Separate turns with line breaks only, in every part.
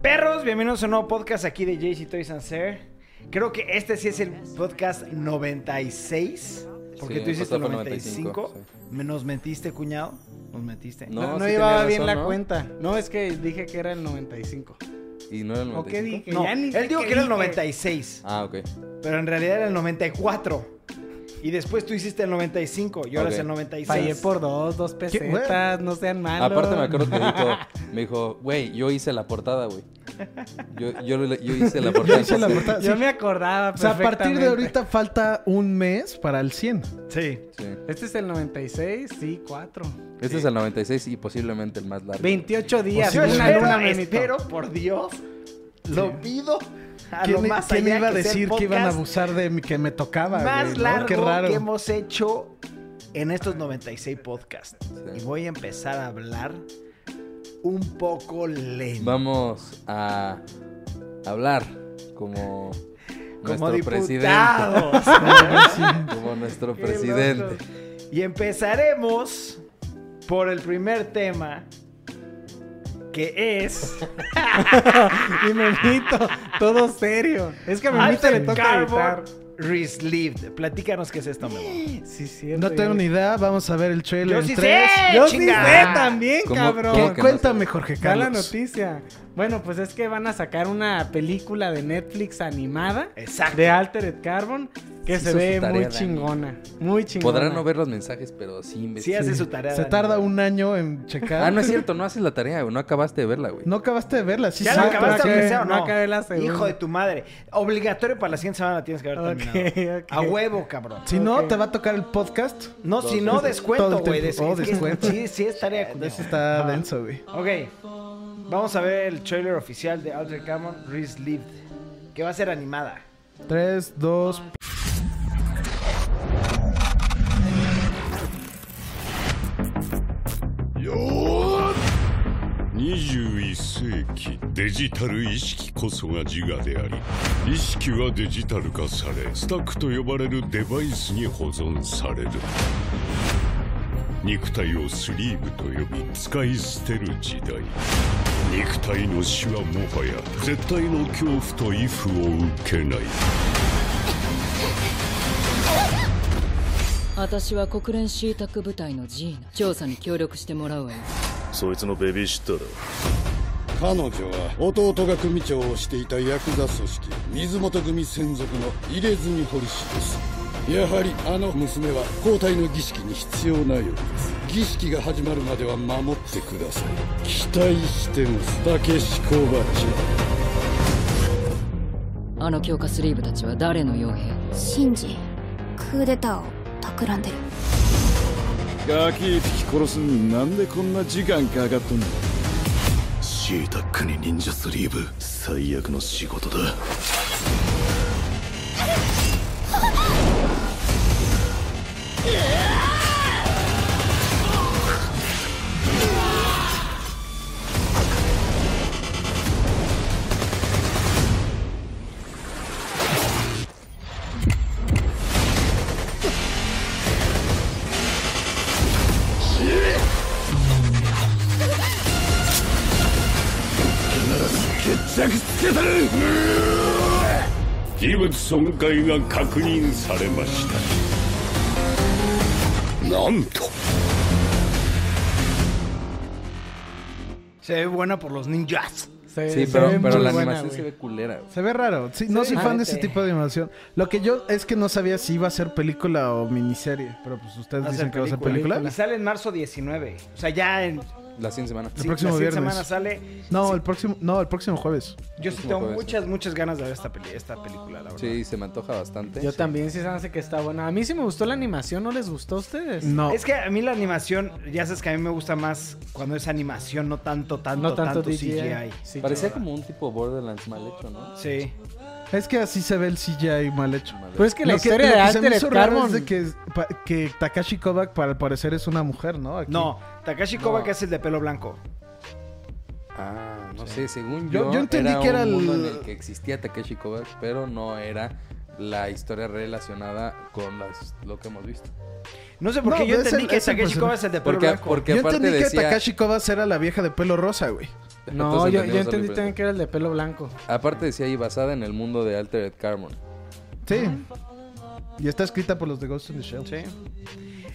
Perros, bienvenidos a un nuevo podcast aquí de JC Toys and Sir. Creo que este sí es el podcast 96. Porque
Sí,
tú hiciste el
el podcast fue
95.
95,
Me- Nos mentiste, cuñado. Nos mentiste.
No,
No, no
sí
llevaba
tenía
bien
razón,
la
¿no?
cuenta. No, es que dije que era el 95.
¿Y no era el
¿O qué
95?
dije?
No,
Ya ni sé
él dijo
qué
que era el
dije.
96.
Ah, ok.
Pero en realidad era el 94. Y después tú hiciste el 95. Y ahora
Ok.
es el 96.
Fallé por dos, dos
güey?
pesetas, Ah, no sean malos.
Aparte me acuerdo que dijo, me dijo, güey, yo hice la portada, güey. Yo, yo, le- yo hice la portada.
Yo hice la portada.
Yo
sí.
me acordaba
O sea, a partir de
Ah, perfectamente.
ahorita falta un mes para el 100.
Sí.
Sí.
Este es el 96, sí, 4.
Este es el 96 y posiblemente el más largo.
28 días,
Yo
Pues sí,
una
espero,
luna, menito.
espero, por Dios, lo
Sí.
pido a lo
¿Quién,
más
quién
allá
iba a
que sea el
decir que iban a
podcast
abusar de mí, que me tocaba?
Más
güey, no?
largo
Qué raro.
que hemos hecho en estos 96 podcasts.
Sí.
Y voy a empezar a hablar un poco lento.
Vamos a hablar como,
como
nuestro presidente.
diputados.
Como nuestro
Qué
presidente.
loco.
y empezaremos por el primer tema, que es...
Y Memito, todo serio. Es que a Memito le
Alter
toca editar.
Carbon Reslived. Platícanos qué es esto, Memo.
Sí, cierto.
No tengo ni idea. Vamos a ver el trailer
Yo
en
sí
tres.
sé,
Yo sí
chinga.
sé también,
¿Cómo-
cabrón.
cómo
¿Qué?
que no
Cuéntame, Jorge
Da la
Carlos.
noticia. Bueno, pues es que van a sacar una película de Netflix animada
Exacto.
de Altered Carbon que
Sí
se
hizo
ve
su tarea,
muy
Dani.
chingona. Muy chingona.
Podrán no ver los mensajes, pero sí
Sí
investigar.
hace su tarea.
Se
Dani.
tarda un año en checar.
Ah, no es cierto, no haces la tarea, güey. No acabaste de verla, güey.
No acabaste de verla. Sí,
¿Ya
sí,
la
No,
acabaste
no
aunque
acabé-
sea o no?
no acabé la segunda.
Hijo de tu madre. Obligatorio para la siguiente semana la tienes que haber
Ok,
terminado.
ok.
A huevo, cabrón.
Si no,
Ok.
te va a tocar el podcast.
No, si no,
Todo
descuento,
el
güey.
tiempo.
Des-
Oh,
es que-
descuento.
Sí, sí, es tarea. cuñado.
Eso está
Ajá.
denso, güey.
Ok. Vamos a ver el trailer oficial de Outer Cameron Reslived. Que va a ser animada.
3, 2.
21世紀デジタル意識こそが自我であり意識はデジタル化されスタックと呼ばれるデバイスに保存される肉体をスリーブと呼び使い捨てる時代肉体の死はもはや絶対の恐怖と畏怖を受けない
私は国連 C タック部隊のジーナ調査に協力してもらうわよ
そいつのベビーシッターだ
彼女は弟が組長をしていたヤクザ組織水本組専属の入れ墨堀氏ですやはりあの娘は交代の儀式に必要なようです儀式が始まるまでは守ってください期待してますたけしこばち
あの強化スリーブたちは誰の傭兵
シンジクーデターを企んでる
ガキ引き殺すのになんでこんな時間かかったんだ
C タックに忍者スリーブ最悪の仕事だ
器物損壊が確認されましたなんと
Se ve buena por los ninjas.
Se-
Sí,
se
pero,
ve
pero
muy
la
buena,
animación
güey.
se ve culera, güey.
Se ve raro. Sí, no
Sí,
soy fan de
vete.
ese tipo de animación. Lo que yo es que no sabía si iba a ser película o miniserie. Pero pues ustedes
Va a
dicen
ser
que va a ser película.
Y sale en marzo 19. O sea, ya en.
La siguiente semana.
sí,
próximo
la siguiente semana
viernes.
sale.
No, el próximo, no, el próximo jueves.
Yo sí
Próximo
tengo
jueves.
muchas, muchas ganas de ver esta, peli- esta película, la verdad.
Sí, se me antoja bastante.
Yo también sí se me hace que está buena. A mí sí me gustó la animación, ¿no les gustó a ustedes?
No.
Es que a mí la animación, ya sabes que a mí me gusta más cuando es animación, no tanto, tanto,
no tanto,
tanto,
DJI.
CGI.
Sí,
Parecía
claro.
como un tipo Borderlands mal hecho, ¿no?
Sí.
Es que así se ve el CGI mal hecho.
Mal
Pues es que la
Lo
historia
lo
de
se me
Altered
hizo raro
Carbon
es de que, pa- que Takashi Kovac, para al parecer, es una mujer, ¿no? Aquí.
No, Takashi Kovac es el de pelo blanco.
Ah, no sé, según yo.
Yo- yo entendí que era
un mundo en
el-
el que existía Takeshi Kovacs, pero no era la historia relacionada con las, lo que hemos visto.
No sé por qué
No,
yo
es
entendí
el-
que
es el
Takeshi
personaje.
Kovacs es el de pelo
Porque,
blanco.
porque
yo
aparte
entendí que
decía...
Takashi Kovacs era la vieja de pelo rosa, güey.
No,
Entonces
yo, yo
entendimos algo
entendí también
diferente.
que era el de pelo blanco.
Aparte decía ahí, basada en el mundo de Altered Carbon.
Sí. Y está escrita por los de Ghost in the Shell.
Sí.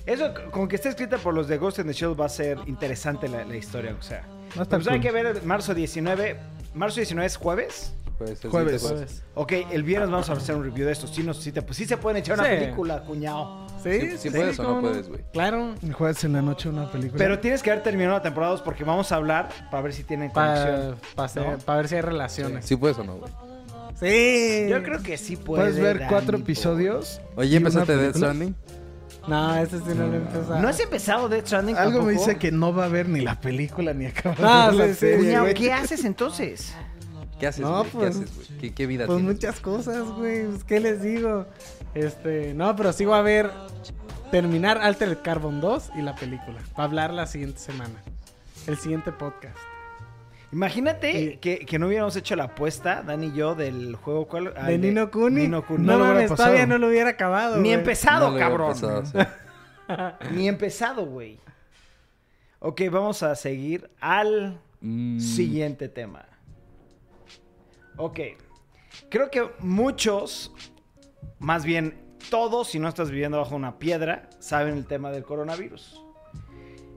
Eso, c- con que esté escrita por los de Ghost in the Shell, va a ser interesante la, la historia. O sea,
Va a estar
pues hay
cool.
que ver el marzo 19. ¿Marzo 19 es jueves?
Puede ser,
Jueves.
sí,
Jueves.
Ok, el viernes vamos a hacer un riew de estos chinos. Sí, te- pues sí se pueden echar una
Sí.
película, cuñado.
Pues
Sí,
Sí, sí puedes o no
cómo
puedes, güey.
Claro.
El Jueves en la noche una película.
Pero tienes que haber terminado la temporada 2 porque vamos a hablar para ver si tienen
Para
conexión. ¿no?
ver si hay
puedes.
relaciones.
Sí puedes o no, güey.
Sí.
Yo creo que sí puede.
puedes ver
Dani,
cuatro
por-
episodios. y
Oye, ¿empezaste
una
Death
película.
Stranding?
No, ese sí no lo he empezado.
¿No has empezado Death Stranding
Algo me
tampoco?
dice que no va a haber ni la película ni acaba
Ah, sí,
de ver la
sí,
serie,
Cuñado,
güey.
¿qué haces entonces?
¿Qué haces,
No,
güey? ¿Qué
pues-
haces, güey? ¿Qué, qué vida
Pues
tienes?
muchas cosas, güey. Pues, ¿Qué les digo? Este, no, pero sí va a ver terminar Altered Carbon 2 y la película. Va a hablar la siguiente semana. El siguiente podcast.
Imagínate
Y-
que, que no hubiéramos hecho la apuesta, Dani y yo, del juego cuál. ah,
de
el
Nino Kuni.
Nino Kuni.
No,
No lo hubiera
mames, todavía
pasado.
no lo hubiera acabado.
Ni
güey.
empezado,
No lo había
cabrón.
pensado, sí.
Ni empezado, güey. Ok, vamos a seguir al
Mm,
siguiente tema. Ok. Creo que muchos, más bien todos, si no estás viviendo bajo una piedra, saben el tema del coronavirus.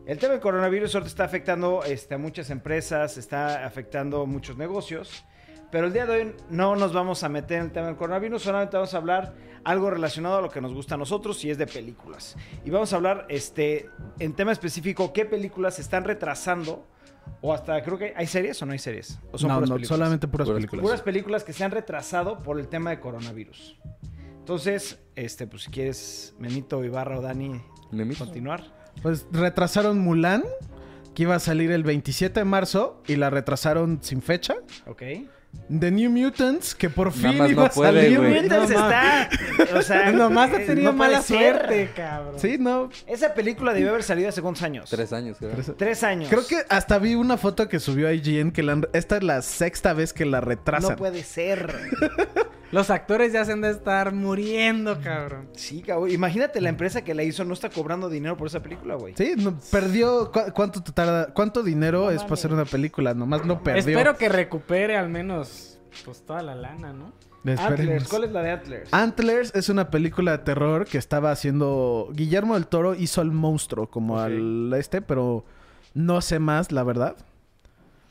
El tema del coronavirus ahorita está afectando este, a muchas empresas, está afectando muchos negocios. Pero el día de hoy no nos vamos a meter en el tema del coronavirus, solamente vamos a hablar algo relacionado a lo que nos gusta a nosotros y es de películas. Y vamos a hablar este, en tema específico qué películas se están retrasando o hasta creo que hay series o no hay series. ¿O son
No,
puras
no,
películas?
solamente puras,
Puras
películas.
Puras películas que se han retrasado por el tema de coronavirus. Entonces, este, pues si quieres, Menito, Ibarra o Dani,
¿Nemito?
continuar.
Pues retrasaron Mulan, que iba a salir el 27 de marzo, y la retrasaron sin fecha.
Ok.
The New Mutants, que por
Nada
fin
más
iba
no
a
puede,
salir.
güey.
güey.
Mientras
no
está. O sea,
Nomás ha
eh,
tenido
no puede
mala
ser.
suerte, cabrón.
Sí, no.
Esa película debió haber salido hace cuántos años.
Tres años, creo.
Tres años.
Creo que hasta vi una foto que subió IGN que la han- esta es la sexta vez que la retrasan.
No puede ser.
Los actores ya se han de estar muriendo, cabrón.
Sí, cabrón. Imagínate la empresa que la hizo no está cobrando dinero por esa película, güey.
Sí, no, perdió cu- cuánto te tarda, cuánto dinero es para hacer una película, nomás lo perdió.
Espero que recupere al menos pues toda la lana, ¿no?
Esperemos.
Antlers. ¿Cuál es la de Antlers?
Antlers es una película de terror que estaba haciendo Guillermo del Toro hizo al monstruo como
Ok.
al este, pero no sé más, la verdad.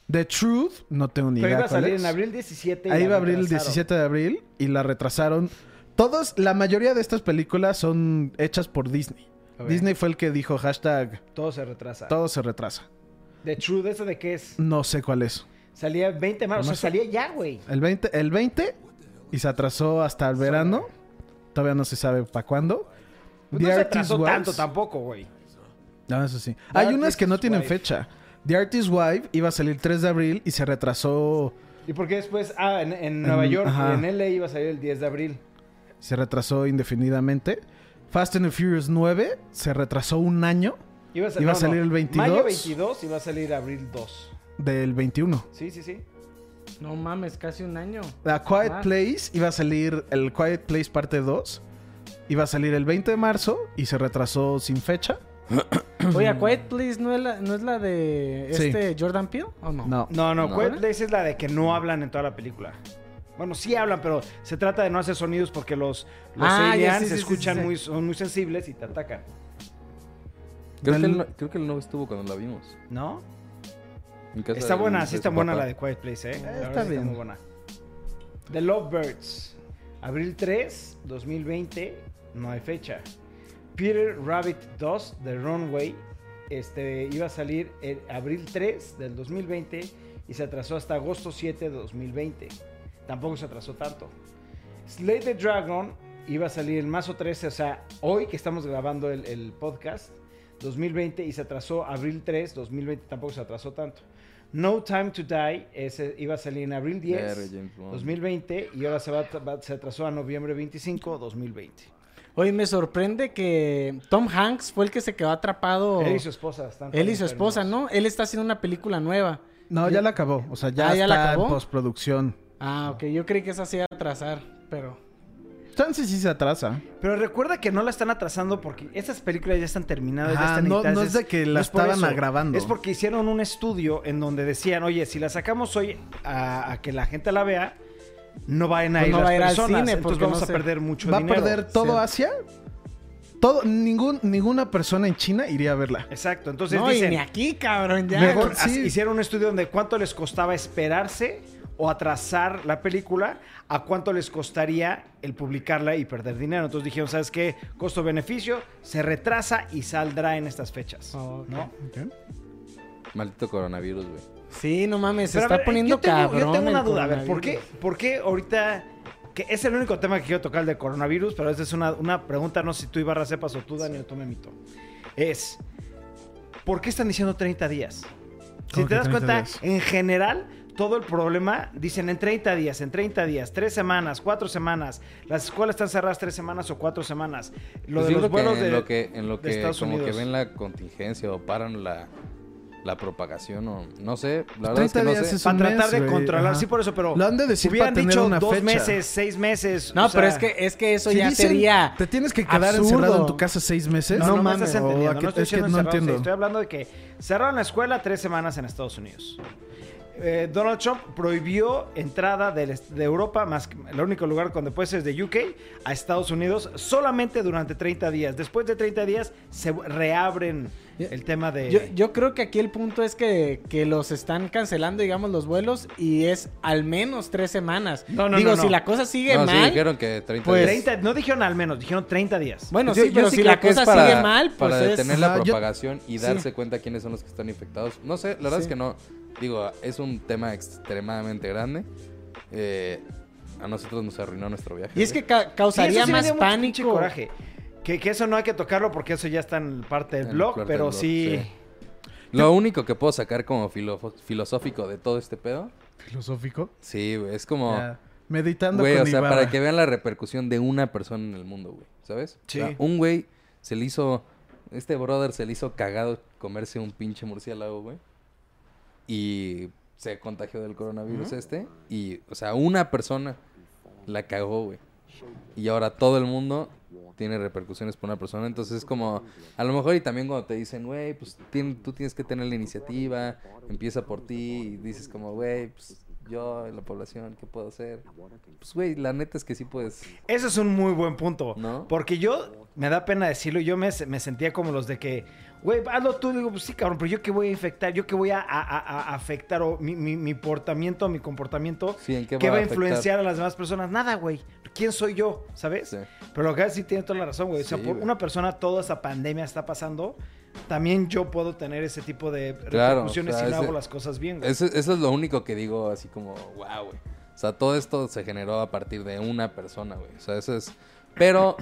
The Truth, no tengo ni
Pero
idea.
iba a
cuál
salir
es.
en abril 17. y
Ahí
la
iba a abrir el
retrasaron.
17 de abril y la retrasaron. Todos, la mayoría de estas películas son hechas por Disney.
Ok.
Disney fue el que dijo hashtag
Todo se retrasa.
todo se retrasa.
¿De True, de eso de qué es?
No sé cuál es.
Salía 20 de marzo. O sea, salía ya, güey.
El 20, el 20 y se atrasó hasta el verano. Todavía no se sabe para cuándo.
Pues
The
no se
Artist
atrasó
Wives-
tanto tampoco, güey.
No, Ah, eso sí.
The
Hay unas que no
Artist's
tienen
Wife.
fecha. The Artist Wife iba a salir 3 de abril y se retrasó.
¿Y por qué después? Ah, en, en Nueva
En-
York,
ajá.
en LA iba a salir el 10 de abril.
Se retrasó indefinidamente. Fast and the Furious 9 se retrasó un año
Iba a, sa-
Iba a salir el 22.
Mayo 22 iba a salir abril 2.
del 21.
Sí, sí, sí.
No mames, casi un año.
La Quiet
Ah.
Place iba a salir el Quiet Place parte 2. Iba a salir el 20 de marzo y se retrasó sin fecha.
Oye, ¿a Quiet Please no es la, no es la de
Sí.
este Jordan Peele o no?
No.
No, no,
No.
Quiet Place es la de que no hablan en toda la película. Bueno, sí hablan, pero se trata de no hacer sonidos porque los, los
Ah, ya,
aliens
sí, sí,
se
sí,
escuchan
sí, sí.
muy, son muy sensibles y te atacan.
Creo, que
Del-
el, no- creo que el no estuvo cuando la vimos.
¿No?
En casa
Está
de-
buena,
de
sí
su
está buena
papá.
la de Quiet Place, ¿eh? La verdad
está
sí
bien.
muy buena. The Lovebirds. Abril 3, 2020. No hay fecha. Peter Rabbit 2, The Runway. Este, iba a salir el abril 3 del 2020 y se atrasó hasta agosto 7 de 2020. Tampoco se atrasó tanto. Slay the Dragon iba a salir el marzo 13, o sea, hoy que estamos grabando el, el podcast, 2020, y se atrasó abril 3, 2020, tampoco se atrasó tanto. No Time to Die ese iba a salir en abril 10,
Verga, James Bond.
2020, y ahora se, va, va- se atrasó a noviembre 25, 2020.
Oye, me sorprende que Tom Hanks fue el que se quedó atrapado.
Él y su esposa están
Oh. Él y su
enfermos.
esposa, ¿no? Él está haciendo una película nueva.
No, ya la acabó. O sea, ya
Ah,
está
¿ya la acabó?
en postproducción.
Ah, ok, yo creí que esa se iba a atrasar, pero...
Chance sí se atrasa.
Pero recuerda que no la están atrasando porque estas películas ya están terminadas, ya
Ajá,
están
no-
editadas.
no es de que la
por
estaban
eso.
agravando.
Es porque hicieron un estudio en donde decían, oye, si la sacamos hoy a, a que la gente la vea, no vayan a
Pues
ir
no va
las
a ir al
personas.
cine
entonces
porque
vamos
no
a
se-
perder mucho
Va a
dinero.
perder todo
sí.
Asia. Todo, ningún, ninguna persona en China iría a verla.
Exacto. Entonces
no, y
Pues dicen,
ni aquí, cabrón, ya.
mejor
sí.
as- hicieron un estudio donde cuánto les costaba esperarse o atrasar la película a cuánto les costaría el publicarla y perder dinero. Entonces dijeron, ¿sabes qué? Costo-beneficio, se retrasa y saldrá en estas fechas.
Oh, ok.
¿No?
Maldito coronavirus, güey.
Sí, no mames, se
Pero a
está
ver, eh,
poniendo
yo tengo,
cabrón.
Yo tengo
el
una duda, a ver, ¿por qué,
coronavirus.
por qué ahorita... Que es el único tema que quiero tocar el de coronavirus, pero esta es una, una pregunta, no sé si tú Ibarra sepas o tú, Dani, o tú me mito. Es, ¿por qué están diciendo 30 días? Si
¿Cómo
te
que
das
30
cuenta,
días?
en general, todo el problema, dicen en 30 días, en 30 días, 3 semanas, 4 semanas, las escuelas están cerradas 3 semanas o 4 semanas. Lo
Pues
de los
yo creo que
vuelos
en
de,
lo que, en lo
de
que
Estados
como
Unidos.
que ven la contingencia o paran la, la propagación o no sé. La verdad es
30
que no
días
sé.
es
Para
un
tratar
mes,
de
güey.
controlar,
Ajá.
sí, por eso, pero...
Lo han de decir
hubieran
para tener
dicho
una
dos
fecha.
meses, seis meses.
No,
o
pero
sea-
es que, es que eso
Si
ya
dicen,
sería.
Te tienes que quedar
absurdo.
encerrado en tu casa seis meses.
No, no, me estás
o
entendiendo.
a
No
que-
estoy
es que
diciendo
no
encerrados,
entiendo.
Estoy hablando de que cerraron la escuela tres semanas en Estados Unidos. Eh, Donald Trump prohibió entrada del est- de, Europa, más que- el único lugar donde puedes es de UK, a Estados Unidos solamente durante 30 días. Después de 30 días se reabren
Yo-
el tema de...
Yo, yo creo que aquí el punto es que, que los están cancelando, digamos, los vuelos y es al menos tres semanas.
No, no,
Digo,
no, no.
si la cosa sigue
No, sí,
mal.
dijeron que 30
pues,
días.
30 no dijeron al menos, dijeron 30 días.
Bueno,
Yo-
sí,
yo
pero si
creo
la
que es
cosa
para-
sigue mal, pues
Para
es.
detener la
Ajá, yo-
propagación y darse
Sí.
cuenta quiénes son los que están infectados. No sé, la verdad es
Sí.
que no. Digo, es un tema extremadamente grande. Eh, a nosotros nos arruinó nuestro viaje.
Y es
güey.
que ca-
Sí, eso
causaría
sí me
más
dio mucho pinche
pánico.
coraje. Que, que eso no hay que tocarlo porque eso ya está en parte del
En
blog,
parte
pero
del blog,
sí...
sí. Lo único que puedo sacar como filofo- filosófico de todo este pedo.
Filosófico.
Sí, güey, es como.
Ya. Meditando
Güey,
con
o sea,
Ibarra.
para que vean la repercusión de una persona en el mundo, güey. ¿Sabes?
Sí.
O sea, un güey se le hizo. Este brother se le hizo cagado comerse un pinche murciélago, güey. Y se contagió del coronavirus este. Y, o sea, una persona la cagó, güey. Y ahora todo el mundo tiene repercusiones por una persona. Entonces es como, a lo mejor y también cuando te dicen, güey, pues tien- tú tienes que tener la iniciativa, empieza por ti. Y dices como, güey, pues yo, la población, ¿qué puedo hacer? Pues, güey, la neta es que sí puedes.
Eso es un muy buen punto.
¿No?
Porque yo, me da pena decirlo, yo me, me sentía como los de que, güey, hazlo tú. Digo, pues sí, cabrón, pero yo qué voy a infectar, yo qué voy a, a- a- a afectar, o mi, mi, mi portamiento, mi comportamiento,
Sí, ¿en qué
¿qué
va
va
a
a
afectar?
influenciar a las demás personas? Nada, güey. ¿Quién soy yo? ¿Sabes?
Sí.
Pero lo que sí tiene toda la razón, güey. O sea,
Sí,
por
güey.
una persona, toda esa pandemia está pasando. También yo puedo tener ese tipo de
Claro,
repercusiones
o sea,
si no
ese-
hago las cosas bien, güey.
Eso, eso es lo único que digo, así como, wow, güey. O sea, todo esto se generó a partir de una persona, güey. O sea, eso es. Pero,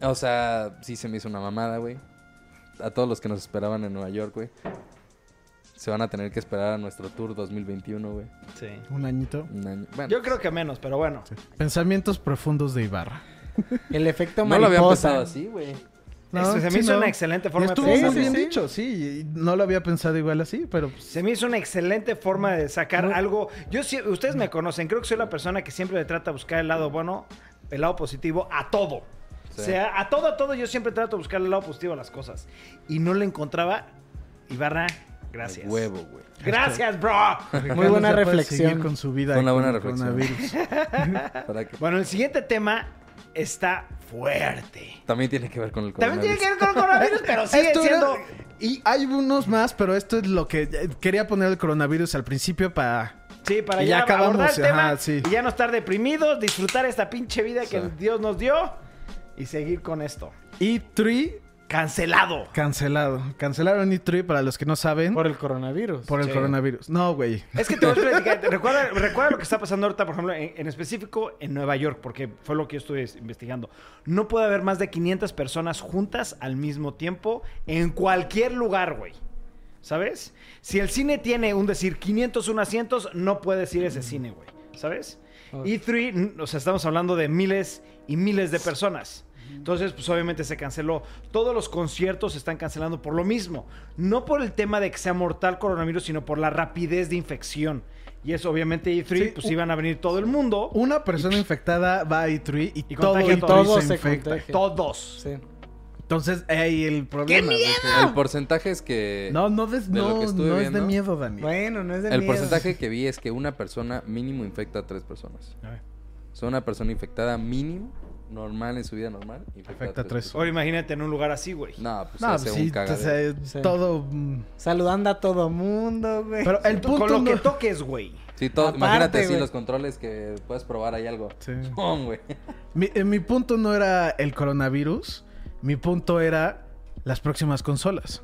o sea, sí se me hizo una mamada, güey. A todos los que nos esperaban en Nueva York, güey. Se van a tener que esperar a nuestro tour 2021, güey.
Sí.
Un añito.
Un año. Bueno,
Yo creo que menos, pero bueno.
Pensamientos profundos de Ibarra.
El efecto
no lo había pensado
mariposa.
así, güey.
Eso se me
sí,
hizo
no.
una excelente
Y
forma
Estuvo
pensarlo.
muy bien dicho, sí. y No lo había pensado igual así, pero pues,
Se me hizo una excelente forma de sacar algo. Yo sí- ustedes me conocen, creo que soy la persona que siempre le trata de buscar el lado bueno, el lado positivo a todo.
Sí.
O sea, a todo, a todo, yo siempre trato de buscar el lado positivo a las cosas. Y no lo encontraba. Ibarra, gracias.
Huevo, güey.
Gracias, bro.
Carlos
buena
ya puede
reflexión.
seguir con su vida.
Fue una
y con
buena
el
reflexión.
coronavirus.
Ah.
Para que-
bueno, el siguiente tema está fuerte.
También tiene que ver con el
También tiene
coronavirus.
que ver con el coronavirus, pero sigue
Esto era-
siendo...
Y hay unos más, pero esto es lo que eh, quería poner el coronavirus al principio para...
Sí, para
Y
ya
ya acabamos,
abordar el tema
ajá, sí.
y ya no estar deprimidos, disfrutar esta pinche vida que
Sí.
Dios nos dio y seguir con esto.
E3
Cancelado.
E cancelado. Cancelaron E3 para los que no saben
Por
por,
el coronavirus.
el
Sí.
coronavirus. No, güey.
Es que te voy a platicar. Recuerda, recuerda lo que está pasando ahorita, por ejemplo, en, en específico en Nueva York, porque fue lo que yo estuve investigando. No puede haber más de 500 personas juntas al mismo tiempo en cualquier lugar, güey. ¿Sabes? Si el cine tiene un decir 501 asientos, no puedes ir a ese cine, güey. ¿Sabes? E3, n- o sea, estamos hablando de miles y miles de personas. Entonces, pues obviamente se canceló. Todos los conciertos se están cancelando por lo mismo. No por el tema de que sea mortal coronavirus, sino por la rapidez de infección. Y eso, obviamente, E3,
Sí,
pues
u-
iban a venir todo el mundo.
Una persona infectada va a E3 y,
Y
todo
contagia
E3
a todos.
se
Se
infecta.
contagia.
Todos.
Sí.
Entonces, ahí el problema. de que-
El porcentaje es que...
No, no, des-
De lo
no,
que estuve
no es
viendo.
de miedo, Dani.
Bueno, no es de
El
miedo.
porcentaje que vi es que una persona mínimo infecta a tres personas.
A ver.
O sea, una persona infectada mínimo, normal en su vida normal, infecta,
Infecta a tres.
personas.
Ahora imagínate en un lugar así, güey.
No, pues
no,
hace
pues
un
sí, o
cagadero.
sea,
Sí.
todo. mm,
Saludando a todo mundo, güey.
Pero el punto.
Con lo
no-
que toques, güey.
Sí, todo-
Aparte,
imagínate así
güey.
los controles que puedes probar ahí algo.
Sí.
¡Pum, güey!
mi, eh, mi punto no era el coronavirus. Mi punto era las próximas consolas.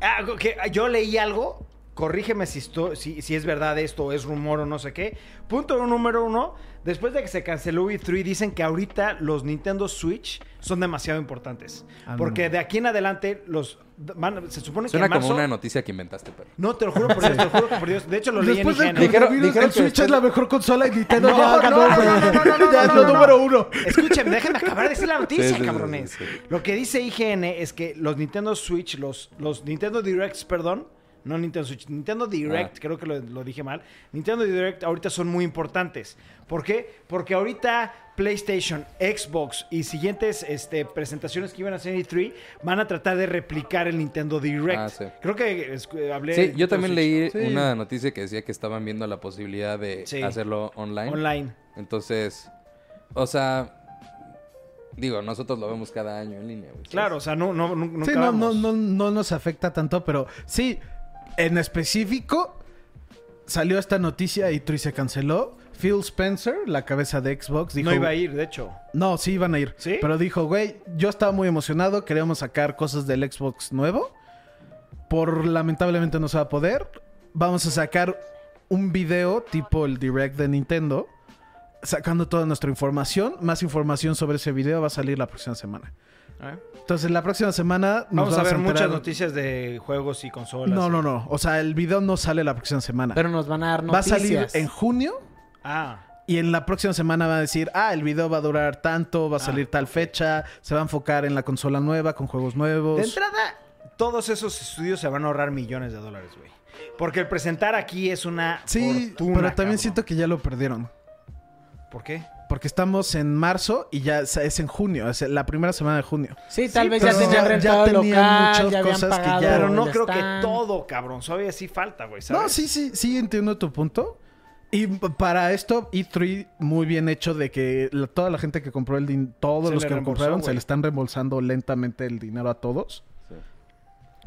Ah, que yo leí algo, corrígeme si, esto, si, si es verdad esto o es rumor o no sé qué. Punto número uno, después de que se canceló E3, dicen que ahorita los Nintendo Switch son demasiado importantes.
Ah, no.
porque de aquí en adelante los van- se supone
Suena
que en marzo...
como una noticia que inventaste, pero.
No, te lo juro por Dios, te lo juro que por Dios. De hecho, lo leí en
Después del
IGN.
coronavirus,
dijeron
el
que
Switch
después-
es la mejor consola y Nintendo
No,
ya
no,
ganó,
no,
güey.
no, no, no, no, no,
Ya es
no,
lo
no.
número uno.
Escúchenme, déjenme acabar de decir la noticia,
Sí, sí, sí,
cabrones.
sí, sí.
Lo que dice IGN es que los Nintendo Switch, los, los Nintendo Directs, perdón, no Nintendo Switch, Nintendo Direct,
Ah.
creo que lo, lo dije mal, Nintendo Direct ahorita son muy importantes. ¿Por qué? Porque ahorita PlayStation, Xbox y siguientes este, presentaciones que iban a hacer en E3 van a tratar de replicar el Nintendo Direct.
Ah, sí.
Creo que es- hablé...
Sí, yo también leí
Sí.
una noticia que decía que estaban viendo la posibilidad de
Sí.
hacerlo online.
Online.
Entonces, o sea, digo, nosotros lo vemos cada año en línea, güey. ¿sabes?
Claro, o sea, no, no, nu- nunca
Sí, no, no,
vamos.
no, no nos afecta tanto, pero sí, en específico, salió esta noticia y Tree se canceló. Phil Spencer, la cabeza de Xbox, dijo...
no iba a ir, de hecho.
No, sí iban a ir.
¿Sí?
Pero dijo, güey, yo estaba muy emocionado, queríamos sacar cosas del Xbox nuevo. Por lamentablemente no se va a poder. Vamos a sacar un video tipo el direct de Nintendo, sacando toda nuestra información. Más información sobre ese video va a salir la próxima semana.
Ah.
Entonces la próxima semana nos
Vamos a ver muchas
enterar-
noticias de juegos y consolas.
No, no, no. O sea, el video no sale la próxima semana.
Pero nos van a dar
va a
noticias.
salir en junio
Ah,
y en la próxima semana va a decir, ah, el video va a durar tanto,
Ah.
va a salir tal fecha, se va a enfocar en la consola nueva, con juegos nuevos.
de entrada, todos esos estudios se van a ahorrar millones de dólares, güey. Porque el presentar aquí es una.
sí,
fortuna,
pero también
cabrón.
siento que ya lo perdieron.
¿Por qué?
Porque estamos en marzo y ya es- es en junio, es la primera semana de junio.
Sí, tal
Sí,
vez
pero
ya tenían
ya-
rentado
ya
el local,
tenían muchas
ya habían
cosas que ya-
pagado
Pero no
el
creo que
stand.
todo, cabrón. Todavía sí falta, güey. ¿sabes?
No, sí, sí, sí entiendo tu punto. Y p- para esto, E3 muy bien hecho de que la- toda la gente que compró el dinero, todos
Se
los
le
que lo
reembolsó,
compraron, se
güey.
le están reembolsando lentamente el dinero a todos.
Sí.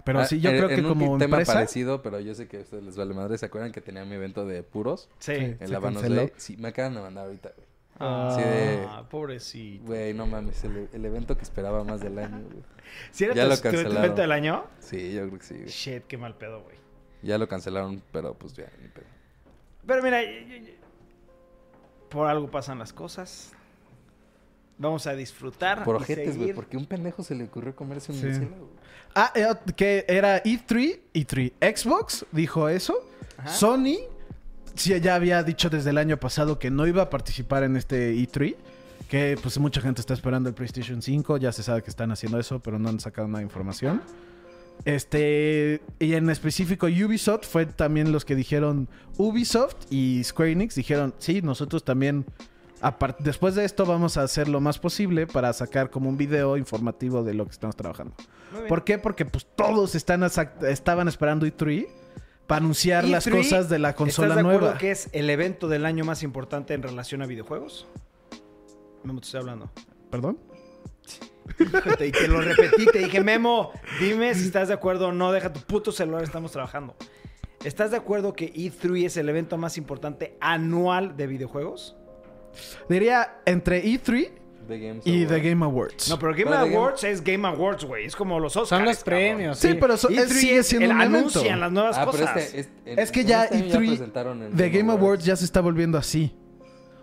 Pero
Ah,
sí, yo
en-
creo
en
que
un
como
tema
empresa...
parecido, pero yo sé que a ustedes les vale madre. ¿Se acuerdan que tenía mi evento de puros?
Sí.
En
Se
la Vanos
canceló.
Day. Sí, me acaban de mandar ahorita, güey.
Ah,
Sí, de-
pobrecito.
Güey, no mames, el, el evento que esperaba más del año, güey.
¿Si era
Ya
tu-
lo
tu- tu
cancelaron.
evento del año?
Sí, yo creo que sí, güey.
Shit, qué mal pedo, güey.
Ya lo cancelaron, pero pues ya, ni pedo.
Pero mira, y- y- y- por algo pasan las cosas. Vamos a disfrutar.
Por
Ah, y
ojetes, güey,
seguir.
porque un pendejo se le ocurrió comerse un
Sí.
murciélago. güey.
Ah, era- que era E E3, E3. Xbox dijo eso.
Ajá.
Sony sí, ya había dicho desde el año pasado que no iba a participar en este E3. Que pues mucha gente está esperando el PlayStation 5. Ya se sabe que están haciendo eso, pero no han sacado nada de información. Este, y en específico Ubisoft fue también los que dijeron, Ubisoft y Square Enix dijeron, sí, nosotros también, apar- después de esto vamos a hacer lo más posible para sacar como un video informativo de lo que estamos trabajando. ¿Por qué? Porque pues todos están asa- estaban esperando E3 para anunciar las
E3,
cosas de la consola
E ¿Estás de acuerdo
nueva.
que es el evento del año más importante en relación a videojuegos? Memo, te estoy hablando.
¿Perdón?
Híjole, y te lo repetí, te dije, Memo, dime si estás de acuerdo o no, deja tu puto celular, estamos trabajando. ¿Estás de acuerdo que E3 es el evento más importante anual de videojuegos?
Diría entre E3
The Games
y
Award.
The Game Awards.
No, pero Game
Pero de Game-
Awards es Game Awards, güey. Es como los Oscars.
Son los
cabrón.
premios.
sí,
sí.
pero
E
eso- es-
E3
sigue
E es
siendo
el
un evento.
anuncian las nuevas
Ah, pero
cosas.
este, este- en-
Es que
en
ya
este año
E3
presentaron el
The Game Awards ya se está volviendo así.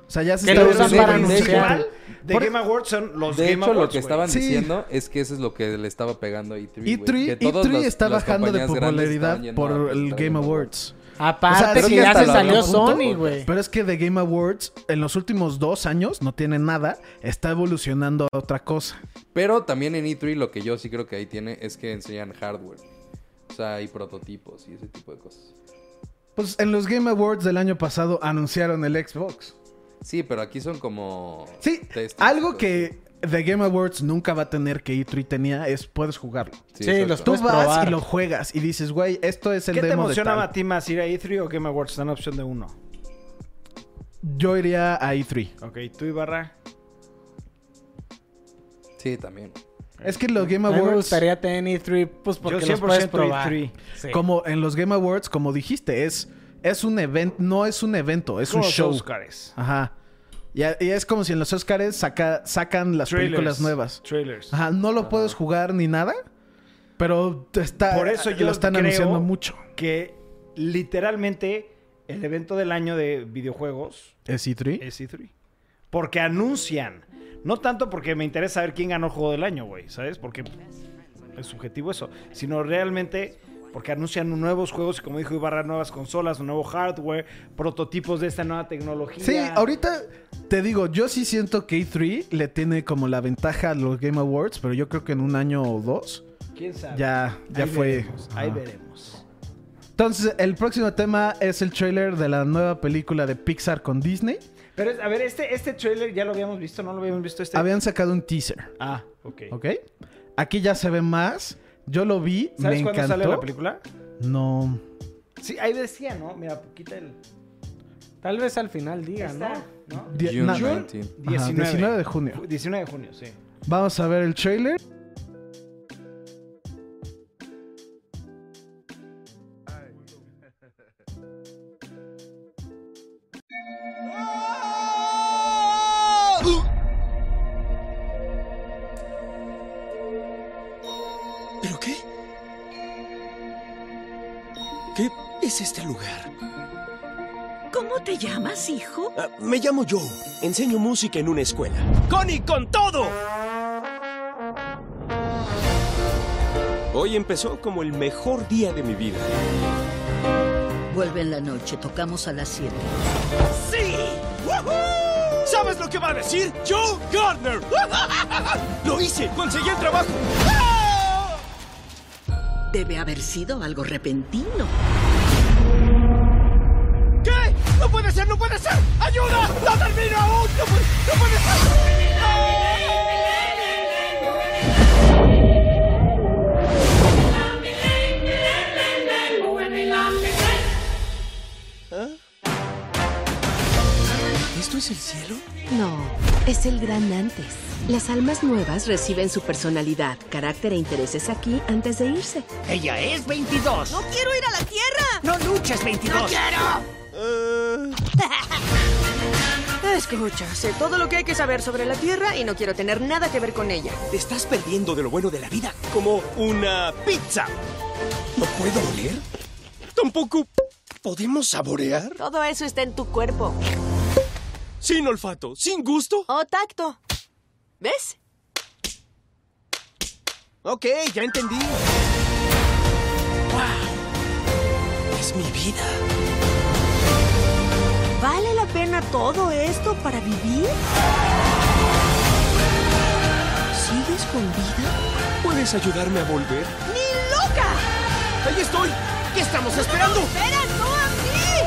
O sea, ya se
Que
está
lo
volviendo
usan para
un
anunciar.
festival.
De
Por-
Game Awards son los
De
Game
hecho,
Awards,
lo que
güey.
estaban
Sí. E
diciendo es que eso es lo que le estaba pegando a E3. güey,
E3,
que todos
E3
los-
está
las
bajando de
compañías grandes estaban
popularidad
yendo
por
a
el
presentar
Game
los
Awards. O sea,
Aparte
creo
que
que
ya
hasta
se
lo
salió
hablamos un
Sony,
poco,
güey.
Pero es que The Game Awards en los últimos dos años no tiene nada, está evolucionando a otra cosa.
Pero también en E3 lo que yo sí creo que ahí tiene es que enseñan hardware. O sea, hay prototipos y ese tipo de cosas.
Pues en los Game Awards del año pasado anunciaron el Xbox.
Sí, pero aquí son como...
Sí,
testes,
algo
cosas.
que The Game Awards nunca va a tener que E3 tenía es puedes jugarlo.
Sí,
exacto.
los
Tú
Puedes
vas
probar.
y lo juegas y dices, güey, esto es el
¿Qué te
demo de
emocionaba
tal".
a ti más, ir a E3 o Game Awards? Está en opción de uno.
Yo iría a E E3.
Ok, tú y Barra.
Sí, también.
Es que los Game
A mí me
Awards,
gustaría tener E3, pues porque
Yo
los puedes
100%
probar.
E3.
Sí.
Ah, como en los Game Awards, como dijiste, es, es un evento, no es un evento, es un
Como los
show.
Óscares.
Ajá. Y, a- y es como si en los Oscars saca, sacan las
Trailers.
películas nuevas.
Trailers.
Ajá, no lo puedes jugar ni nada, pero te está, eh,
Por eso yo
lo están
creo
anunciando mucho.
Que literalmente el evento del año de videojuegos
¿Es E3?
es E3. Porque anuncian. No tanto porque me interesa saber quién ganó el juego del año, güey, ¿sabes? Porque es subjetivo eso. Sino realmente porque anuncian nuevos juegos y como dijo Ibarra, nuevas consolas, nuevo hardware, prototipos de esta nueva tecnología.
Sí, ahorita te digo, yo sí siento que E3 le tiene como la ventaja a los Game Awards, pero yo creo que en un año o dos
¿Quién sabe?
ya, ya
Ahí
fue.
veremos, ahí
Ajá.
veremos.
Entonces, el próximo tema es el trailer de la nueva película de Pixar con Disney.
Pero, es- a ver, este, este trailer ya lo habíamos visto, ¿no lo habíamos visto este?
Habían sacado un teaser,
Ah, ok.
¿ok? Aquí ya se ve más. Yo lo vi,
¿Sabes
me
cuándo
encantó.
sale la película?
No.
Sí, ahí decía, ¿no? Mira, quita el...
Tal vez al final diga, ¿no?
Está, ¿no?
Die-
June
na-
19.
Ajá, 19.
19
de junio.
Ju- 19 de junio, sí.
Vamos a ver el trailer.
¿Pero qué? ¿Qué es este lugar?
¿Cómo te llamas, hijo?
Ah, me llamo Joe. Enseño música en una escuela. ¡Connie, con todo! Hoy empezó como el mejor día de mi vida.
Vuelve en la noche, tocamos a las 7.
¡Sí! ¡Woohoo! ¿Sabes lo que va a decir? ¡Joe Gardner! ¡Lo hice! ¡Conseguí el trabajo! ¡Ah!
Debe haber sido algo repentino.
¿Qué? ¡No puede ser! ¡No puede ser! ¡Ayuda! ¡No termino aún! ¡No puede, no puede ser! ¿Esto es el cielo?
No, es el gran antes. Las almas nuevas reciben su personalidad, carácter e intereses aquí antes de irse.
Ella es 22.
¡No quiero ir a la Tierra!
¡No luches, 22! ¡No
Eh. Escucha, sé todo lo que hay que saber sobre la Tierra y no quiero tener nada que ver con ella.
Te estás perdiendo de lo bueno de la vida como una pizza. ¿No puedo oler? Tampoco. ¿Podemos saborear?
Todo eso está en tu cuerpo.
Sin olfato, sin gusto.
O tacto. ¿Ves?
Ok, ya entendí. ¡Wow! Es mi vida.
¿Vale la pena todo esto para vivir? ¿Sigues con vida?
¿Puedes ayudarme a volver?
¡Ni loca!
¡Ahí estoy! ¿Qué estamos esperando?
¡Espera, no a mí!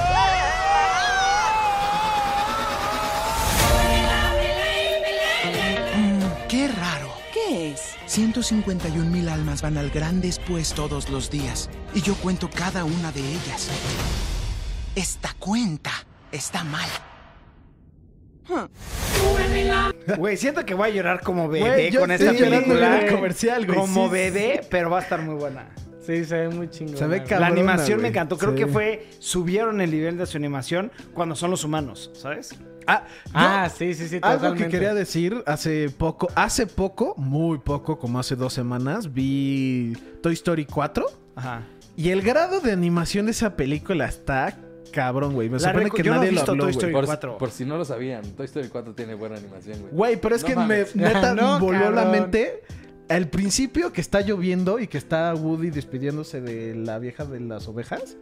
¡Qué raro!
¿Qué es?
151 mil almas van al gran después todos los días, y yo cuento cada una de ellas. Esta cuenta está mal.
Güey, siento que voy a llorar como bebé
Güey, yo
con
estoy
esta
llorando
película.
en el comercial, güey,
Como
sí.
bebé, pero va a estar muy buena.
Sí, se ve muy chingón.
Se ve
güey.
ca- Cabrona,
la animación me
güey.
encantó. Creo
Sí.
que fue. Subieron el nivel de su animación cuando son los humanos, ¿sabes?
Ah,
Ah, sí, sí, sí,
Algo
totalmente.
que quería decir hace poco, hace poco, muy poco, como hace dos semanas, vi Toy Story 4
Ajá.
y el grado de animación de esa película está cabrón, güey. Me
La
sorprende
recu-
que
yo no he
nadie lo
visto
habló,
Toy
güey.
Story.
Por,
cuatro.
por si no lo sabían, Toy Story 4 tiene buena animación, güey.
Güey, pero es
No
que me
mames.
neta
No,
voló la
cabrón.
mente al principio que está lloviendo y que está Woody despidiéndose de la vieja de las ovejas.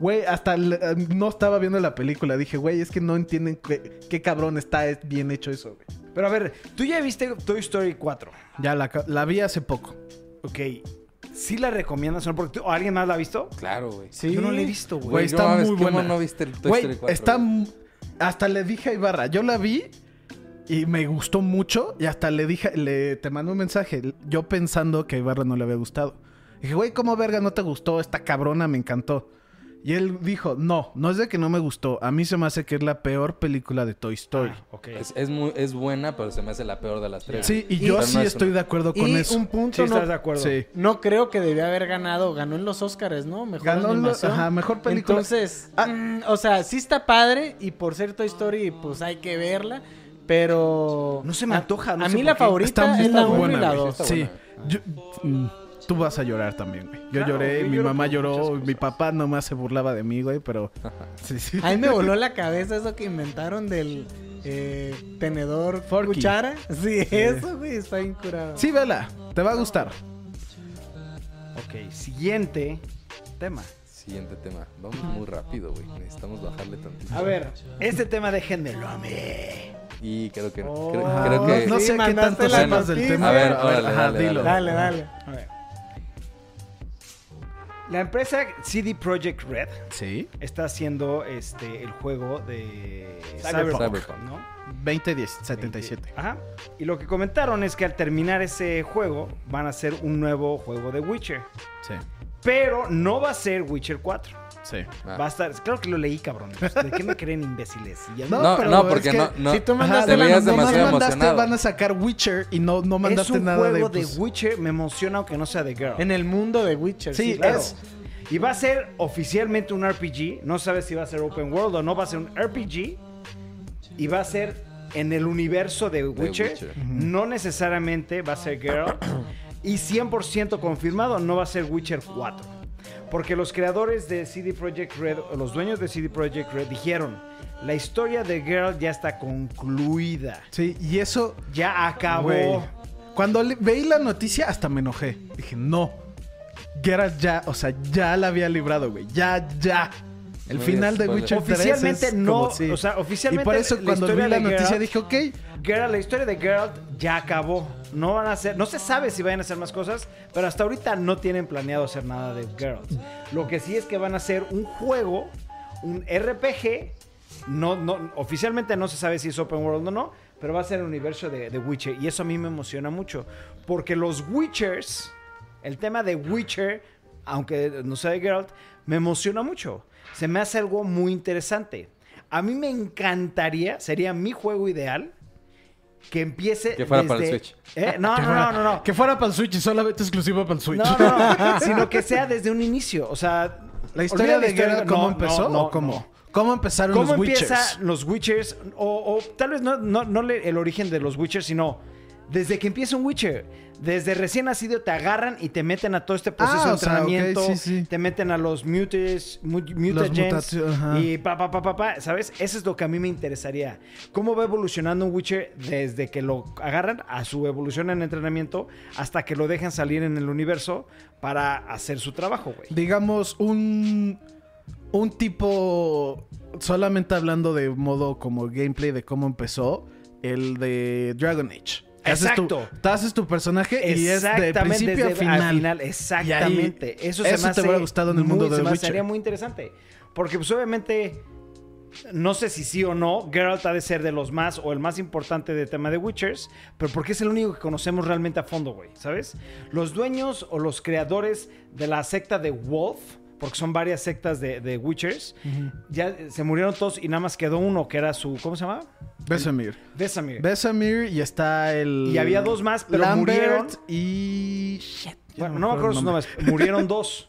Güey, hasta el- eh, no estaba viendo la película. Dije, güey, es que no entienden qué, qué cabrón está es bien hecho eso, güey.
Pero a ver, tú ya viste Toy Story 4.
Ya la, ca- la vi hace poco.
Ok. ¿Sí la recomiendas o no? Porque tú- ¿Alguien más la ha visto?
Claro, güey. "Ah,
Yo no la he visto, güey.
Güey, está muy
¿cómo
buena.
no viste el Toy
Güey,
Story 4,
está... mu- Hasta le dije a Ibarra, yo la vi y me gustó mucho y hasta le dije, le te mandé un mensaje, yo pensando que a Ibarra no le había gustado. Dije, güey, ¿cómo verga no te gustó? Esta cabrona me encantó. Y él dijo, no, no es de que no me gustó, a mí se me hace que es la peor película de Toy Story.
Ah,
Ah,
Es, es muy, es buena, pero se me hace la peor de las tres.
Sí, y
Pero
yo
no
sí
es
estoy
una-
de acuerdo con
Y
eso.
un punto no,
Sí.
no creo que debió haber ganado. Ganó en los Oscars, ¿no? Mejor
Ganó en los-
animación.
ajá, mejor película. Ah.
Entonces, mm, o sea, sí está padre y por ser Toy Story, pues hay que verla. Pero... No
se me antoja.
a mí la favorita es la 1 y la
güey.
2.
Sí. Yo- mm, tú vas a llorar también, güey. Yo
Claro,
lloré,
yo
mi
lloro
mamá lloró, mi papá nomás se burlaba de mí, güey, pero... Sí, sí.
A mí me voló la cabeza eso que inventaron del eh, tenedor cuchara. Sí,
Sí.
eso, güey, está incurado.
Sí, vela, te va a gustar.
Ok, siguiente tema.
Siguiente tema. Vamos muy rápido, güey. Necesitamos bajarle tantito.
A ver, este tema déjenmelo a mí.
Y creo que.
Oh,
creo, creo que
no sé qué mandaste tanto la sepas del noticia. tema.
A ver,
A ver,
órale,
ajá,
dale,
dilo.
Dale, dale.
A ver. La empresa CD Projekt Red está haciendo este el juego de
Cyberpunk.
¿no? Este,
2010, 77.
Ajá. Y lo que comentaron es que al terminar ese juego van a hacer un nuevo juego de Witcher.
Sí.
Pero no va a ser Witcher 4.
Sí.
Ah.
Va a estar. Claro que lo leí, cabrón. ¿De qué me creen imbéciles? Y ya-
No, No, pero no, porque es que no- no- si tú mandaste
Ajá,
la
te veías
nomás
demasiado
mandaste,
emocionado.
van a sacar Witcher y no, no mandaste
es un
nada
juego
de...
de,
pues,
Witcher, me emociona aunque no sea de Girl.
En el mundo de Witcher.
Sí,
sí, claro.
es. Y va a ser oficialmente un RPG. No sabes si va a ser open world o no. Va a ser un RPG. Y va a ser en el universo de Witcher.
Witcher.
No necesariamente va a ser Girl. y 100% confirmado, no va a ser Witcher 4. Porque los creadores de CD Projekt Red, o los dueños de CD Projekt Red, dijeron: La historia de Girl ya está concluida.
Sí, y eso...
Ya acabó.
Güey. Cuando le- veí la noticia hasta me enojé. Dije, no. Geralt ya, o sea, ya la había librado, güey. Ya, ya. El
No
final de
digas,
Witcher 3
Oficialmente
es
no,
como, sí.
o sea, oficialmente
Y por eso cuando vi
historia
la
de
noticia
Geralt-
dije, ok.
Geralt, la historia de Geralt ya acabó. No van a hacer, no se sabe si vayan a hacer más cosas, pero hasta ahorita no tienen planeado hacer nada de Geralt. Lo que sí es que van a hacer un juego, un RPG. No, no, oficialmente no se sabe si es open world o no, pero va a ser el universo de, de Witcher y eso a mí me emociona mucho porque los Witchers, el tema de Witcher, aunque no sea de Geralt, me emociona mucho. Se me hace algo muy interesante. A mí me encantaría, sería mi juego ideal, que empiece.
Que fuera para el
desde-
Switch.
¿Eh? No,
Que
no, no,
fuera-
no, no.
Que fuera para el Switch y solamente exclusivo para el Switch.
No, no, no. Sino que sea desde un inicio. O sea.
La historia
olvida
de Geralt, ¿cómo
no,
empezó?
no, no,
o ¿Cómo? ¿Cómo empezaron
¿Cómo
los Witchers?
empiezan los Witchers? O, o tal vez no, no, no le- el origen de los Witchers, sino desde que empieza un Witcher. Desde recién nacido te agarran y te meten a todo este proceso
Ah,
de
o sea, ok,
entrenamiento.
sí, sí.
Te meten a los mutes, mu- mutagens
mutaci- ajá.
y pa, pa, pa, pa, pa, ¿Sabes? Eso es lo que a mí me interesaría. ¿Cómo va evolucionando un Witcher desde que lo agarran a su evolución en entrenamiento hasta que lo dejan salir en el universo para hacer su trabajo, güey?
digamos, un, un tipo, solamente hablando de modo como gameplay de cómo empezó, el de Dragon Age. Que haces tu-
Exacto.
te haces tu personaje y es de
Exactamente,
principio a
desde-
final.
Exactamente.
Y ahí-
eso
eso
se me
te
hace
hubiera gustado en el
muy-
mundo de
se me
Witcher.
haría muy interesante. Porque pues obviamente, no sé si sí o no, Geralt ha de ser de los más o el más importante de tema de Witchers, pero porque es el único que conocemos realmente a fondo, güey, ¿sabes? Los dueños o los creadores de la secta de Wolf, porque son varias sectas de, de Witchers, ya eh, se murieron todos y nada más quedó uno que era su, ¿cómo se llamaba?
Besamir.
Vesamir.
Besamir y está el...
Eh. Y había dos más, pero
Lambert
murieron.
y... Shit, ya
Bueno, no me acuerdo sus nombres. Murieron dos.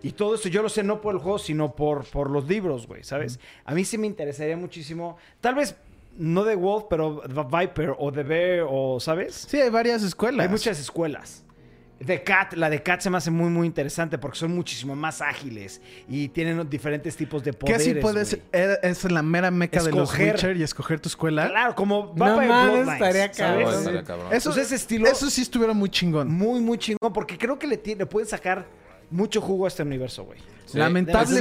Y todo esto yo lo sé no por el juego, sino por, por los libros, güey, ¿sabes? A mí sí me interesaría muchísimo. Tal vez no The Wolf, pero The Viper o The Bear o, ¿sabes?
Sí, hay varias escuelas.
Hay muchas escuelas. The Cat, la de Cat se me hace muy, muy interesante porque son muchísimo más ágiles y tienen diferentes tipos de
Que
poderes.
así puedes...
güey.
eh, Es la mera meca de
Escoger.
los Witcher y escoger tu escuela.
Claro, como
No
Vampire
mames,
Bloodlines,
estaría
¿sabes?
cabrón. Estaría cabrón. Eso-
Pues
eso
sí
estuviera muy chingón.
Muy, muy chingón, porque creo que le, ti- le pueden sacar mucho jugo a este universo, güey.
Sí, Eso es lo que,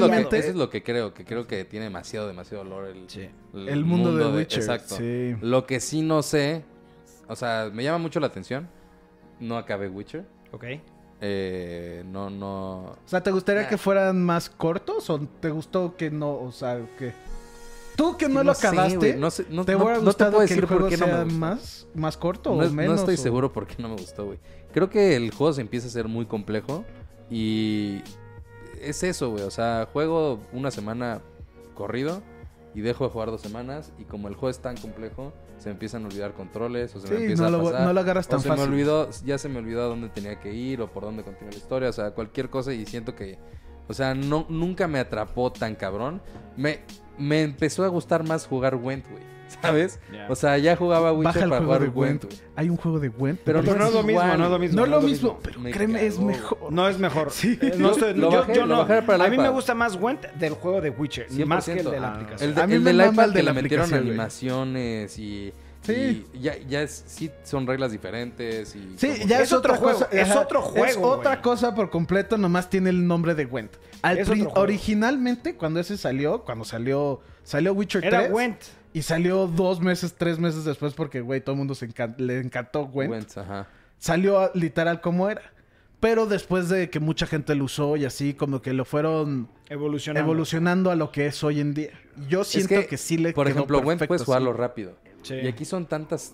Lamentablemente-
eso es lo que creo, que creo que tiene demasiado, demasiado olor el,
El mundo de Witcher,
Exacto.
sí.
Lo que sí no sé, o sea, me llama mucho la atención. No acabé Witcher.
Ok.
eh, no, no...
O sea, ¿te gustaría
Ah.
que fueran más cortos o te gustó que no, o sea, que... Tú que no, lo
sé,
acabaste,
güey, no sé- no-
¿te
no-
hubiera
no te
gustado
puedo
que
decir
el
por
juego
qué no me
sea
gustó.
más, más corto
No,
o
es- no
menos?
estoy
o-
seguro por qué no me gustó, güey. Creo que el juego se empieza a ser muy complejo y es eso, güey. O sea, juego una semana corrido y dejo de jugar dos semanas y como el juego es tan complejo, se me empiezan a olvidar controles o se me
Sí,
empieza
no
a
lo-
pasar.
no lo agarras
o
tan
se
fácil.
Me olvidó, ya se me olvidó a dónde tenía que ir o por dónde continuar la historia. O sea, cualquier cosa y siento que... O sea, no, nunca me atrapó tan cabrón. Me, me empezó a gustar más jugar Went, güey. ¿Sabes?
Ya.
O sea, ya jugaba
Baja
Witcher
el
para
juego
jugar
de
Went,
Gwent.
güey.
Hay un juego de Gwent.
Pero
de
no es lo
PlayStation.
mismo, no es lo mismo,
No es lo mismo, pero créeme, es mejor.
No es mejor.
Sí.
Eh, no
Lo-
estoy-
lo
yo-
bajé,
yo
lo
no.
bajé para el
a mí me
iPad. Ah,
gusta más Went del juego de Witcher, más que el de la
100%.
aplicación.
Ah. El, de-
A mí
el
me
del
mama
iPad
el
que
de
le
la
metieron
aplicación, güey.
animaciones y...
Sí.
y ya, ya es- sí son reglas diferentes y...
Sí,
como
ya
que-
es, otra cosa.
es
ajá,
otro
Es
juego,
otra cosa por completo, nomás tiene el nombre de Gwent. Al
Es
pri-
otro juego.
originalmente, cuando ese salió, cuando salió, salió Witcher
Era
3.
Gwent.
Y salió dos meses, tres meses después, porque, güey, todo el mundo se encan- le encantó Gwent.
Gwent, ajá.
Salió a- literal como era. Pero después de que mucha gente lo usó y así, como que lo fueron
Evolucionando.
evolucionando a lo que es hoy en día. Yo
Es
siento que, sí le
Por
quedó
ejemplo, Gwent
perfecto,
puedes
sí.
jugarlo rápido.
Sí.
Y aquí son tantas...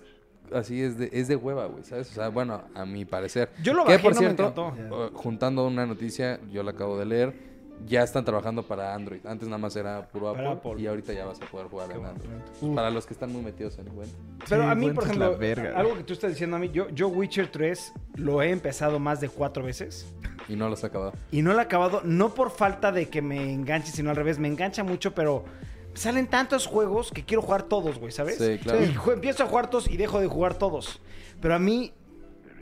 Así es de, es de hueva, güey, ¿sabes? O sea, bueno, a mi parecer.
Yo lo
Que,
bajé,
por
no me
cierto,
encantó.
eh, juntando una noticia, yo la acabo de leer, ya están trabajando para Android. Antes nada más era puro Apple,
Para Apple.
y ahorita ya vas a poder jugar en Android.
Uf.
Para los que están muy metidos en Gwent.
Pero a mí, por ejemplo, algo que tú estás diciendo a mí, yo, yo Witcher 3 lo he empezado más de cuatro veces.
Y no los ha acabado.
Y no lo he acabado, no por falta de que me enganche, sino al revés. Me engancha mucho, pero salen tantos juegos que quiero jugar todos, güey, ¿sabes?
Sí, claro.
Y ju- empiezo a jugar todos y dejo de jugar todos. Pero a mí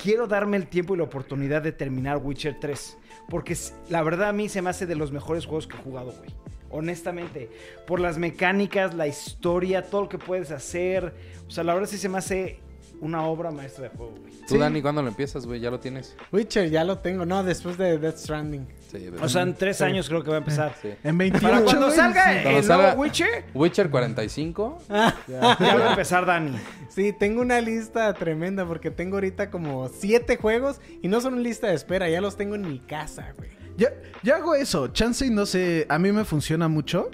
quiero darme el tiempo y la oportunidad de terminar Witcher 3. Porque s- la verdad a mí se me hace de los mejores juegos que he jugado, güey. Honestamente. Por las mecánicas, la historia, todo lo que puedes hacer. O sea, la verdad sí se me hace una obra maestra de juego, güey.
Tú, Dani, ¿cuándo lo empiezas, güey? ¿Ya lo tienes?
Witcher ya lo tengo. No, después de Death Stranding.
Sí,
O sea, en tres años creo que va a empezar.
En
Para cuando
güey,
salga
sí.
el
Cuando
nuevo
salga eh,
Witcher, Ah.
Witcher 45.
ya va a empezar Dani.
Sí, tengo una lista tremenda porque tengo ahorita como siete juegos y no son lista de espera, ya los tengo en mi casa, güey.
Yo, yo hago eso, chance y no sé, a mí me funciona mucho.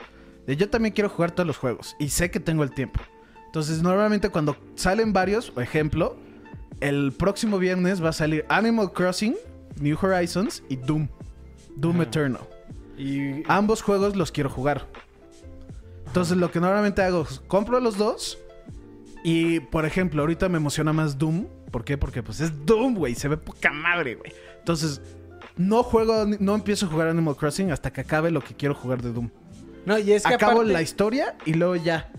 Eh, Yo también quiero jugar todos los juegos y sé que tengo el tiempo. Entonces, normalmente cuando salen varios, por ejemplo, el próximo viernes va a salir Animal Crossing, New Horizons y Doom. Doom Eternal.
Y
Ambos juegos los quiero jugar. Entonces, lo que normalmente hago es compro los dos. Y, por ejemplo, ahorita me emociona más Doom. ¿Por qué? Porque pues es Doom, güey. Se ve poca madre, güey. Entonces, no juego, no empiezo a jugar Animal Crossing hasta que acabe lo que quiero jugar de Doom.
No, y es que
Acabo
aparte-
la historia y luego ya.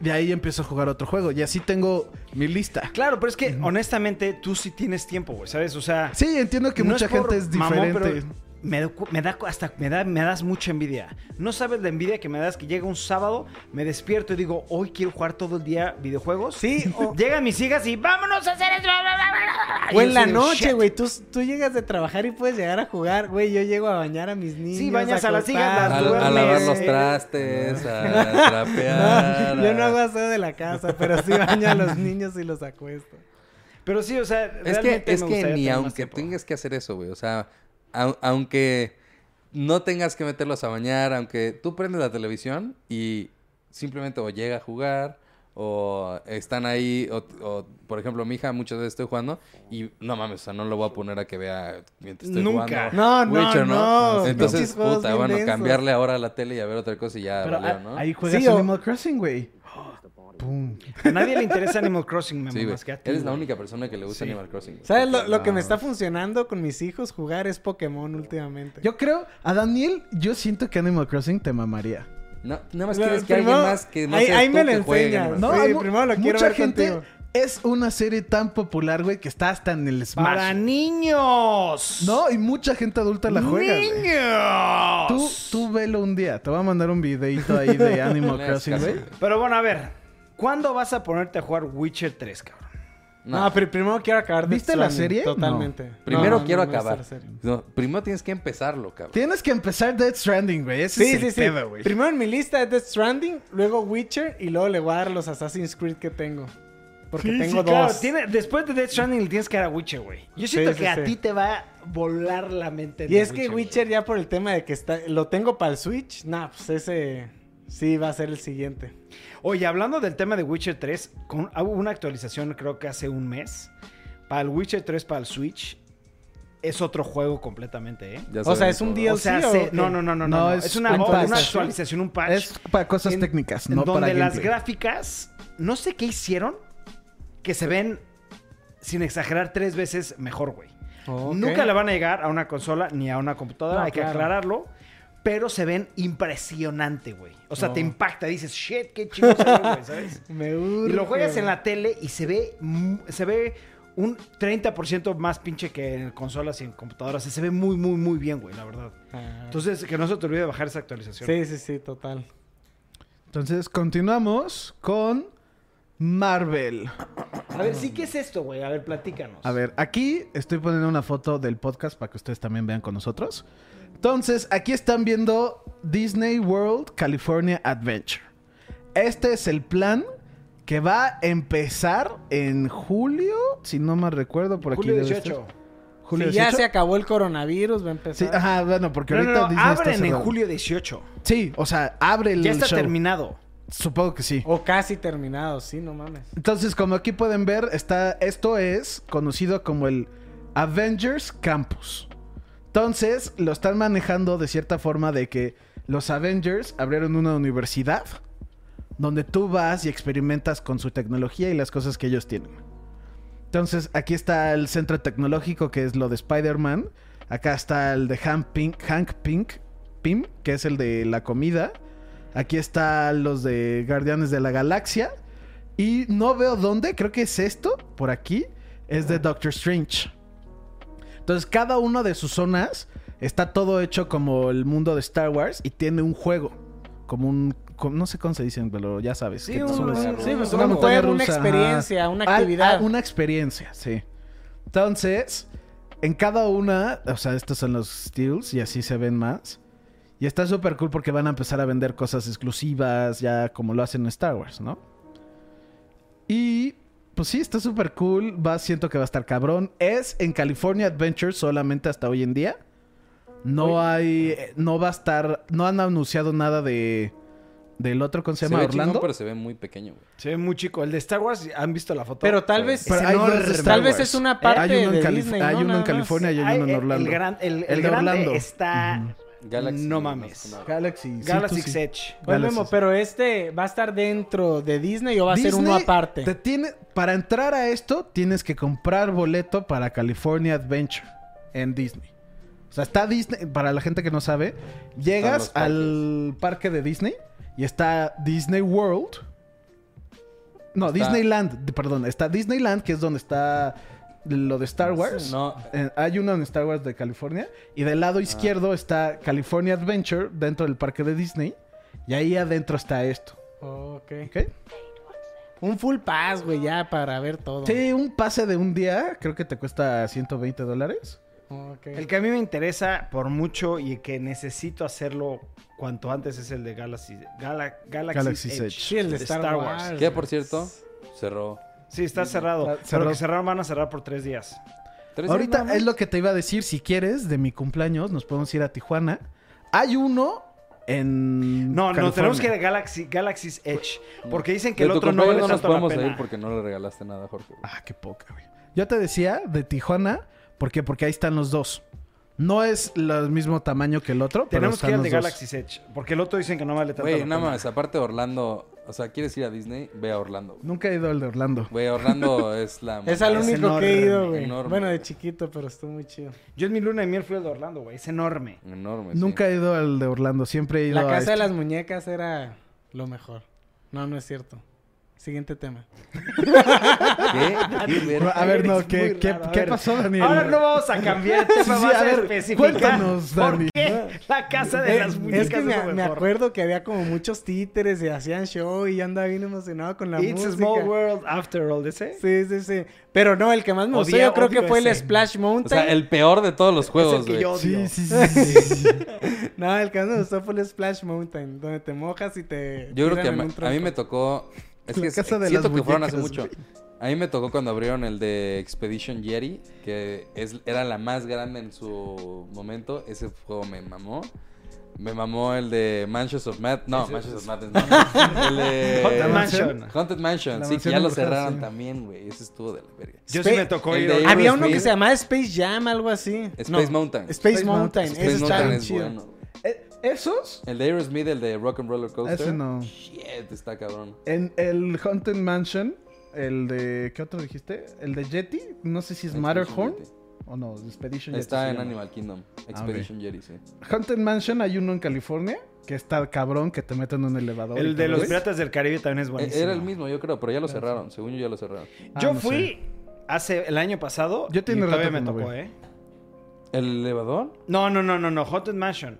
De ahí empiezo a jugar otro juego. Y así tengo mi lista.
Claro, pero es que honestamente tú sí tienes tiempo, güey, ¿sabes? O sea,
Sí, entiendo que
no
mucha
por
gente es
mamón, pero
diferente.
me, da cu- me da cu- hasta me da me das mucha envidia. No sabes la envidia que me das que llega un sábado, me despierto y digo, "Hoy quiero jugar todo el día videojuegos."
Sí, o-
llegan mis hijas y "Vámonos a hacer esto." bla, bla, bla, bla".
O
Y
en
yo
la
así de,
noche,
"Shit".
güey. Tú, tú llegas de trabajar y puedes llegar a jugar, güey. Yo llego a bañar a mis niños.
bañas a las hijas, las
A,
acostarlos.
a lavar los trastes, a trapear.
No, yo no
a-
hago aseo de la casa, pero sí baño a los niños y los acuesto.
Pero sí, o sea,
Es que,
realmente
es
me
que
gustaría
ni
tener más
aunque
tiempo.
tengas que hacer eso, güey. O sea, au- aunque no tengas que meterlos a bañar, aunque tú prendes la televisión y simplemente o llega a jugar o están ahí, o, o, por ejemplo, mi hija muchas veces estoy jugando y no mames, o sea, no lo voy a poner a que vea mientras estoy
Nunca.
jugando.
No, no, no,
Entonces,
pinches juegos
puta,
bien
bueno,
densos.
cambiarle ahora a la tele y a ver otra cosa y ya
Pero
valió,
a-
¿no?
ahí juegas
Sí, o-
Animal Crossing, güey. Pum.
A nadie le interesa Animal Crossing, me
Sí, güey.
más que a ti.
Eres la
güey.
única persona que le gusta
Sí.
Animal Crossing. güey.
¿Sabes? Lo, lo que me
No.
está funcionando con mis hijos jugar es Pokémon últimamente.
Yo creo, a Daniel, yo siento que Animal Crossing te mamaría.
No, nada más
No,
quieres que
primero-
alguien más que no
ahí-
seas
ahí
tú
me lo
que juegue
enseñas,
Animal
¿no?
Crossing.
Sí, primero lo quiero
mucha
ver
gente
contigo.
es una serie tan popular, güey, que está hasta en el Smash.
Para niños.
No, y mucha gente adulta la juega. güey.
Niños.
Tú, tú velo un día. Te voy a mandar un videito ahí de Animal
No le hagas
Crossing,
caso,
güey.
güey.
Pero bueno, a ver, ¿cuándo vas a ponerte a jugar Witcher 3, cabrón?
No, pero primero quiero acabar. Death
¿Viste la
Stranding,
serie? No.
Totalmente.
Primero
No,
quiero
no, no he visto
acabar.
la serie.
No, primero tienes que empezarlo, cabrón.
Tienes que empezar Dead Stranding, güey. Ese
Sí,
es
sí,
el
sí.
pedo, güey.
Primero en mi lista es Death Stranding, luego Witcher y luego le voy a dar los Assassin's Creed que tengo. Porque
Sí,
tengo
sí, claro.
dos.
Tiene- después de Death Stranding le tienes que dar a Witcher, güey. Yo
Sí,
siento
sí,
que a
sí.
ti te va a volar la mente.
Y es que Witcher ya por el tema de que está, lo tengo para el Switch, nah, pues ese sí va a ser el siguiente.
Oye, hablando del tema de Witcher 3, con, hubo una actualización creo que hace un mes. Para el Witcher 3, para el Switch, es otro juego completamente, ¿eh?
Ya O sea, ¿es un
O sea,
DLC o
se-
qué?
no, no, no, no, no.
No,
no.
es
Es, una,
un
una
patch.
actualización, un patch.
Es para cosas técnicas, no
donde
para
las
gameplay.
gráficas, no sé qué hicieron, que se ven, sin exagerar, tres veces mejor, güey. Nunca le van a llegar a una consola ni a una computadora,
No,
hay que
claro.
aclararlo. Pero se ven impresionante, güey. O sea,
No.
te impacta, dices, shit, qué chido se ve, güey, ¿sabes?
Me
Y lo
urge,
juegas en
güey.
la tele y se ve, mu- se ve un 30% más pinche que en consolas y en computadoras. Se ve muy, muy, muy bien, güey, la verdad.
Ah.
Entonces, que no se te olvide bajar esa actualización.
Sí, sí, sí, total.
Entonces, continuamos con Marvel.
A ver, sí, ¿qué es esto, güey? A ver, platícanos.
A ver, aquí estoy poniendo una foto del podcast para que ustedes también vean con nosotros. Entonces, aquí están viendo Disney World California Adventure. Este es el plan que va a empezar en julio, si no mal recuerdo, por aquí.
Julio
debe
18.
estar. Julio
si ya
18.
se acabó el coronavirus, va a empezar.
Sí, ajá, bueno, porque
No, no,
ahorita
no,
Disney está
abren en
cerrado.
Julio 18.
Sí, o sea, abre el
Ya está
show.
terminado.
Supongo que sí.
O casi terminado, sí, no mames.
Entonces, como aquí pueden ver, está, esto es conocido como el Avengers Campus. Entonces, lo están manejando de cierta forma de que los Avengers abrieron una universidad donde tú vas y experimentas con su tecnología y las cosas que ellos tienen. Entonces, aquí está el centro tecnológico que es lo de Spider-Man. Acá está el de Hank Pink, Hank Pink, Pym, que es el de la comida. Aquí está los de Guardianes de la Galaxia. Y no veo dónde, creo que es esto, por aquí, es de Doctor Strange. Entonces, cada una de sus zonas está todo hecho como el mundo de Star Wars y tiene un juego. Como un. como- no sé cómo se dicen, pero ya sabes.
Sí,
que te
un-
subes.
un- sí, pues,
Una
un
montaña
juego, una
rusa,
experiencia,
ajá.
una
Al-
actividad.
a- una experiencia, sí. Entonces, en cada una, o sea, estos son los steals y así se ven más. Y está súper cool porque van a empezar a vender cosas exclusivas, ya como lo hacen en Star Wars, ¿no? Y pues sí, está súper cool. Va, siento que va a estar cabrón. Es en California Adventure solamente hasta hoy en día. No hay. eh, No va a estar. No han anunciado nada de. Del otro, ¿cómo
Se
se llama?
ve
Orlando.
chingón, pero se ve muy pequeño, güey.
Se ve muy chico. El de Star Wars, ¿han visto la foto?
Pero tal vez- Pero hay dos de Star
Tal vez es una parte Eh, Hay uno en de Calif- Disney, hay ¿no? uno en Nada más. California y hay uno en Orlando.
El, gran, el, el
El de
grande
Orlando.
está... no mames.
Galaxy.
Galaxy
sí.
Edge.
Oye,
Galaxy.
Memo, pero este va a estar dentro de Disney o va a ser uno
Disney
aparte.
te tiene- para entrar a esto, tienes que comprar boleto para California Adventure en Disney. O sea, está Disney, para la gente que no sabe, llegas
Están
al parque de Disney y está Disney World. No,
Está-
Disneyland, perdón, está Disneyland, que es donde está lo de Star Wars.
No. Ah.
Eh, hay uno en Star Wars de California. Y del lado izquierdo está California Adventure dentro del parque de Disney. Y ahí adentro está esto.
Ok.
¿Ok?
Un full pass, güey, ya para ver todo.
Sí, un pase de un día creo que te cuesta 120 dólares.
Ok.
El que a mí me interesa por mucho y que necesito hacerlo cuanto antes es el de Galaxy, Gala- Galaxy's
Galaxy's
Edge.
Edge. Sí, el de Star Wars.
Que por cierto, cerró.
Sí, está cerrado.
Está
Pero
cerrado.
que cerraron, van a cerrar por tres días.
Ahorita es lo que te iba a decir, si quieres, de mi cumpleaños, nos podemos ir a Tijuana. Hay uno en.
No, no,
California.
tenemos que ir a Galaxy, Galaxy's Edge. Porque dicen que
De
el
tu
otro no vale
cumpleaños nos
tanto la
podemos
pena.
ir porque no le regalaste nada, Jorge.
Ah, qué poca, güey. Yo te decía de Tijuana, ¿por qué? Porque ahí están los dos. No es el mismo tamaño que el otro, pero
Tenemos que
están
ir al de
los dos.
Galaxy's Edge. Porque el otro dicen que no vale tanto
Güey,
la
nada
pena.
más, aparte de Orlando, o sea, ¿quieres ir a Disney? Ve a Orlando, güey.
Nunca he ido al de Orlando.
Güey, Orlando es la...
Es al
mamada.
único que he ido, güey.
Enorme.
Bueno, de chiquito, pero estuvo muy chido.
Yo en mi luna de miel fui al de Orlando, güey. Es enorme.
Enorme,
Pues
Nunca he ido al de Orlando, siempre he ido
La
a
casa de
este.
las muñecas era lo mejor. No, no es cierto. Siguiente tema.
¿Qué? Qué ver- A ver, no, ¿qué-
Eres muy
qué-
raro. A
qué
ver,
pasó, Daniel?
Ahora no vamos a cambiar el tema,
Sí, sí,
vas
a
a,
ver,
especificar.
cuéntanos, Dani.
¿Por qué la casa de
Eh,
las muñecas
Es que me,
lo
me
mejor?
acuerdo que había como muchos títeres y hacían show y yo andaba bien emocionado con la
It's
música.
a small world after all, ¿ese?
Sí, sí, sí. Pero no, el que más me gustó
Odia-
yo creo que
odio
fue el
ese.
Splash
O
Mountain.
sea, el peor de todos los juegos, güey.
no, el que más me gustó fue el Splash Mountain, donde te mojas y te
Yo creo
tiran
que
en
a,
un
a mí me tocó... Es que
La casa de
siento
las
que fueron hace
muñecas,
mucho. A mí me tocó cuando abrieron el de Expedition Yeti, que es, era la más grande en su momento. Ese juego me mamó. Me mamó el de Mansions of Mad. No,
Ese-
Mansions of Madness. no. El de
Haunted Mansion.
Haunted Mansion.
La
Sí, que
mansión
ya lo
embrujada,
cerraron
sí.
también, güey. Ese estuvo de la verga.
Yo sí me tocó
El
ir.
de
a-
Aerosmith.
Había uno que se llamaba Space Jam, algo así.
Space
No,
Mountain.
Space, Mountain.
Space
Ese está
Mountain
bien
es
chido.
bueno.
eh,
¿Esos?
El de Aerosmith, el de Rock and Roller Coaster.
Ese no.
Shit, está cabrón.
En el Haunted Mansion, el de. ¿Qué otro dijiste? El de Yeti. No sé si es
Expedition
Matterhorn
Yeti.
o no, Expedition Yeti.
Está
se
en
llama. Ah,
Animal Kingdom. Expedition Yeti, sí. E,
Haunted Mansion hay uno en California que está cabrón que te meten en un elevador. y
El de
todo
los
eso.
Piratas del Caribe también es
E-
buenísimo.
Era el mismo, yo creo, pero ya lo cerraron. Según yo, ya lo cerraron.
Yo fui hace el año pasado.
Yo tenía
y
rato
todavía
que
me
no
tocó,
voy.
¿eh?
¿El elevador?
No, no, no, no, no. Haunted Mansion.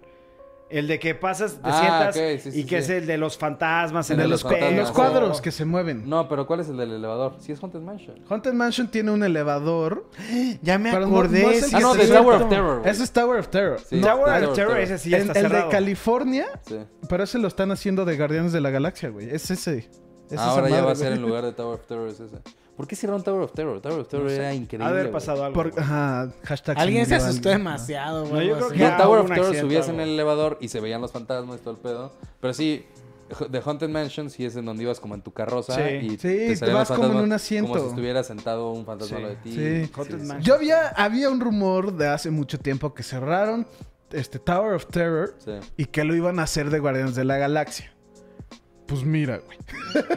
El de que pasas, te
Ah,
sientas
ok, sí, sí,
y que es
sí.
el de los fantasmas, el
El de
de
los,
los,
cua-
espejos.
los
Oh.
cuadros que se mueven.
No, pero ¿cuál es el del elevador? Sí, es Haunted Mansion.
Haunted Mansion tiene un elevador.
Ya me
pero
acordé,
es el
sí,
que
Ah, no,
se
de
suelta.
Tower of Terror, güey.
Ese es Tower of Terror.
Sí,
No,
Tower
Tower
of
of
Terror,
Terror.
ese sí
el,
está
el de
cerrado.
California,
Sí.
pero ese lo están haciendo de Guardianes de la Galaxia, güey. Es ese. Es esa
Ahora ya
madre,
va a
güey.
ser en lugar de Tower of Terror, es ese. ¿Por qué cerraron Tower of Terror? Tower of Terror
No sé.
era increíble.
Ha de haber
güey.
pasado algo.
Por-
güey.
ajá, hashtag
Alguien
sin
se
rival.
asustó demasiado,
No,
güey.
yo creo
algo así.
que
En
Ah,
Tower
hubo
of
un
Terror
accidente,
subías
algo.
en el elevador y se veían los fantasmas y todo el pedo. Pero sí, The Haunted Mansion sí es en donde ibas como en tu carroza
Sí.
y
Sí,
te
tú
salían los
vas como en
fantasmas
un asiento.
Como si estuviera sentado un fantasma lo de ti.
Sí.
Haunted Mansion.
Yo había, había un rumor de hace mucho tiempo que cerraron este Tower of Terror
Sí.
y que lo iban a hacer de Guardianes de la Galaxia. Pues mira, güey.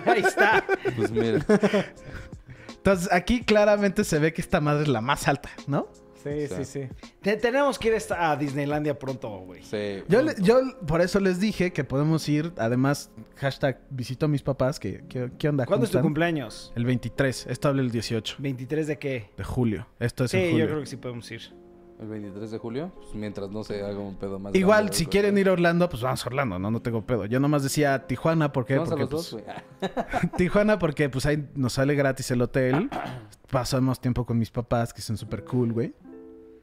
Ahí está.
Pues mira.
Entonces aquí claramente se ve que esta madre es la más alta, ¿no?
Sí,
sea.
sí, sí.
Te- tenemos que ir esta- a Disneylandia pronto, güey.
sí.
Yo, le- yo por eso les dije que podemos ir, además, hashtag visito a mis papás, que, que- ¿qué
¿Cuándo
onda? ¿Cómo
es tu
están?
cumpleaños?
El 23, esto habla el 18
¿23 de qué?
de julio. Esto es en
Sí,
julio.
yo creo que sí podemos ir.
El 23 de julio, pues mientras no se haga un pedo más.
Igual,
grande,
si
güey.
quieren ir a Orlando, pues vamos a Orlando, no, no tengo pedo. Yo nomás decía a Tijuana porque...
Vamos a
porque
los dos,
pues,
güey. Ah,
Tijuana porque pues ahí nos sale gratis el hotel. Pasamos tiempo con mis papás, que son súper cool, güey.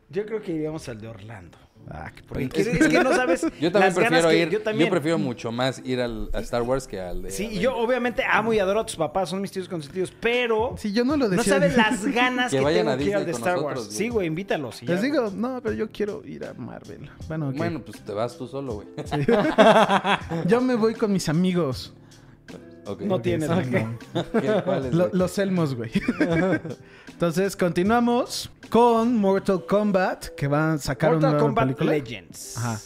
Yo creo que iríamos al de Orlando.
Ah, qué
Porque
padre.
es, es que no sabes.
Yo también
las ganas
prefiero
que-
ir.
Yo también.
prefiero mucho más ir al, a Star Wars que al de.
Sí, y yo obviamente amo y adoro a tus papás, son mis tíos consentidos, pero
Sí, yo no lo
no
decía.
sabes las ganas
Que
que,
vayan
tengo
a
que ir al de
Disney con
Star Wars.
nosotros,
Sí,
güey.
güey, invítalos. y
Les
ya,
digo,
güey.
no, pero yo quiero ir a Marvel. Bueno, ok.
Bueno, pues te vas tú solo, güey.
pues,
yo me voy con mis amigos.
Ok.
no tienes. güey.
¿Qué- cuál es,
Lo-
güey?
los Elmos, güey. Entonces, continuamos con Mortal Kombat, que van a sacar
Mortal
una
Kombat
película.
Legends.
Ajá.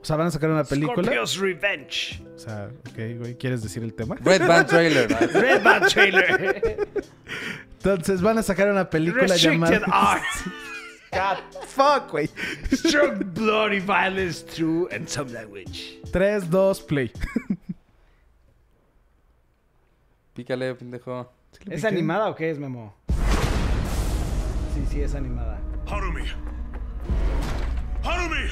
O sea, van a sacar una película.
Scorpio's Revenge.
O sea, ok, güey, ¿quieres decir el tema?
Red Band Trailer. ¿no?
Red Band Trailer.
Entonces, van a sacar una película
Restricted
llamada...
Art.
Fuck, güey.
Struck bloody violence through and some language.
3, 2, play.
Pícale, pendejo.
¿Es animada o qué es, Memo? Sí, sí, es animada.
Harumi! Harumi!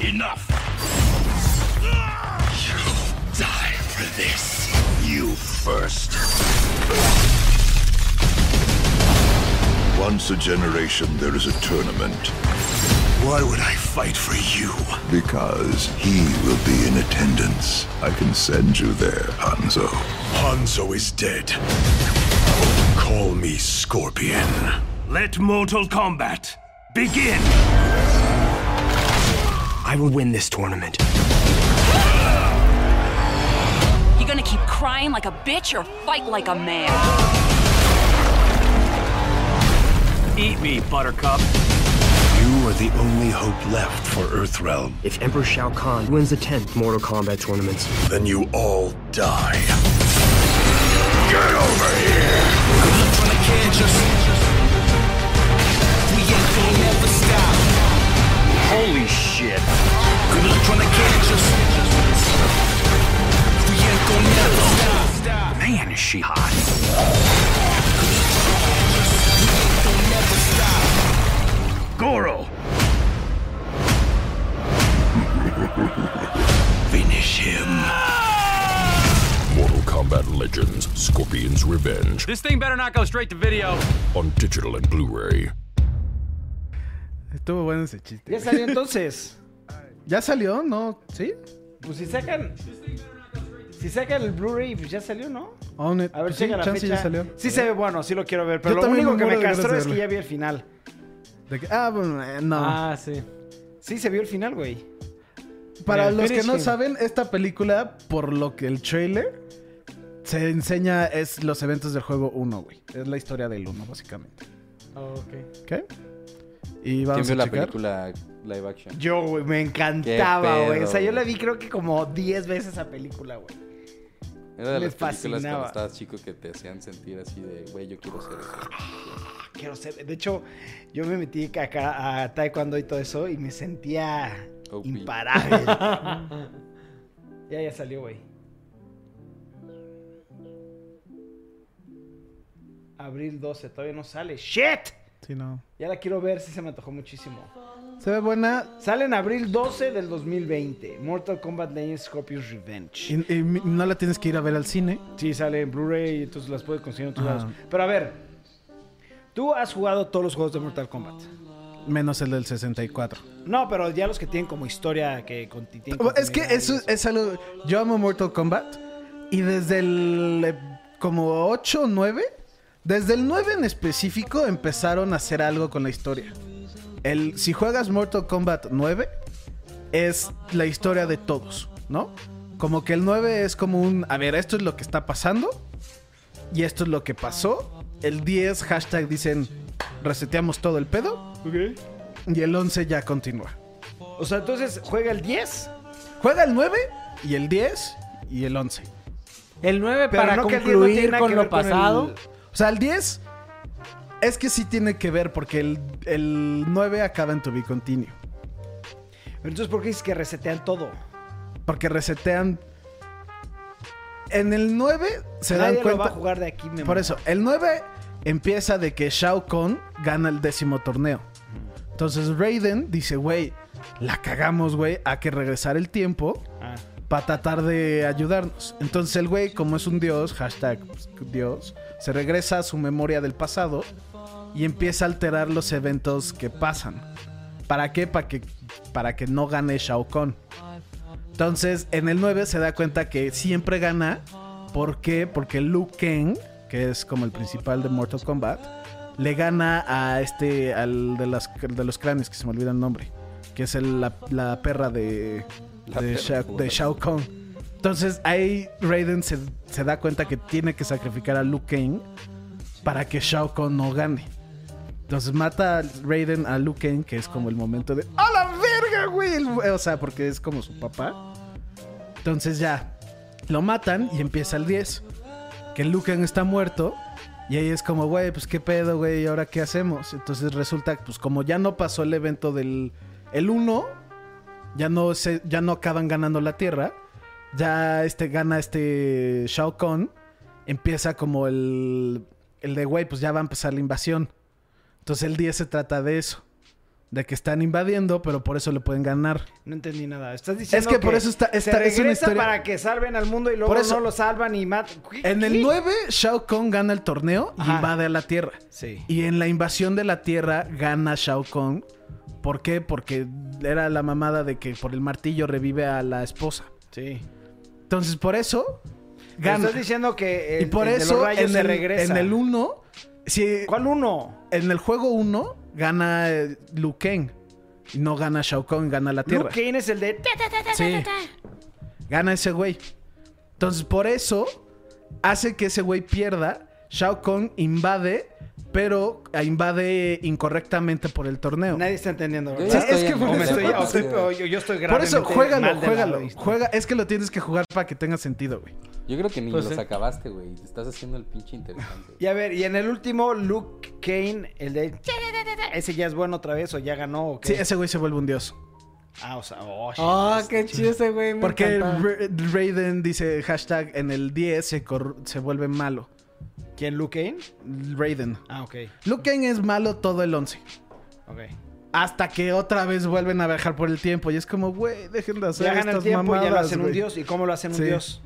Enough! You die for this. You first.
Once a generation, there is a tournament
Why would I fight for you?
because he will be in attendance. I can send you there, Hanzo.
Hanzo is dead. Call me Scorpion. Let Mortal Kombat begin! I will win this tournament.
You gonna keep crying like a bitch or fight like a man?
Eat me, Buttercup. You are the only hope left for Earthrealm.
If Emperor Shao Kahn wins the 10th Mortal Kombat tournament,
Then you all die. Get over here! Holy shit. Good luck trying to catch us. We ain't gonna never stop. Man, is she hot. Goro! Finish him. Mortal Kombat Legends Scorpion's Revenge
This thing better not go straight to video.
on digital and Blu ray.
Estuvo bueno ese chiste.
Ya
güey.
salió entonces.
¿Ya salió? ¿No? ¿Sí?
Pues si sacan. Si sacan el Blu-ray, pues ya salió, ¿no?
Aún
A ver,
pues sí,
checa la
chance
fecha.
ya salió.
Sí se ve bueno, sí lo quiero ver.
Yo
Pero lo
también
único
me
que me
muero de
castró
ganas
es
de
que
verlo.
ya vi el final.
De que- ah, bueno, eh, no.
Ah,
sí.
Sí se vio el final, güey.
Para
Mira,
los que
finish
no
him.
saben, esta película, por lo que el trailer se enseña, es los eventos del juego 1, güey. Es la historia del 1, básicamente.
ok.
¿Ok? Y vamos
¿Quién vio
a
la
checar.
película live action?
Yo, güey, me encantaba, güey. O sea, yo la vi creo que como 10 veces esa película, güey.
Era de
me
las películas cuando
fascinaba.
estabas chico que te hacían sentir así de, güey, yo quiero ser eso.
Ah, Quiero ser- De hecho, yo me metí acá a taekwondo y todo eso y me sentía
OP.
imparable. ya, ya salió, güey. Abril 12, todavía no sale. ¡Shit!
Sí, no.
Ya la quiero ver, sí se me antojó muchísimo.
Se ve buena.
Sale en abril 12 del 2020. Mortal Kombat Legends Scorpion's Revenge.
Y, y mi- no la tienes que ir a ver al cine.
Sí, sale en Blu-ray, entonces las puedes conseguir en otros
Ah.
lados. Pero a ver, tú has jugado todos los juegos de Mortal Kombat.
Menos el del 64.
No, pero ya los que tienen como historia que con- tienen
Es que
continuidad y
eso es algo. Yo amo Mortal Kombat. Y desde el. eh, Como 8 o 9. Desde el 9 en específico empezaron a hacer algo con la historia. El, si juegas Mortal Kombat 9, es la historia de todos, ¿no? Como que el 9 es como un. A ver, esto es lo que está pasando. Y esto es lo que pasó. El 10, hashtag dicen. Reseteamos todo el pedo. Y el 11 ya continúa.
O sea, entonces juega el 10.
Juega el 9 y el 10 y el 11.
El 9
Pero
para
no que el 10 no tiene
concluir
nada
con
que
lo
ver con el-
pasado.
O sea, el 10 es que sí tiene que ver porque el, el 9 acaba en To Be Continue.
Pero entonces, ¿por qué dices que resetean todo?
Porque resetean... En el 9 se
Nadie
dan
lo
cuenta...
va a jugar de aquí, mi
Por
amor.
eso, el 9 empieza de que Shao Kahn gana el décimo torneo. Entonces Raiden dice, güey, la cagamos, güey, hay que regresar el tiempo
Ah.
para tratar de ayudarnos. Entonces el güey, como es un dios, hashtag pues, dios, se regresa a su memoria del pasado y empieza a alterar los eventos que pasan. ¿Para qué? Para que, para que no gane Shao Kahn. Entonces, en el 9 se da cuenta que siempre gana. ¿Por qué? Porque Liu Kang, que es como el principal de Mortal Kombat, le gana a este, al de, las, de los cráneos, que se me olvida el nombre, que es el- la, la perra de,
La
de
perra,
Sha-
puta.
de Shao Kahn. Entonces, ahí Raiden se, se da cuenta que tiene que sacrificar a Liu Kang para que Shao Kahn no gane. Entonces mata a Raiden a Liu Kang, que es como el momento de ¡A la verga, güey! El güey- O sea, porque es como su papá. Entonces ya, lo matan y empieza el 10. Que Liu Kang está muerto. Y ahí es como, güey, pues qué pedo, güey, ¿y ahora qué hacemos? Entonces resulta, pues como ya no pasó el evento del el 1, ya no, se, ya no acaban ganando la tierra. Ya este, gana este Shao Kahn. Empieza como el, el de, güey, pues ya va a empezar la invasión. Entonces el 10 se trata de eso. De que están invadiendo, pero por eso le pueden ganar.
No entendí nada. Estás diciendo
Es que por eso está-
se
esta- es una
regresa
historia-
para que salven al mundo y luego
Por eso-
no lo salvan y matan.
En el 9, Shao Kahn gana el torneo y
Ajá.
invade a la Tierra.
Sí.
Y en la invasión de la Tierra gana Shao Kahn. ¿Por qué? Porque era la mamada de que por el martillo revive a la esposa.
Sí.
Entonces, por eso
Gana.
gana.
Estás diciendo que el,
y por
el de los
eso
rayos
en
se
el,
regresa.
en el 1...
¿Cuál 1?
En el juego 1 gana eh, Liu Kang. Y no gana Shao Kahn, gana la Tierra.
Luke Kane es el de.
Sí. Gana ese güey. Entonces, por eso hace que ese güey pierda. Shao Kahn invade, pero invade incorrectamente por el torneo. Nadie
está entendiendo,
¿verdad?
¿verdad?
Sí, es que
O
por
me
eso-
estoy- o estoy- o yo, yo estoy
Por eso,
gravemente
juégalo,
mal de la
juégalo.
vista.
Juega, es que lo tienes que jugar para que tenga sentido, güey.
Yo creo que ni
Pues
los
sí.
acabaste, güey. Te estás haciendo el pinche interesante.
Y a ver, y en el último, Luke Kane, el de. Ese ya es bueno otra vez o ya ganó o qué?
Sí, ese güey se vuelve un dios.
Ah, o sea, oh, shit,
Ah,
está
qué chido ese güey. me
Porque
encantaba.
Ra- Raiden dice hashtag en el 10 se, corru- se vuelve malo.
¿Quién, Luke Kane?
Raiden.
Ah, ok.
Luke Kang es malo todo el 11.
Ok.
Hasta que otra vez vuelven a viajar por el tiempo. Y es como, güey, dejen de hacer
Ya gana el
estas
tiempo y ya lo
mamadas,
hacen un
güey.
dios. ¿Y cómo lo hacen un
Sí.
dios?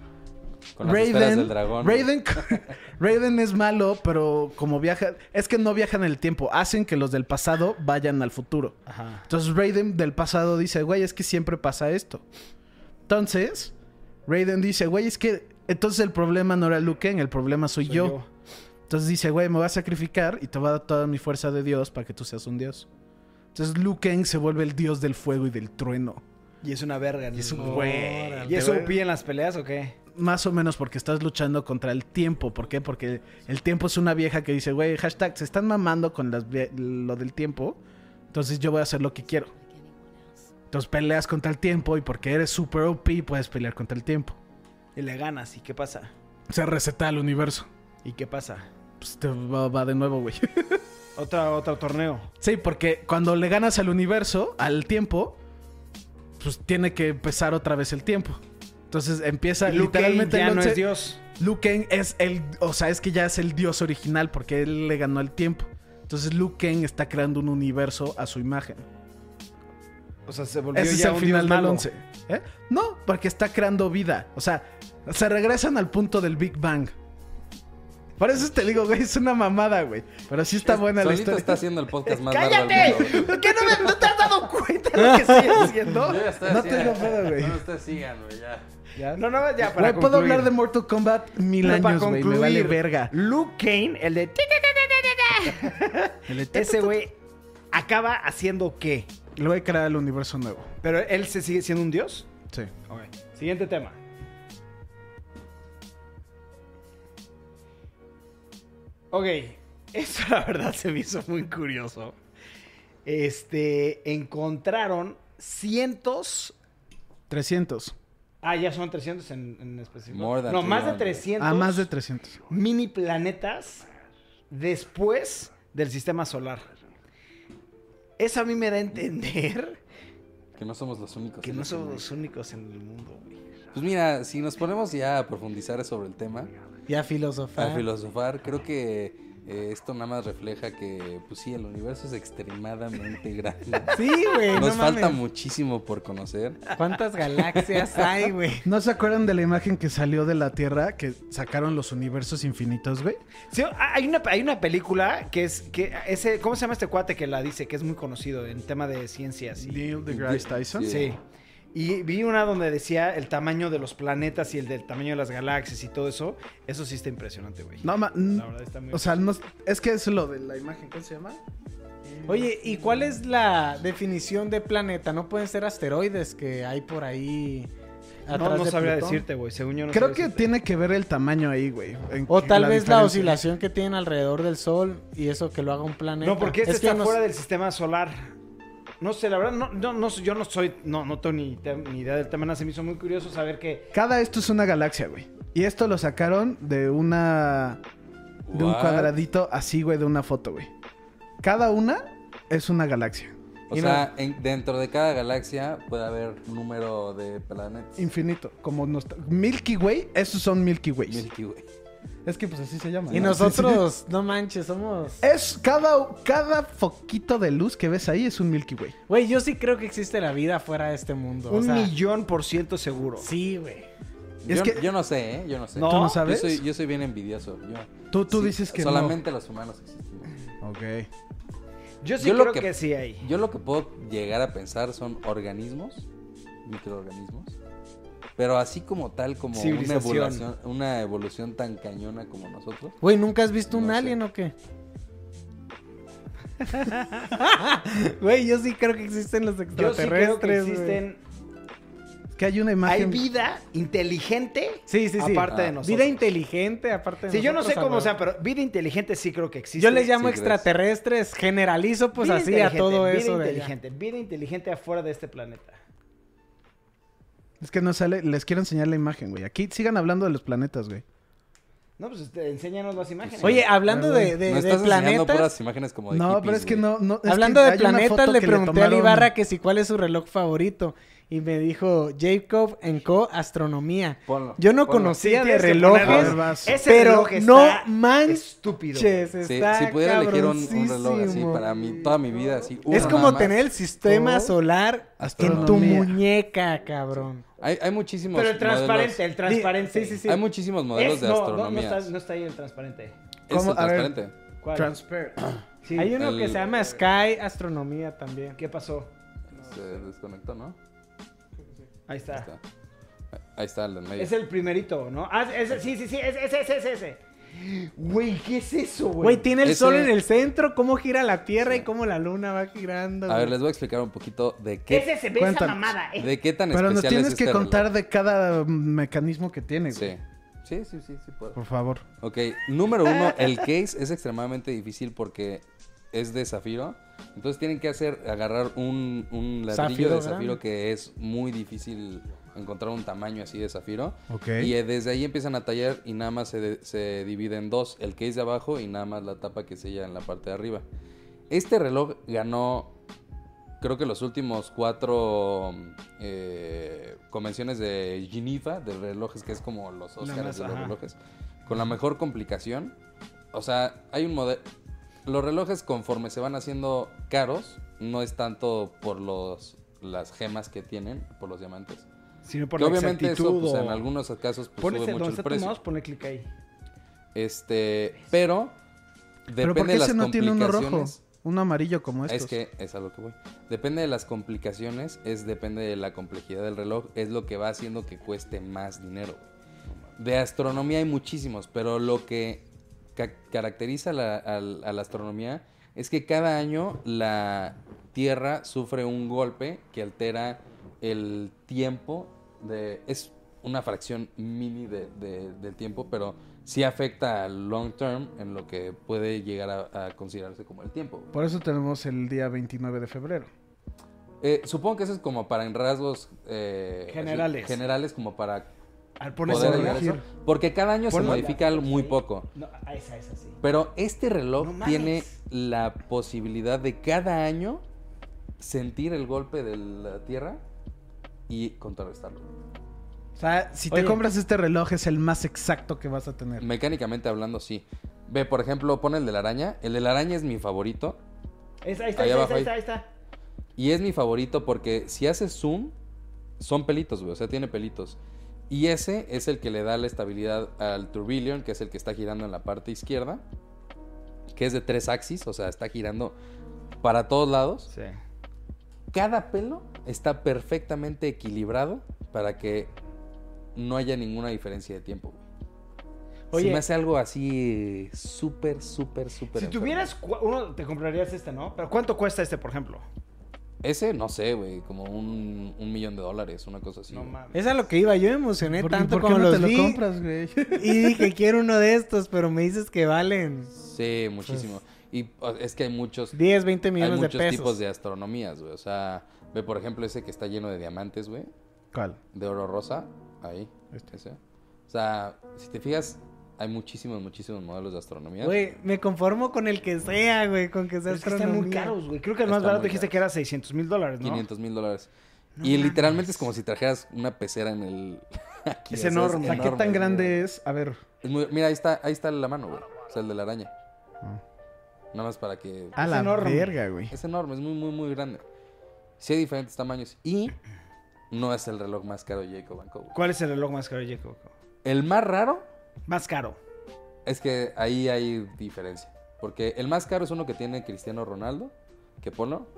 Con las esferas del dragón.
Raven, Raven es malo, pero como viaja, es que no viajan en el tiempo, hacen que los del pasado vayan al futuro.
Ajá.
Entonces Raiden del pasado dice, güey, es que siempre pasa esto. Entonces, Raiden dice, güey, es que entonces el problema no era Luke Kang, el problema soy, yo.
yo.
Entonces dice, güey, me voy a sacrificar y te voy a dar toda mi fuerza de Dios para que tú seas un dios. Entonces Luke Kang se vuelve el dios del fuego y del trueno.
Y es una verga. Y
es un güey.
¿Y eso OP en las peleas o qué?
Más o menos porque estás luchando contra el tiempo. ¿Por qué? Porque el tiempo es una vieja que dice, güey, hashtag, se están mamando con las vie- lo del tiempo. Entonces yo voy a hacer lo que quiero. Entonces peleas contra el tiempo y porque eres super OP puedes pelear contra el tiempo.
Y le ganas. ¿Y qué pasa?
Se reseta el universo.
¿Y qué pasa?
Pues te va, va de nuevo, güey.
Otra, otro torneo.
sí, porque cuando le ganas al universo, al tiempo, pues tiene que empezar otra vez el tiempo. Entonces empieza
Y Luke Cage
literalmente
ya
el
no es
once-
Dios.
Luke Kang es el, o sea, es que ya es el dios original porque él le ganó el tiempo. Entonces Luke Kang está creando un universo a su imagen.
O sea, se volvió
Ese es
ya
el
un
final
dios
del
malo.
11. ¿eh? No, porque está creando vida. O sea, se regresan al punto del Big Bang. Por eso te digo, güey, es una mamada, güey. Pero sí está buena la
Solito
historia.
está haciendo el podcast más largo
¡Cállate!
del mundo,
¿Por qué no, me- no te has dado cuenta de lo que estoy haciendo?
güey. Yo ya estoy
no
así,
te
ya.
lo puedo, güey.
No, ustedes sigan, güey, ya.
No, no, ya, para
Güey, puedo
concluir.
hablar de Mortal Kombat mil
Pero para
años, güey. Me
concluir,
vale verga.
Luke Kane, el de... Ese güey acaba haciendo qué?
Le voy a crear el universo nuevo.
Pero él se sigue siendo un dios.
Sí.
Ok. Siguiente tema. Ok. Eso la verdad se me hizo muy curioso. Este. Encontraron cientos.
300.
Ah, ya son 300 en, en específico.
More than
no, más de
300.
300.
Ah, más de 300.
Mini planetas después del sistema solar. Eso a mí me da a entender
Que no somos los
Pues
únicos.
que
en
no
eso,
somos
güey.
los únicos en el mundo, güey.
Pues mira, si nos ponemos ya a profundizar sobre el tema,
Ya filosofar.
a filosofar, creo que eh, esto nada más refleja que, pues sí, el universo es extremadamente grande.
Sí, güey, no
Nos falta
mames.
muchísimo por conocer.
¿Cuántas galaxias hay, güey?
¿No se acuerdan de la imagen que salió de la Tierra que sacaron los universos infinitos, güey?
Sí, hay una, hay una película que es que ese ¿cómo se llama este cuate que la dice? Que es muy conocido en tema de ciencias. y-
Neil deGrasse Tyson.
Sí. Y vi una donde decía el tamaño de los planetas y el del tamaño de las galaxias y todo eso. Eso sí está impresionante, güey.
No, ma-
La verdad está muy
o sea, no- es que es lo de la imagen, ¿cómo se llama?
Oye, ¿y cuál es la definición de planeta? No pueden ser asteroides que hay por ahí.
No,
atrás
no
de
sabría
Plutón?
decirte, güey. Según yo no
Creo
sabría
que
decirte.
tiene que ver el tamaño ahí, güey. en
O
que-
tal vez
¿eh?
la
diferencia.
oscilación que tienen alrededor del Sol y eso que lo haga un planeta.
No, porque este
Es que
está
nos-
fuera del sistema solar. No sé, la verdad, no, no, no, yo no soy, no, no tengo ni, te- ni idea del tema. nada, Se me hizo muy curioso saber que
Cada esto es una galaxia, güey. Y esto lo sacaron de una. De un
What?
cuadradito así, güey, de una foto, güey. Cada una es una galaxia.
O
Y no-
sea, en- dentro de cada galaxia puede haber un número de planetas.
Infinito. Como nos... Milky Way, esos son Milky Ways.
Milky Way.
Es que pues así se llama.
Y
¿no?
nosotros, no manches, somos.
Es cada, cada foquito de luz que ves ahí es un Milky Way.
Güey, yo sí creo que existe la vida fuera de este mundo.
un
o sea,
millón por ciento seguro.
Sí, güey.
Yo,
Es que-
yo no sé, ¿eh? Yo no sé.
¿No? ¿Tú no sabes?
Yo soy, yo soy bien envidioso. Yo,
Tú- tú
sí,
dices que no.
Solamente los humanos existimos.
Ok.
Yo sí creo que sí hay.
Yo lo que puedo llegar a pensar son organismos, microorganismos, pero así como tal, como una
Civilización.
evolución, una evolución tan cañona como nosotros.
Güey, ¿nunca has visto un
No sé.
alien o qué? Güey, yo sí creo que existen los
Yo sí creo que
extraterrestres.
existen.
Que hay una
Hay
imagen.
vida inteligente.
Sí, sí, sí.
Aparte
Ah.
de nosotros.
Vida inteligente, aparte de
Sí, yo no sé
nosotros,
cómo
a
sea,
huevo.
pero vida inteligente sí creo que existe.
Yo les llamo
Sí, creo.
extraterrestres, generalizo pues
Vida
así a
inteligente,
todo eso.
Vida
de allá.
inteligente, vida inteligente afuera de este planeta.
Es que no sale. Les quiero enseñar la imagen, güey. Aquí sigan hablando de los planetas, güey.
No, pues este, enséñanos las imágenes.
Oye, hablando de,
Me
de, de
estás enseñando
planetas.
puras imágenes como de
No,
hippies,
pero es que
güey.
no. no es
hablando
que
de
hay una
planetas,
foto
le
que
pregunté a
tomaron-
Ibarra que si cuál es su reloj favorito. y me dijo Jacob Co. Astronomía.
Ponlo,
Yo no
ponlo.
conocía
Sí,
de
tienes que
relojes,
ponerlo. Vas.
Ese
pero
reloj está
no manches,
estúpido.
Sí,
está
si pudiera elegir un, un reloj así
cabroncísimo.
para mí, toda mi vida, así. uno
Es como
nada más.
tener el sistema
Oh.
solar en tu
Astronomía.
muñeca, cabrón.
Hay, hay muchísimos
Pero el transparente,
modelos-
el transparente.
Hay muchísimos modelos
Es-
de
no, no,
astronomía.
No, está, no está ahí el transparente.
Es ¿Cómo? el A ver. transparente.
¿Cuál?
Transparent.
Sí.
Hay uno que
El-
se llama Sky Astronomía también.
¿Qué pasó?
Se desconectó, ¿no?
Ahí está.
Ahí está el del medio.
Es el primerito, ¿no? Ah, ese- sí, sí, sí, ese, ese, ese, ese, ese. Güey, ¿qué es eso, güey?
Güey, tiene el
Ese-
sol en el centro, cómo gira la Tierra y cómo la luna va girando.
A ver,
güey.
les voy a explicar un poquito de qué.
Ese se ve esa Cuéntanos. mamada, eh.
De qué tan
Pero nos
especial
tienes
es
que
este
contar de cada mm, mecanismo que tiene,
Sí.
güey.
Sí, sí, sí, sí puedo.
Por favor.
Ok, número uno, el case es extremadamente difícil porque es de zafiro. Entonces tienen que hacer, agarrar un, un ladrillo
Zafiro
de zafiro
grande.
que es muy difícil encontrar un tamaño así de zafiro.
Ok.
Y eh, desde ahí empiezan a tallar y nada más se, de- se divide en dos, el case de abajo y nada más la tapa que sella en la parte de arriba. Este reloj ganó, creo que los últimos cuatro eh, convenciones de Geneva, de relojes, que es como los
La
Oscars
más-
de los
ajá.
relojes, con la mejor complicación. O sea, hay un modelo... Los relojes conforme se van haciendo caros, no es tanto por los, las gemas que tienen, por los diamantes.
Sino por
Que
la
obviamente eso,
exactitud
pues,
o-
en algunos casos pues,
Pones
sube
el
mucho
donde
el
está tu
precio.
mouse, ponle clic ahí.
Este, pero
Pero
depende
¿por qué
de las
ese no tiene uno rojo?
complicaciones.
Uno amarillo como estos.
Es que es a lo que voy. Depende de las complicaciones, es depende de la complejidad del reloj, es lo que va haciendo que cueste más dinero. De astronomía hay muchísimos, pero lo que ca- caracteriza la- al- a la astronomía es que cada año la Tierra sufre un golpe que altera el tiempo de... Es una fracción mini de- de- del tiempo, pero sí afecta al long term en lo que puede llegar a, a considerarse como el tiempo.
Por eso tenemos el día 29 de febrero.
Eh, supongo que eso es como para en rasgos eh,
Generales.
así, generales, como para
ver, ponle
poder
ese
llegar a eso.
reloj.
Porque cada año
Ponlo.
se modifica algo muy poco.
No, a esa, esa, sí.
Pero este reloj
No mames.
tiene la posibilidad de cada año sentir el golpe de la Tierra y contrarrestarlo.
O sea, si te
Oye.
compras este reloj es el más exacto que vas a tener.
Mecánicamente hablando, sí. Ve, por ejemplo, pon el de la araña. El de la araña es mi favorito.
Esa, ahí está,
Ahí
ahí
abajo,
está, ahí
ahí.
está, ahí está.
Y es mi favorito porque si haces zoom, son pelitos, güey. O sea, tiene pelitos. Y ese es el que le da la estabilidad al Turbillion, que es el que está girando en la parte izquierda. Que es de tres axis, o sea, está girando para todos lados. Cada pelo está perfectamente equilibrado para que no haya ninguna diferencia de tiempo. Oye,
Oye.
me hace algo así eh, súper, súper, súper.
Si
enfermo.
tuvieras cu- uno, te comprarías este, ¿no? Pero ¿cuánto cuesta este, por ejemplo?
Ese, no sé, güey, como un, un millón de dólares, una cosa así. No mames.
Es a lo que iba, yo me emocioné
¿Por-
tanto
por qué
como
no te
los
lo
vi
compras, güey?
y dije quiero uno de estos, pero me dices que valen.
Sí, muchísimo. Y o, es que hay muchos.
10, 20 millones
hay
de
muchos
pesos.
tipos de astronomías, güey. O sea, ve, por ejemplo, ese que está lleno de diamantes, güey.
¿Cuál?
De oro rosa. Ahí. Ese. O sea, si te fijas, hay muchísimos, muchísimos modelos de astronomía.
Güey, me conformo con el que sea, güey, con que sea
Pero es que están muy caros, güey. Creo que el más
Está
barato
muy
dijiste
caro.
que era 600 mil dólares, ¿no?
500 mil dólares.
No
y
mames.
literalmente es como si trajeras una pecera en el. aquí,
Es
o sea,
enorme. O sea, ¿qué tan
güey.
grande es? A ver.
Es muy- Mira, ahí está, ahí está la mano, güey. O sea, el de la araña.
Ah.
Nada más para que.
A Es la enorme. verga, güey.
Es enorme, es muy, muy, muy grande. Sí hay diferentes tamaños. Y no es el reloj más caro de Jacob Co. güey.
¿Cuál es el reloj más caro, Jacob?
El más raro.
Más caro.
Es que ahí hay diferencia. Porque el más caro es uno que tiene Cristiano Ronaldo. Que ponlo.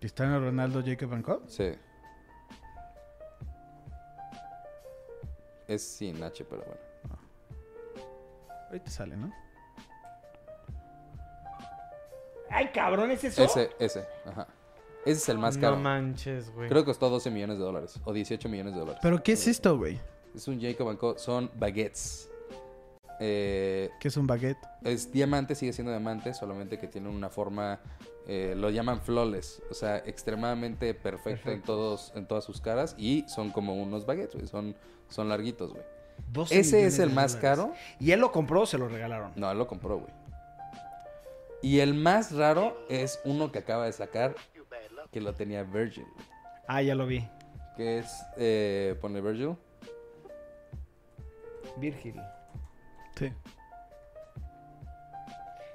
¿Cristiano Ronaldo, Jacob Banco?
Sí. Es sin H, pero bueno.
Ahorita sale, ¿no?
Ay, cabrón, ¿es eso?
Ese, ese, ajá. Ese es el más
No
caro.
manches, güey.
Creo que costó 12 millones de dólares o 18 millones de dólares.
¿Pero qué es esto, güey?
Es un Jacob Co. Son baguettes. Eh,
¿Qué es un baguette?
es diamante, sigue siendo diamante, solamente que tiene una forma, eh, lo llaman flawless, o sea, extremadamente perfecto, En,
Perfecto.
todos, en todas sus caras y son como unos baguettes, güey, son, son larguitos, güey.
12
Ese
millones
es
de
el más
dólares.
caro.
¿Y él lo compró o se lo regalaron?
No, él lo compró, güey. Y el más raro es uno que acaba de sacar, que lo tenía Virgin. güey.
Ah, ya lo vi.
que es, eh, ponle Virgil.
Virgil.
Sí.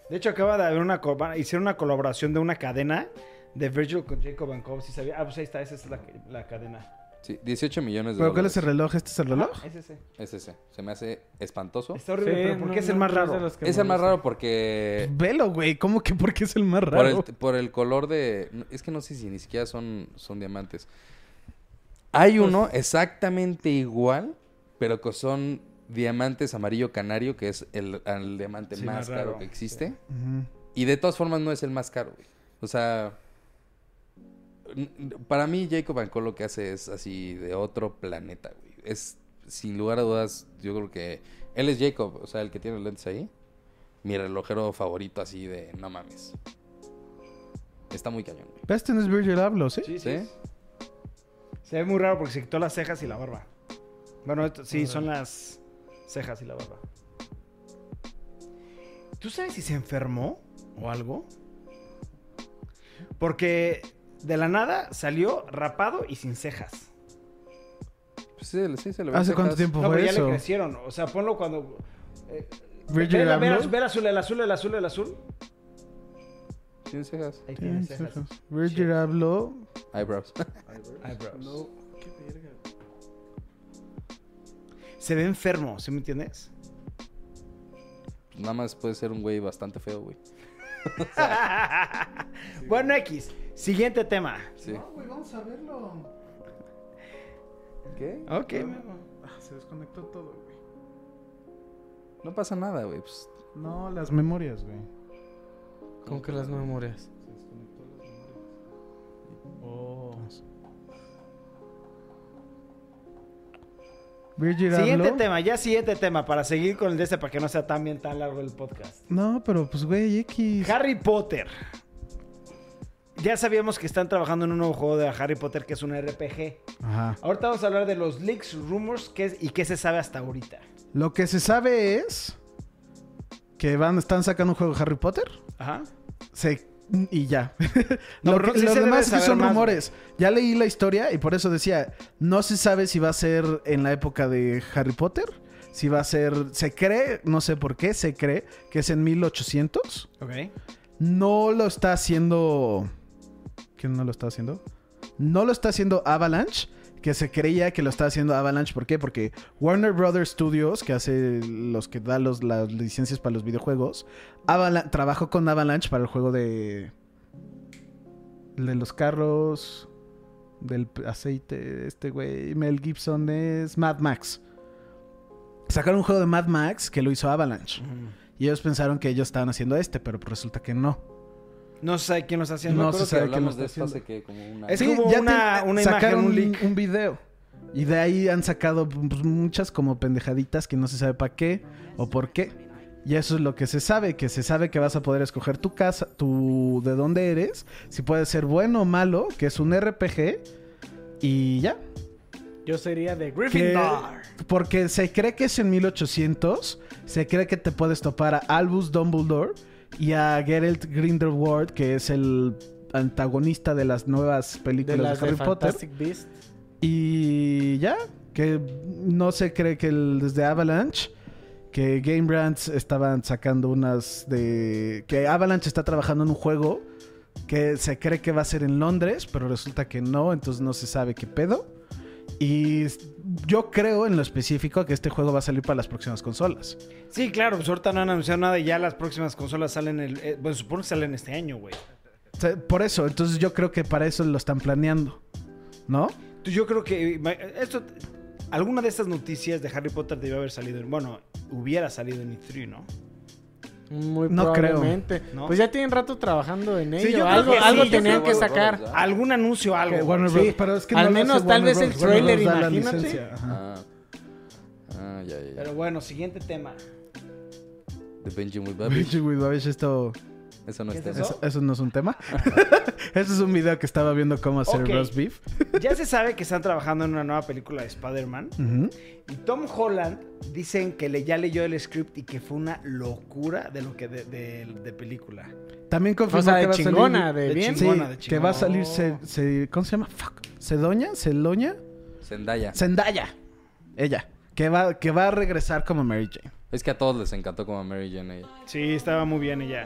De hecho, acaba de haber una. co- van a- Hicieron una colaboración de una cadena de Virgil con Jacob and Co. Si sabía. Ah, pues ahí está, esa es la, la cadena. Ah,
Sí, 18 millones de
¿Pero cuál
dólares.
es el reloj? ¿Este es el reloj?
Es ese.
Es ese. Se me hace espantoso.
Este
Está horrible, Sí, pero ¿por qué no, es el no, más no es de raro? los que
Es el más
molestan.
raro porque...
Velo, güey. ¿Cómo que porque es el más
Por
raro?
el, por el color de... no, Es que no sé si ni siquiera son, son diamantes. Hay
Pues
uno exactamente igual, pero que son diamantes amarillo canario, que es el, el diamante
Sí,
más
más raro,
caro que existe.
Ujú.
Y de todas formas no es el más caro, güey. O sea... n- n- Para mí Jacob Anco lo que hace es así de otro planeta, güey. Es, sin lugar a dudas, yo creo que... Él es Jacob, o sea, el que tiene los lentes ahí. Mi relojero favorito así de... No mames. Está muy cañón, güey.
Pero Este no es Virgil Abloh, ¿sí?
sí, ¿Sí?
Se ve muy raro porque se quitó las cejas y la barba. Bueno, esto- sí, son las cejas y la barba. ¿Tú sabes si se enfermó o algo? Porque de la nada salió rapado y sin cejas.
Pues sí, sí, se le
¿Hace cuánto tiempo
No,
fue
pero ya
eso?
le crecieron. O sea, ponlo cuando. eh,
Virgil
ve, la- ve la-
Abloh.
ve el azul, el azul, el azul, el azul.
Tiene cejas.
Ahí tiene
Tiene
cejas.
cejas. Virgil Abloh.
Eyebrows.
Eyebrows. No, qué verga. Se ve enfermo, ¿sí me entiendes?
Nada más puede ser un güey bastante feo, güey.
bueno, X. Siguiente tema.
Sí.
güey, vamos a verlo.
¿Qué?
Ok.
Ah, se desconectó todo, güey.
No pasa nada, güey. pues.
No, las memorias, güey.
Como que las memorias.
Oh. Virgil
Siguiente
Abloh.
tema, ya siguiente tema, para seguir con el de este, para que no sea tan bien tan largo el podcast.
No, pero pues, güey, X.
Harry Potter. Ya sabíamos que están trabajando en un nuevo juego de Harry Potter que es un RPG.
Ajá.
Ahorita vamos a hablar de los leaks, rumors qué es- y qué se sabe hasta ahorita.
Lo que se sabe es que van, están sacando un juego de Harry Potter.
Ajá.
Se, y ya.
No,
lo
pero
que-
sí
lo
se debe
demás es que
saber
son
más,
rumores. Ya leí la historia y por eso decía, no se sabe si va a ser en la época de Harry Potter, si va a ser, se cree, no sé por qué, se cree que es en 1800.
Ok.
No lo está haciendo... ¿Quién no lo está haciendo? No lo está haciendo Avalanche, que se creía que lo está haciendo Avalanche. ¿Por qué? Porque Warner Brothers Studios, que hace los que da los, las licencias para los videojuegos, Avala- trabajó con Avalanche para el juego de... el de los carros, del p- aceite, este güey, Mel Gibson es Mad Max. Sacaron un juego de Mad Max que lo hizo Avalanche. Y ellos pensaron que ellos estaban haciendo este, pero resulta que no.
No se sabe quién lo está haciendo.
No
Creo
se
que
sabe quién lo
Hablamos
está
de esto hace
haciendo.
que como una...
Es que hubo
ya
una-
tiene-
una imagen,
sacaron
un leak.
un video. Y de ahí han sacado pues, muchas como pendejaditas que no se sabe para qué o por qué. Y eso es lo que se sabe, que se sabe que vas a poder escoger tu casa, tu de dónde eres, si puede ser bueno o malo, que es un RPG y ya.
Yo sería de
Que-
Gryffindor.
porque se cree que es en 1800, se cree que te puedes topar a Albus Dumbledore y a Geralt Grindelwald, que es el antagonista de las nuevas
De
películas de,
las de
Harry Potter.
Fantastic Beasts.
Y ya, que no se cree que el- desde Avalanche, que Game Brands estaban sacando unas de... que Avalanche está trabajando en un juego que se cree que va a ser en Londres, pero resulta que no, entonces no se sabe qué pedo. Y s- yo creo en lo específico que este juego va a salir para las próximas consolas.
Sí, claro, pues ahorita no han anunciado nada y ya las próximas consolas salen el. eh, bueno, supongo que salen este año, güey.
O sea, por eso, entonces yo creo que para eso lo están planeando, ¿no?
Tú, Yo creo que eh, ma- esto, alguna de estas noticias de Harry Potter debió haber salido, en- bueno, hubiera salido en E3, ¿no?
Muy
No creo.
probablemente.
¿No?
Pues ya tienen rato trabajando en ello.
yo creo
algo
que sí,
algo
yo
tenían
creo
que
que
sacar.
Algún anuncio, algo.
Que
güey.
Warner Bros. Pero es que
al
no lo hace
menos tal
Warner
vez el
Bros. Warner
trailer,
Bros. da la
imagínate.
licencia, ajá.
Ah. Ah, ya, ya, ya.
Pero bueno, siguiente tema.
The Benjamin Babish.
Bitchy with Babish, esto...
Eso no
¿Qué es
está.
eso?
Eso, eso no es un tema. eso es un video que estaba viendo cómo hacer
Ok.
roast beef.
Ya se sabe que están trabajando en una nueva película de Spider-Man.
Ujú.
Y Tom Holland dicen que le, ya leyó el script y que fue una locura de lo que de, de- de película.
También confirmó
O sea, de
que va
chingona,
a salir...
de bien.
Sí,
chingona, de
que va a salir...
chingona.
se- se- ¿Cómo se llama? Fuck. ¿Cedoña? ¿Celoña?
Zendaya.
Zendaya. Ella. Que va, que va a regresar como Mary Jane.
Es que a todos les encantó como a Mary Jane ella.
Sí, estaba muy bien ella.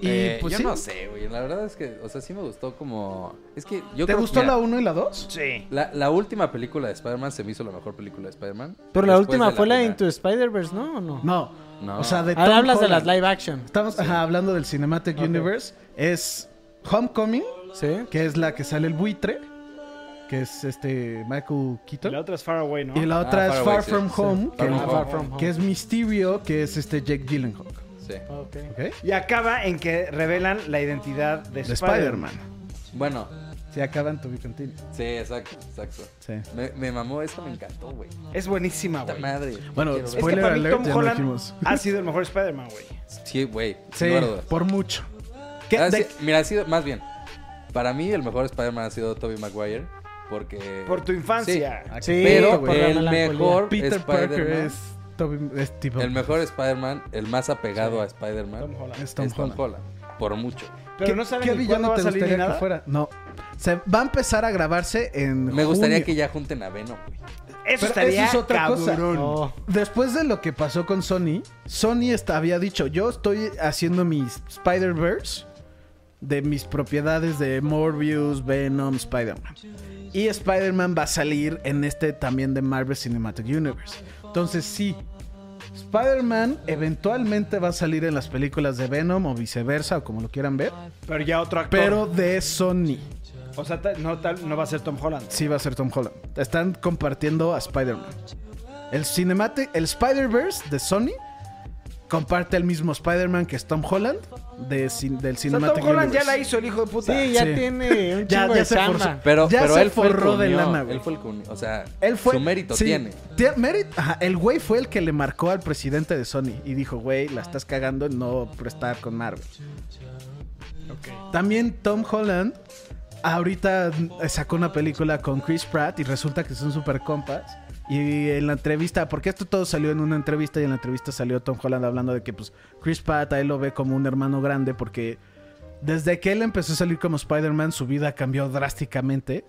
Y,
Eh,
pues,
yo
sí.
no sé, güey. La verdad es que, o sea, sí me gustó como. Es que yo
¿Te
creo-
gustó
mira,
la 1 y la 2?
Sí.
La, la última película de Spider-Man se me hizo la mejor película de Spider-Man.
Pero la
Después
última
de
fue la de
primera.
Into Spider-Verse, ¿no? ¿O no?
No.
No.
O sea, Ah, de
Ahora
Tom
hablas de las
Holland.
live action.
Estamos ajá, hablando del Cinematic Universe. Es Homecoming, que es la que sale el buitre, que es este Michael Keaton.
La otra es Far Away, ¿no?
Y la otra
Ah,
es
Far
Far
Away, sí.
From
Sí.
Home,
Far
que,
From Far From Home.
que es Mysterio, que es este Jake Gyllenhaal.
Sí.
Y acaba en que revelan la identidad de,
De
Spider-Man.
Spider-Man.
Bueno.
Sí, acaban tu Continue.
Sí, exacto, exacto.
Sí.
Me, me mamó esa, me encantó, güey.
Es buenísima, güey.
madre.
Ah, Bueno,
Quiero ver.
Es que
Spoiler
para mí
alert,
Tom
ya lo
Holland
dijimos.
ha sido el mejor Spider-Man, güey.
Sí, güey.
Sí,
sin lugar a dudas.
por mucho.
Ha si- Mira, ha sido, más bien, para mí el mejor Spider-Man ha sido Tobey Maguire. Porque.
Por tu infancia.
Sí,
Sí,
pero
por la
el
melancolía.
mejor
Peter Parker
Spider-Man-
es, Tobey- es tipo-
El mejor Spider-Man, el más apegado a Spider-Man.
Tom Holland.
Es Tom
Holland. Por mucho.
Pero
¿Qué-
no saben
qué
ni
villano
cuándo va a
te
salir ni
gustaría que
nada.
fuera? No. Se va a empezar a grabarse en
Me gustaría
junio.
que ya junten a Venom, güey.
Eso
Pero
estaría
eso es otra
cabrón.
cosa. Después de lo que pasó con Sony, Sony está- había dicho, yo estoy haciendo mis Spider-Verse de mis propiedades de Morbius, Venom, Spider-Man. Y Spider-Man va a salir en este también de Marvel Cinematic Universe. Entonces sí, Spider-Man eventualmente va a salir en las películas de Venom o viceversa, o como lo quieran ver,
Pero ya otro actor.
pero de Sony.
O sea, ta- no, tal, no va a ser Tom Holland.
Sí, va a ser Tom Holland. Están compartiendo a Spider-Man. El Cinematic, el Spider-Verse de Sony comparte el mismo Spider-Man que es Tom Holland de, cin- del
O sea,
Cinematic
Tom Holland ya
Universe.
la hizo el hijo de puta.
Sí, ya tiene un chingo de chamba.
Pero,
Ya
pero
se
él fue el que
forró de
unió-
lana, güey.
Él fue el que unió, O sea,
Él fue,
su mérito
sí,
tiene.
tie- mérito- ajá, el güey fue el que le marcó al presidente de Sony y dijo, güey, la estás cagando en no prestar con Marvel. También Tom Holland ahorita eh, sacó una película con Chris Pratt y resulta que son super compas. Y en la entrevista, porque esto todo salió en una entrevista y en la entrevista salió Tom Holland hablando de que pues Chris Pratt a él lo ve como un hermano grande porque desde que él empezó a salir como Spider-Man su vida cambió drásticamente.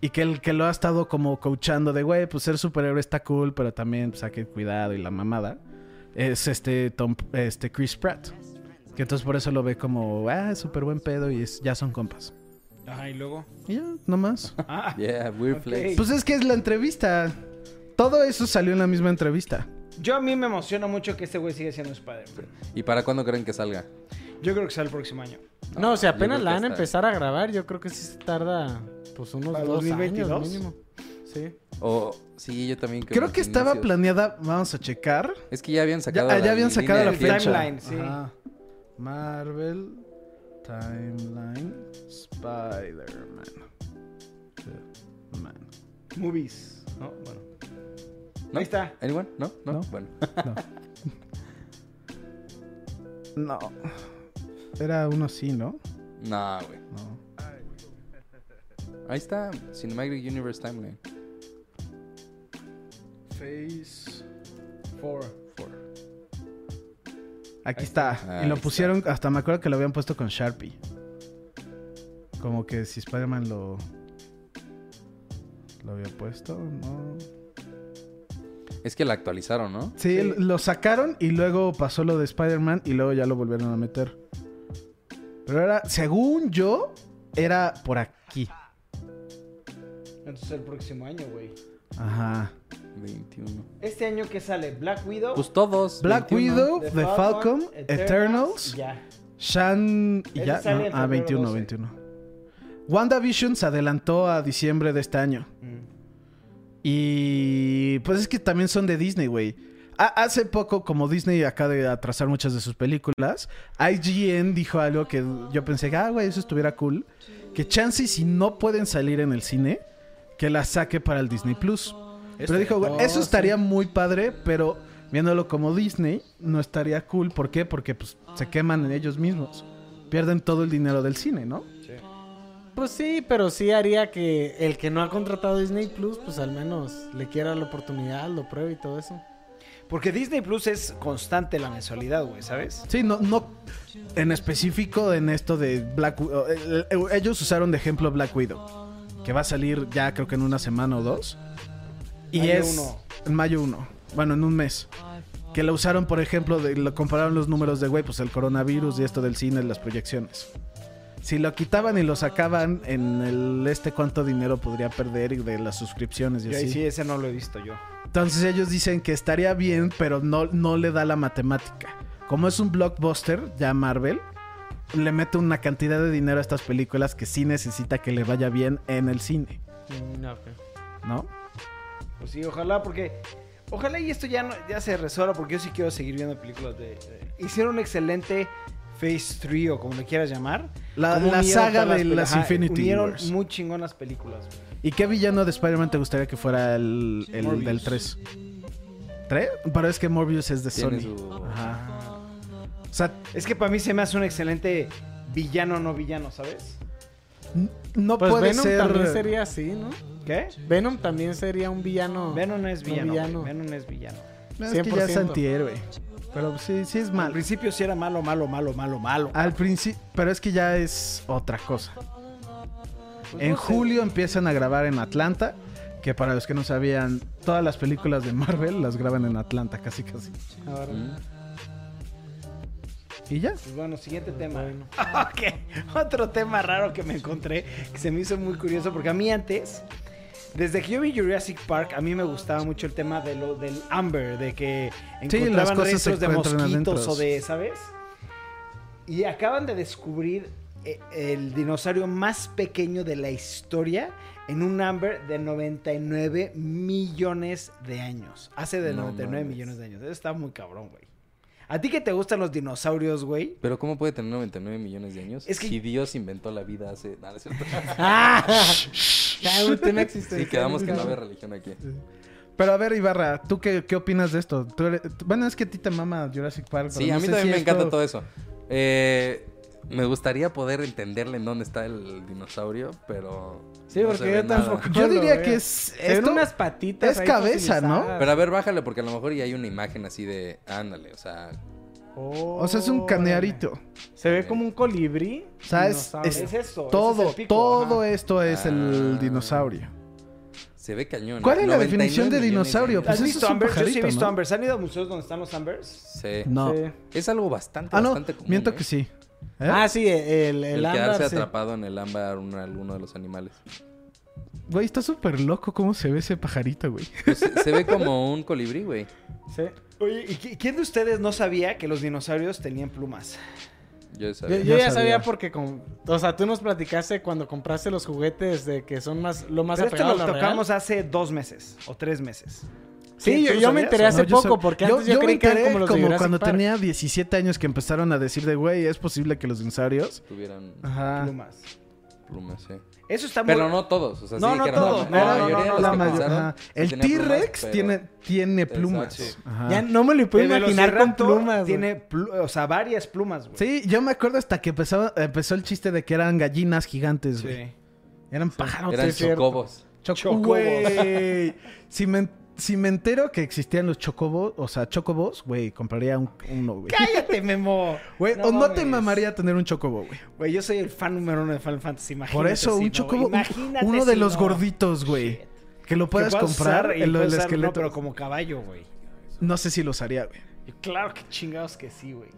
Y que el que lo ha estado como coachando de, güey, pues ser superhéroe está cool, pero también pues, hay que cuidado y la mamada. Es este, Tom, este Chris Pratt. Que entonces por eso lo ve como, ah, súper buen pedo y es- ya son compas.
Ajá, Ah, y luego.
Y ya, nomás.
Ah.
Yeah, weird
Ok.
flex.
Pues es que es la entrevista. Todo eso salió en la misma entrevista.
Yo a mí me emociona mucho que este güey siga siendo Spider-Man.
¿Y para cuándo creen que salga?
Yo creo que sale el próximo año.
No, o sea,
yo
apenas
creo
la
que
van a
está-
empezar a grabar. Yo creo que sí se tarda, pues, unos
¿Para
dos
2022?
años mínimo. Sí.
O sí, yo también creo.
Creo que estaba
inicios.
planeada, vamos a checar.
Es que ya habían sacado
Ya,
la
ya habían
línea
sacado la
del
fecha.
timeline, sí.
Ajá. Marvel Timeline Spider-Man. Man.
Movies. No, bueno.
¿No?
Ahí está.
¿Anyone? ¿No? ¿No?
No.
Bueno.
No. Era uno así, ¿no?
no, güey.
No.
Ahí está Cinematic Universe Timeline.
Phase
4.
Aquí está.
Ah,
y lo
ahí
pusieron, hasta me acuerdo que lo habían puesto con Sharpie. Como que si Spider-Man lo. Lo había puesto, ¿no?
Es que la actualizaron, ¿no?
Sí, lo sacaron y luego pasó lo de Spider-Man y luego ya lo volvieron a meter. Pero era, según yo, era por aquí.
Entonces el próximo año, güey.
Ajá.
21.
Este año que sale Black Widow.
Pues todos.
Black
21.
Widow, The, Falcon, Eternals,
y ya.
Shan. y
Ese
ya,
sale
no,
en
ah,
febrero
21,
12.
21. WandaVision se adelantó a diciembre de este año. Y pues es que también son de Disney, güey. Ha- Hace poco, como Disney acaba de atrasar muchas de sus películas, IGN dijo algo que yo pensé que, ah, güey, eso estuviera cool. Que chance, y si no pueden salir en el cine, que la saque para el Disney Plus. Pero dijo, güey,
Oh,
eso
sí.
estaría muy padre, pero viéndolo como Disney, no estaría cool. ¿Por qué? Porque pues, se queman en ellos mismos. Pierden todo el dinero del cine, ¿no?
Pues sí, pero sí haría que el que no ha contratado Disney Plus, pues al menos le quiera la oportunidad, lo pruebe y todo eso.
Porque Disney Plus es constante la mensualidad, güey, ¿sabes?
Sí, no, no. eh, En específico en esto de Black Widow. eh, eh, Ellos usaron de ejemplo Black Widow. que va a salir ya creo que en una semana o dos. Y
Mayo
es
uno.
en mayo 1, bueno, en un mes. Que lo usaron, por ejemplo, de- lo compararon los números de, güey, pues el coronavirus y esto del cine, las proyecciones. Si lo quitaban y lo sacaban en el este, ¿cuánto dinero podría perder y de las suscripciones y
Yo
así?
ahí sí, ese no lo he visto yo.
Entonces ellos dicen que estaría bien, pero no, no le da la matemática. Como es un blockbuster, ya Marvel, le mete una cantidad de dinero a estas películas que sí necesita que le vaya bien en el cine,
Mm,
No, ok.
¿no?
Pues sí, ojalá, porque. Ojalá y esto ya, no, ya se resuelva, porque yo sí quiero seguir viendo películas de. de- hicieron un excelente Phase 3 o como le quieras llamar.
La-
Cómo
la
unieron
saga
todas
de
peli-
las
Ajá,
Infinity
Unieron
Wars.
muy chingonas películas. güey.
¿Y qué villano de Spider-Man te gustaría que fuera el, el
Morbius.
del 3? ¿3? Pero es que Morbius es de
Tiene
Sony.
su-
Ajá. O sea,
Es que para mí se me hace un excelente villano no villano, ¿sabes?
n- no
Pues
puede
Venom
ser.
también sería así, ¿no?
¿Qué?
Venom también sería un villano.
Venom no es
un
villano. güey, Venom no es villano.
No, es que ya es
100%.
antihéroe. Pero sí, sí es malo.
Al principio sí era malo, malo, malo, malo, malo.
Al principio, pero es que ya es otra cosa.
Pues
en julio empiezan a grabar en Atlanta, que para los que no sabían, todas las películas de Marvel las graban en Atlanta, casi casi.
Ahora.
Y ya.
Pues bueno, siguiente
Ah,
tema. ok, otro tema raro que me encontré, que se me hizo muy curioso, porque a mí antes, desde que yo vi Jurassic Park, a mí me gustaba mucho el tema de lo, del Amber, de que
Sí, las
encontraban
cosas se
restos de
encuentran
mosquitos
adentro.
o de, ¿sabes? Y acaban de descubrir eh, el dinosaurio más pequeño de la historia en un Amber de 99 millones de años. Hace de
No
99
mames.
millones de años. Eso está muy cabrón, güey. ¿A ti que te gustan los dinosaurios, güey?
Pero ¿cómo puede tener 99 millones de años?
Es que-
Si Dios inventó la vida hace... Nada, es cierto.
Ya, güey, no existe.
Sí, quedamos que no había religión aquí.
Pero a ver, Ibarra, ¿tú qué, qué opinas de esto? Tú eres- bueno, es que a ti te mama Jurassic Park.
Sí,
pero no
a mí
sé
también
si
me
esto-
encanta todo eso. Eh, me gustaría poder entenderle en dónde está el dinosaurio, pero...
Sí,
no se
porque
ve
yo tampoco.
nada.
Yo diría
veo.
que es-
Se ven
esto
unas patitas.
es
ahí
cabeza, ¿no?
fosilizadas.
Pero a ver, bájale, porque a lo mejor ya hay una imagen así de... Ándale, o sea...
Oh,
O sea, es un canearito.
Se ve como un colibrí.
O sea, es,
dinosaurio.
es todo, todo esto es el
Ah.
dinosaurio.
Se ve cañón.
¿Cuál
¿eh?
es la
99
definición de
millones
dinosaurio?
años.
Pues
¿Has
eso
visto
es un
Ambers? Yo sí he
pajarito,
visto
¿no?
Ambers. ¿Han ido a museos donde están los Ambers?
Sí.
Pues, No.
Sí.
Es algo bastante,
Ah, no,
bastante común.
miento
¿eh?
que sí. ¿Eh?
¿Eh? Ah, sí, el, el,
El,
ámbar,
quedarse
sí.
atrapado en el ámbar un- alguno de los animales.
Güey, está súper loco cómo se ve ese pajarito, güey.
Pues, se se ve como un colibrí, güey.
Oye, ¿y qui- quién de ustedes no sabía que los dinosaurios tenían plumas?
Yo
Yo,
sabía.
yo ya sabía porque, con, o sea, tú nos platicaste cuando compraste los juguetes de que son más lo más
Pero esto
apegado
lo
a lo
tocamos hace dos meses o tres meses.
Sí,
¿Tú
yo-
lo
yo me
sabías?
enteré hace
No,
poco,
sab-
porque antes yo
me
creí que eran
enteré
como los de Jurassic
cuando
Park.
tenía 17 años que empezaron a decir de, güey, es posible que los dinosaurios...
Tuvieran
Ajá.
plumas.
plumas, sí.
Ah,
Eso está muy...
Pero no todos, o sea, sí
No, no
dijeron,
todos,
la
no, no,
mayoría
no,
de
no,
los
la
que
mayor-
pensaron
Ajá.
sí
El
tenía plumas,
T-Rex
pero-
tiene, tiene plumas.
Exacto.
Ajá.
Ya no me lo puedo
El
imaginar con
velociraptor
plumas. güey.
Tiene, plu- o sea, varias plumas, güey.
Sí, yo me acuerdo hasta que empezó, empezó el chiste de que eran gallinas gigantes, güey. Eran pájaros.
Eran
sí, es cierto.
chocobos.
Choc-
Chocobos.
Güey. Si me, si me entero que existían los chocobos, o sea, chocobos, güey, compraría un- uno, güey.
¡Cállate, Memo!
Güey, o no te
mames.
mamaría tener un chocobo, güey.
Güey, yo soy el fan número uno de Final Fantasy, imagínate.
Por eso,
si
un
no,
chocobo,
güey.
un-
Imagínate
uno de
si
los
no.
gorditos, güey. Que lo
Que
puedas
puedas
comprar,
usar y
el, del
puedes usarlo,
esqueleto.
pero como caballo, güey.
No sé si los haría, güey.
Y Claro que chingados que sí, güey.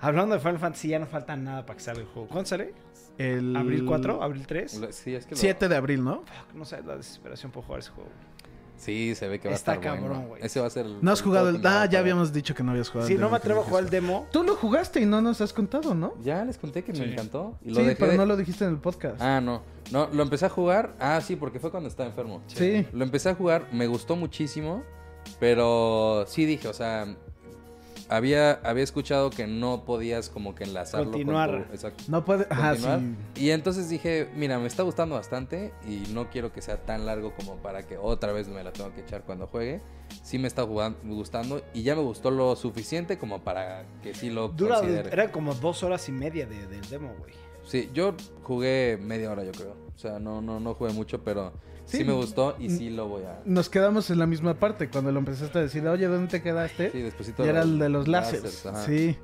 Hablando de Final Fantasy, ya no falta nada para que salga el juego. ¿Cuándo sale?
El...
¿Abril 4? ¿Abril 3?
Lo- Sí, es que lo-
7 de abril, ¿no?
No sabes la desesperación por jugar ese juego. güey.
Sí, se ve que va
Está
a estar bueno.
cabrón, güey.
Ese va a ser el-
No has
el
jugado
juego
el...
que me va
Ah,
a
ya
parar.
habíamos dicho que no habías jugado.
Sí,
el
no me
demo
atrevo a
Ah, que
jugar el demo.
dijiste. Tú lo jugaste y no nos has contado, ¿no?
Ya les conté que me encantó. Y lo
sí,
dejé
pero
de-
no lo dijiste en el podcast.
Ah, no. No, lo empecé a jugar. Ah, sí, porque fue cuando estaba enfermo.
Sí.
Lo empecé a jugar, me gustó muchísimo, pero sí dije, o sea, había, había escuchado que no podías como que enlazarlo con
Continuar.
tu- exacto.
No puede... Ajá,
Continuar.
sí.
Y entonces dije, mira, me está gustando bastante y no quiero que sea tan largo como para que otra vez me la tengo que echar cuando juegue. Sí me está jugan- gustando y ya me gustó lo suficiente como para que sí lo
Dura,
considere.
eran como dos horas y media de- del demo, güey.
Sí, yo jugué media hora, yo creo. O sea, no, no, no jugué mucho, pero sí,
Sí.
me gustó y sí lo voy a.
Nos quedamos en la misma parte cuando lo empezaste a decir, oye, ¿dónde te quedaste?
Sí, despuesito
y
de
era
los
el de los láseres.
láseres, ajá.
Sí.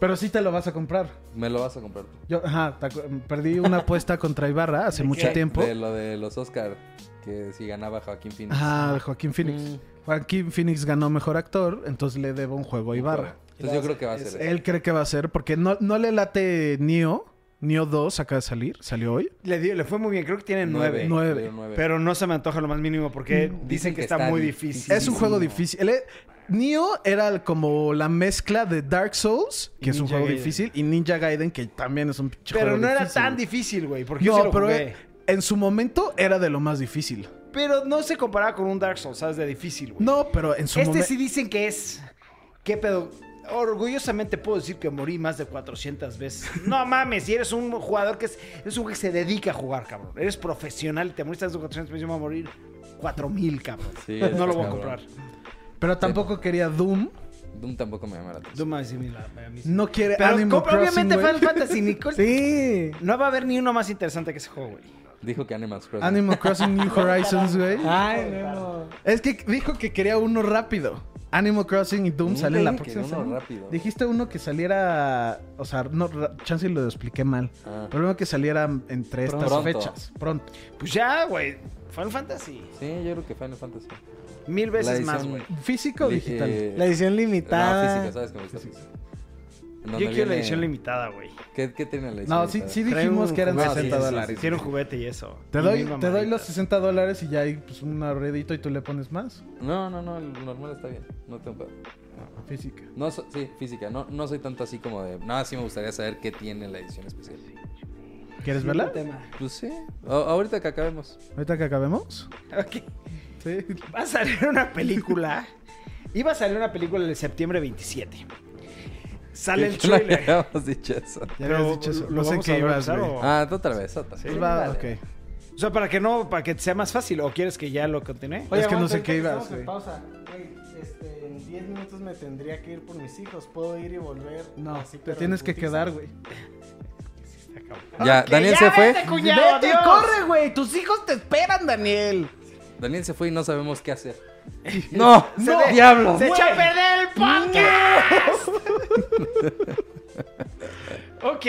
Pero sí te lo vas a comprar.
Me lo vas a comprar.
Yo, ajá, te acu- perdí una apuesta contra Ibarra hace mucho tiempo.
De lo de los Oscar, que si ganaba Joaquín Phoenix.
Ajá, de Joaquín Phoenix.
Mm.
Joaquín Phoenix ganó mejor actor, entonces le debo un juego a Ibarra.
Entonces yo creo que va a ser eso.
Él cree que va a ser, porque no, no le late Neo. Neo 2 acaba de salir, salió hoy.
Le, dio- le fue muy bien, creo que tiene nueve.
Nueve, Nueve. le dio nueve.
Pero no se me antoja lo más mínimo porque dicen, que, está, muy difícil.
Mm, Es un juego difícil. Él es- Neo era como la mezcla de Dark Souls,
Y
que es un
Ninja
juego
Gaiden.
difícil, y Ninja Gaiden, que también es un pinche
Pero
juego
no era
difícil.
tan difícil, güey. Porque yo sí
No,
lo
pero
jugué.
eh, en su momento era de lo más difícil.
Pero no se comparaba con un Dark Souls, ¿sabes? De difícil, güey.
No, pero en su
Este
momento.
sí dicen que es. ¿Qué pedo? Orgullosamente puedo decir que morí más de 400 veces. No mames, si eres un jugador que es, es un güey que se dedica a jugar, cabrón. Eres profesional y te moriste más de 400 veces, yo me voy a morir 4000, cabrón.
Sí,
no lo
estás
voy a
cabrón.
comprar.
Pero tampoco quería Doom.
Doom tampoco me llama la atención.
Doom me similar. a mí sí.
No quiere
Pero
Animal
compra,
Crossing,
obviamente
güey.
Final Fantasy, Nicole. sí. No va a haber ni uno más interesante que ese juego, güey.
Dijo que Animal Crossing.
Animal Crossing New Horizons, güey.
Ah,
Ay, no.
Es que dijo que quería uno rápido. Animal Crossing y Doom
Nunca
salen la
dije que uno
próxima. semana.
rápido.
Dijiste uno que saliera. O sea, no, ra- chance y lo expliqué mal. Pero uno que saliera entre estas
Ah. Pronto.
fechas. Pronto.
Pues ya, güey. Final Fantasy.
Sí, yo creo que Final Fantasy.
Mil
La
veces
edición-
más, güey.
¿Físico o
Li-
digital?
eh,
La edición
No,
limitada.
física, ¿sabes cómo está física? En donde
Yo quiero la
viene-
edición limitada, güey.
¿Qué, qué tiene la edición?
No, sí-
limitada?
sí dijimos que eran 60 dólares.
Tiene un juguete y eso.
Te
Y
doy,
mil
te doy
mamaditas.
los 60 dólares y ya hay pues, un arredito y tú le pones más.
No, no, no, el normal está bien. No tengo pedo.
Física.
No, so- sí, física. No, no soy tanto así como de. No, sí me gustaría saber qué tiene la edición especial.
¿Quieres
Sí,
verla?
Pues sí. A- ahorita que acabemos.
Ahorita que acabemos.
Ok.
Sí.
Va a salir una película. Iba a salir una película el septiembre 27. Sale el
Sí, no
trailer.
habíamos dicho eso.
Ya habías Pero, dicho eso. ¿lo No sé vamos qué a ibas, revisar güey. o-
Ah, otra vez, otra vez.
O sea, para que no, para que sea más fácil. ¿O quieres que ya lo continúe?
Oye, aguanta, ahorita que estamos en pausa. Güey, este, en 10 minutos me tendría que ir por mis hijos. Puedo ir y volver.
No,
así,
te
pero
tienes que
putiza.
quedar, güey.
Ya, Daniel se fue.
vete, cuñado,
Vete,
adiós.
corre, güey. Tus hijos te esperan, Daniel.
Daniel se fue y no sabemos qué hacer. ¡No! ¡No! ¡Diablo!
Se echa a perder el podcast. ok.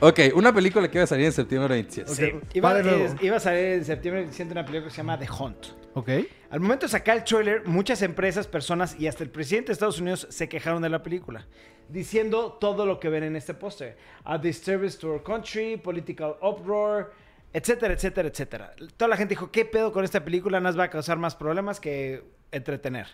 Ok, una película que iba a salir en septiembre 27.
Sí. Iba, es- iba a salir en septiembre 27 una película que se llama The Hunt.
Ok.
Al momento de sacar el trailer, muchas empresas, personas y hasta el presidente de Estados Unidos se quejaron de la película, diciendo todo lo que ven en este póster. A disturbance to our country, political uproar, etcétera, etcétera, etcétera. Toda la gente dijo, ¿qué pedo con esta película? Nos va a causar más problemas que entretener.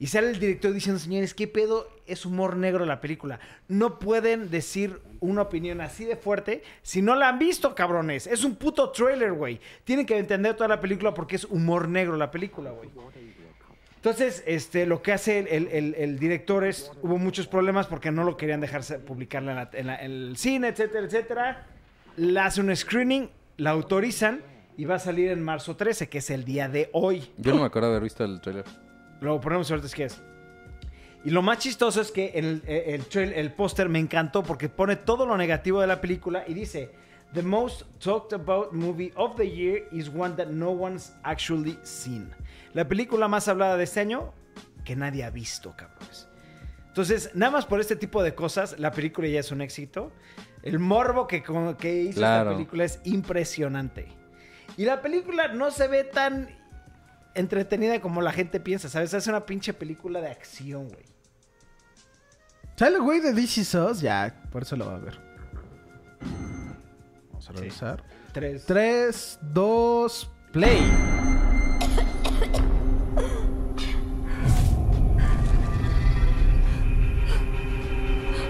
Y sale el director diciendo, señores, ¿qué pedo? Es humor negro la película. No pueden decir una opinión así de fuerte si no la han visto, cabrones. Es un puto trailer, güey. Tienen que entender toda la película porque es humor negro la película, güey. Entonces, este, lo que hace el, el- el- el director es, hubo muchos problemas porque no lo querían dejarse publicarla en, la- en la- en el cine, etcétera, etcétera. Le hace un screening, la autorizan y va a salir en marzo 13, que es el día de hoy.
Yo no me acuerdo de haber visto el trailer.
Lo ponemos ahorita es que es. Y lo más chistoso es que en el, eh, el, trail- el póster me encantó porque pone todo lo negativo de la película y dice: The most talked about movie of the year is one that no one's actually seen. La película más hablada de este año que nadie ha visto, cabrones. Entonces, nada más por este tipo de cosas, la película ya es un éxito. El morbo que, con- que hizo
Claro.
esta película es impresionante. Y la película no se ve tan entretenida como la gente piensa, ¿sabes? Es una pinche película de acción, güey.
Sale, güey, de DC Us. Ya, por eso lo va a ver. Vamos a revisar.
Tres.
3, 2, play.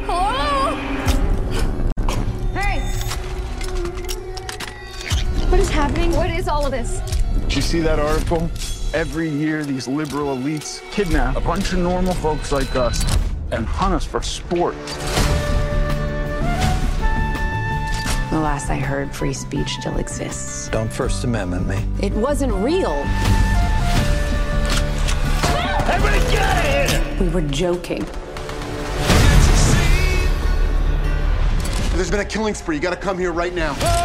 Hello? Hey! What is happening? What is all of this?
Did you see that article? Every year, these liberal elites kidnap a bunch of normal folks like us and hunt us for sport.
The last I heard, free speech still exists.
Don't First Amendment me.
It wasn't real.
Everybody get out of here!
We were joking.
There's been a killing spree. You gotta come here right now.
Oh,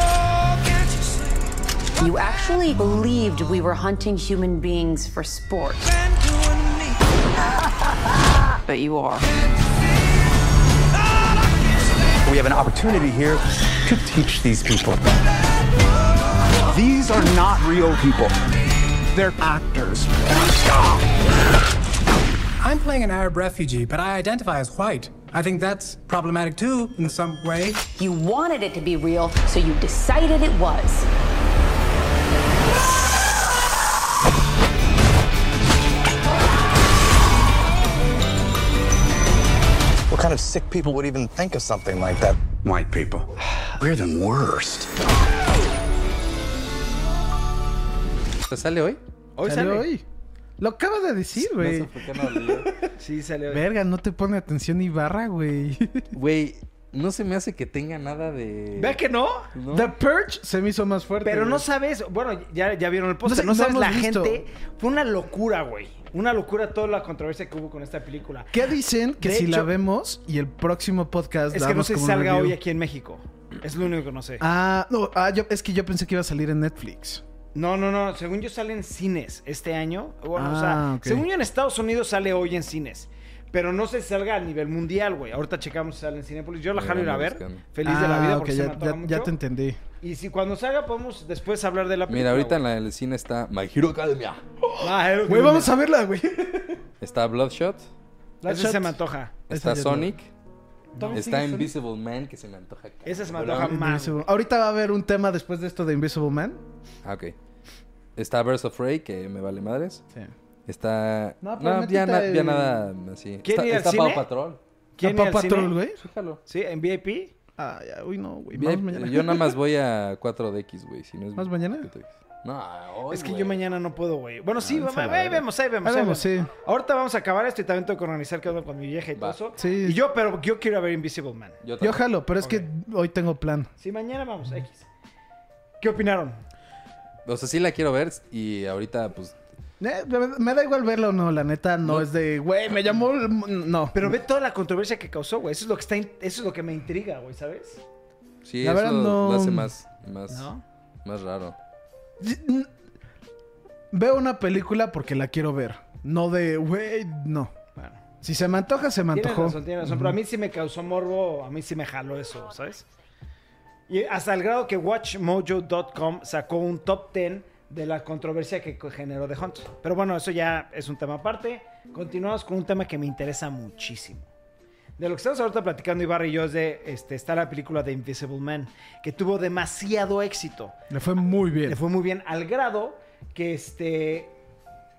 You actually believed we were hunting human beings for sport. But you are.
We have an opportunity here to teach these people. These are not real people. They're actors.
I'm playing an Arab refugee, but I identify as white. I think that's problematic too, in some way.
You wanted it to be real, so you decided it was.
What kind of sick people would even think of something like that? White people. We're the worst.
¿Te sale hoy?
Hoy
Salió
sale.
hoy. Lo acabas de decir,
No
güey.
sé por qué no leí. Sí, sale hoy.
Verga, no te pone atención Ibarra, güey.
Güey, no se me hace que tenga nada de.
Vea que no.
The Purge se me hizo más fuerte.
Pero no
güey.
sabes, bueno, ya, ya vieron el
No sé,
póster, no,
no
sabes
hemos
la
visto.
gente. Fue una locura, güey. Una locura toda la controversia que hubo con esta película.
¿Qué dicen que
De
si la
hecho-
vemos y el próximo podcast
Es que no
damos
sé si
como un
salga
review?
hoy aquí en México. Es lo único que no sé.
Ah, no, ah, yo- es que yo pensé que iba a salir en Netflix.
No, no, no. Según yo sale en cines este año. Bueno, o sea,
Ah, ok.
según yo en Estados Unidos sale hoy en cines. Pero no sé si salga a nivel mundial, güey. Ahorita checamos si sale en Cinépolis. Yo la
Ahí
jalo ir a
ando
ver.
buscando.
Feliz de la vida
Ah,
porque
ok,
se
ya-
me antoja
ya-
mucho.
ya te entendí.
Y si cuando salga podemos después hablar de la película. Ah,
Mira, ahorita en la del cine está My Hero Academia.
Güey, vamos a verla, güey.
Está Bloodshot.
Esa se me antoja.
Está
Esa ya no.
Sonic.
Tom,
Está
sigue
Invisible Man, que se me antoja. cabrón.
Esa se me antoja
Pero-
más.
Invisible- Ahorita va a haber un tema después de esto de Invisible Man.
Ah, ok. Está Verse of Prey, que me vale madres.
Sí.
Está.
No,
No,
pero
ya,
métete
na-
el-
ya nada así.
¿Quién
está
ir al
está
cine?
Paw Patrol.
¿Quién
¿A
ir
Paw
al cine?
Patrol, güey?
Sí, en VIP.
Ah, ya, uy, no, güey.
Vi-
Vamos mañana.
Yo nada más voy a 4DX, güey. Si no es...
¿Más mañana?
No, hoy,
Es que
güey.
yo mañana no puedo, güey. Bueno, sí,
Ah,
vamos,
a la
ahí
verga.
vemos, ahí vemos.
Ahí vemos, sí.
Ahorita vamos a acabar esto y también tengo que organizar qué onda con mi vieja y todo eso. Y yo, pero yo quiero ir a ver Invisible Man.
Yo,
Yo jalo, pero es que hoy tengo plan.
Sí, mañana vamos, X. ¿Qué opinaron?
O sea, sí la quiero ver y ahorita, pues.
Eh, me- me da igual verla o no, la neta no, es de, güey, me llamó. el m- No.
Pero ve toda la controversia que causó, güey. Eso es lo que está, in- eso es lo que me intriga, güey, ¿sabes?
Sí,
La
eso
verdad, no.
lo hace más. Más,
¿No?
más raro.
Veo una película porque la quiero ver. No de, güey, no. Si se me antoja, se me
Tienes
antojó.
razón, tienes razón. Pero a mí sí me causó morbo, a mí sí me jaló eso, ¿sabes? Y hasta el grado que WatchMojo.com sacó un top 10 de la controversia que co- generó The Hunt. Pero bueno, eso ya es un tema aparte. Continuamos con un tema que me interesa muchísimo. De lo que estamos ahorita platicando Ibarra y yo es de, este, está la película de Invisible Man, que tuvo demasiado éxito.
Le fue muy bien.
Le fue muy bien al grado que este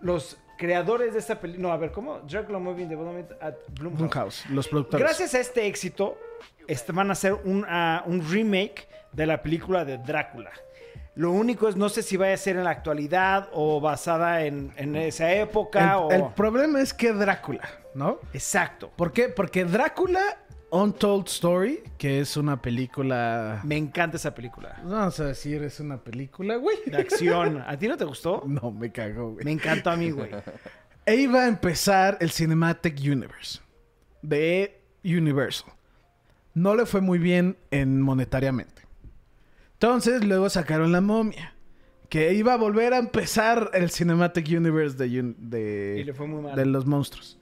los creadores de esta película, no, a ver, ¿cómo? Dracula Movie in Development at Blumhouse.
Blumhouse, los productores.
Gracias a este éxito, este, van a hacer un, ah, un remake de la película de Drácula. Lo único es, no sé si vaya a ser en la actualidad o basada en, en esa época o...
El, el problema es que Drácula, ¿no?
Exacto.
¿Por qué? Porque Drácula Untold Story, que es una película.
Me encanta esa película.
Vamos a decir, es una película, güey.
De acción. ¿A ti no te gustó?
No, me cagó, güey.
Me encantó a mí, güey.
E iba a empezar el Cinematic Universe de Universal. No le fue muy bien en monetariamente. Entonces luego sacaron la momia. Que iba a volver a empezar el Cinematic Universe de, un- de-
Y le fue muy mal.
de los monstruos.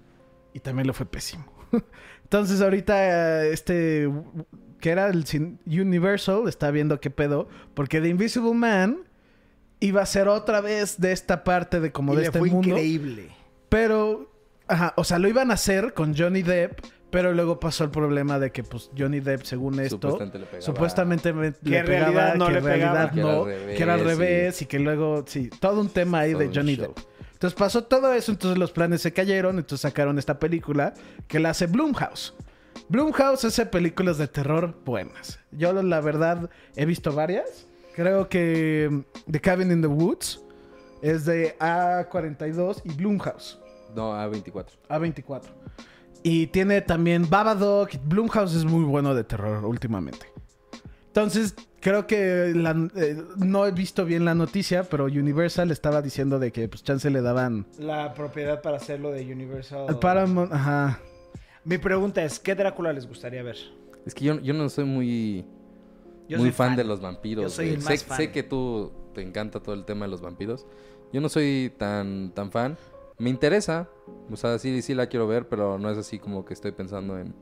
Y también le fue pésimo. Entonces ahorita eh, este que era el cin- Universal está viendo qué pedo. Porque The Invisible Man iba a ser otra vez de esta parte de como
Y
de
le
este
fue
mundo.
increíble.
Pero, ajá, o sea, lo iban a hacer con Johnny Depp, pero luego pasó el problema de que, pues, Johnny Depp, según esto,
Supuestamente le pegaba.
supuestamente me-
Que
le
en
pegaba,
realidad no
que
le
en realidad
pegaba.
no,
Que era al
que era al
revés,
revés y que luego, sí, todo un tema ahí
Todo
de
un
Johnny
show.
Depp. Entonces pasó todo eso, entonces los planes se cayeron, entonces sacaron esta película que la hace Blumhouse. Blumhouse hace películas de terror buenas. Yo la verdad he visto varias. Creo que mm, The Cabin in the Woods es de A42 y Blumhouse.
No, A24.
A24. Y tiene también Babadook. Blumhouse es muy bueno de terror últimamente. Entonces, creo que la- eh, no he visto bien la noticia, pero Universal estaba diciendo de que pues chance le daban
La propiedad para hacerlo de Universal...
al Paramount, ajá.
Mi pregunta es, ¿qué Drácula les gustaría ver?
Es que yo, yo no soy muy.
Yo
muy
soy
fan,
fan.
de los vampiros.
Yo soy
güey.
el
sé,
más fan.
sé que tú te encanta todo el tema de los vampiros. Yo no soy tan, tan fan. Me interesa. O sea, sí, sí la quiero ver, pero no es así como que estoy pensando en,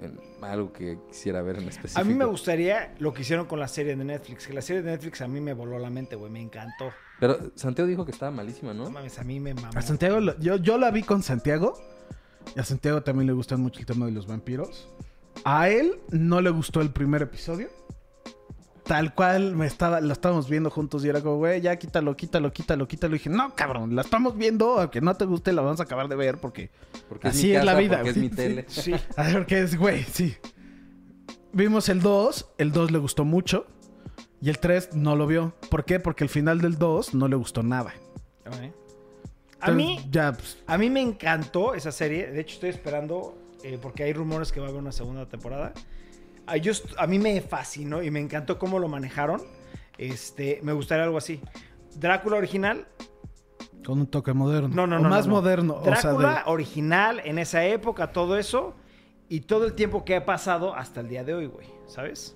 en algo que quisiera ver en específico.
A mí me gustaría lo que hicieron con la serie de Netflix. Que la serie de Netflix a mí me voló la mente, güey. Me encantó.
Pero Santiago dijo que estaba malísima, ¿no?
No mames, a mí me mamó.
A Santiago, lo- yo, yo la vi con Santiago. Y a Santiago también le gustan mucho el tema de los vampiros. A él no le gustó el primer episodio. Tal cual me estaba, lo estábamos viendo juntos y era como, güey, ya quítalo, quítalo, quítalo, quítalo. Y dije, no, cabrón, la estamos viendo, aunque no te guste, la vamos a acabar de ver porque,
Porque es
así
mi
es, la
casa,
vida.
porque es
güey.
mi tele.
Sí. A ver, porque es, güey, sí. Vimos el 2, el 2 le gustó mucho y el 3 no lo vio. ¿Por qué? Porque el final del 2 no le gustó nada.
Ok. A mí,
Ya, pues,
a mí me encantó esa serie. De hecho, estoy esperando eh, porque hay rumores que va a haber una segunda temporada. A, yo est- a mí me fascinó y me encantó cómo lo manejaron. Este, me gustaría algo así. Drácula original.
Con un toque moderno.
No, no,
O
no. no,
Más
no.
moderno. o sea,
Drácula
de-
original en esa época, todo eso. Y todo el tiempo que ha pasado hasta el día de hoy, güey. ¿Sabes?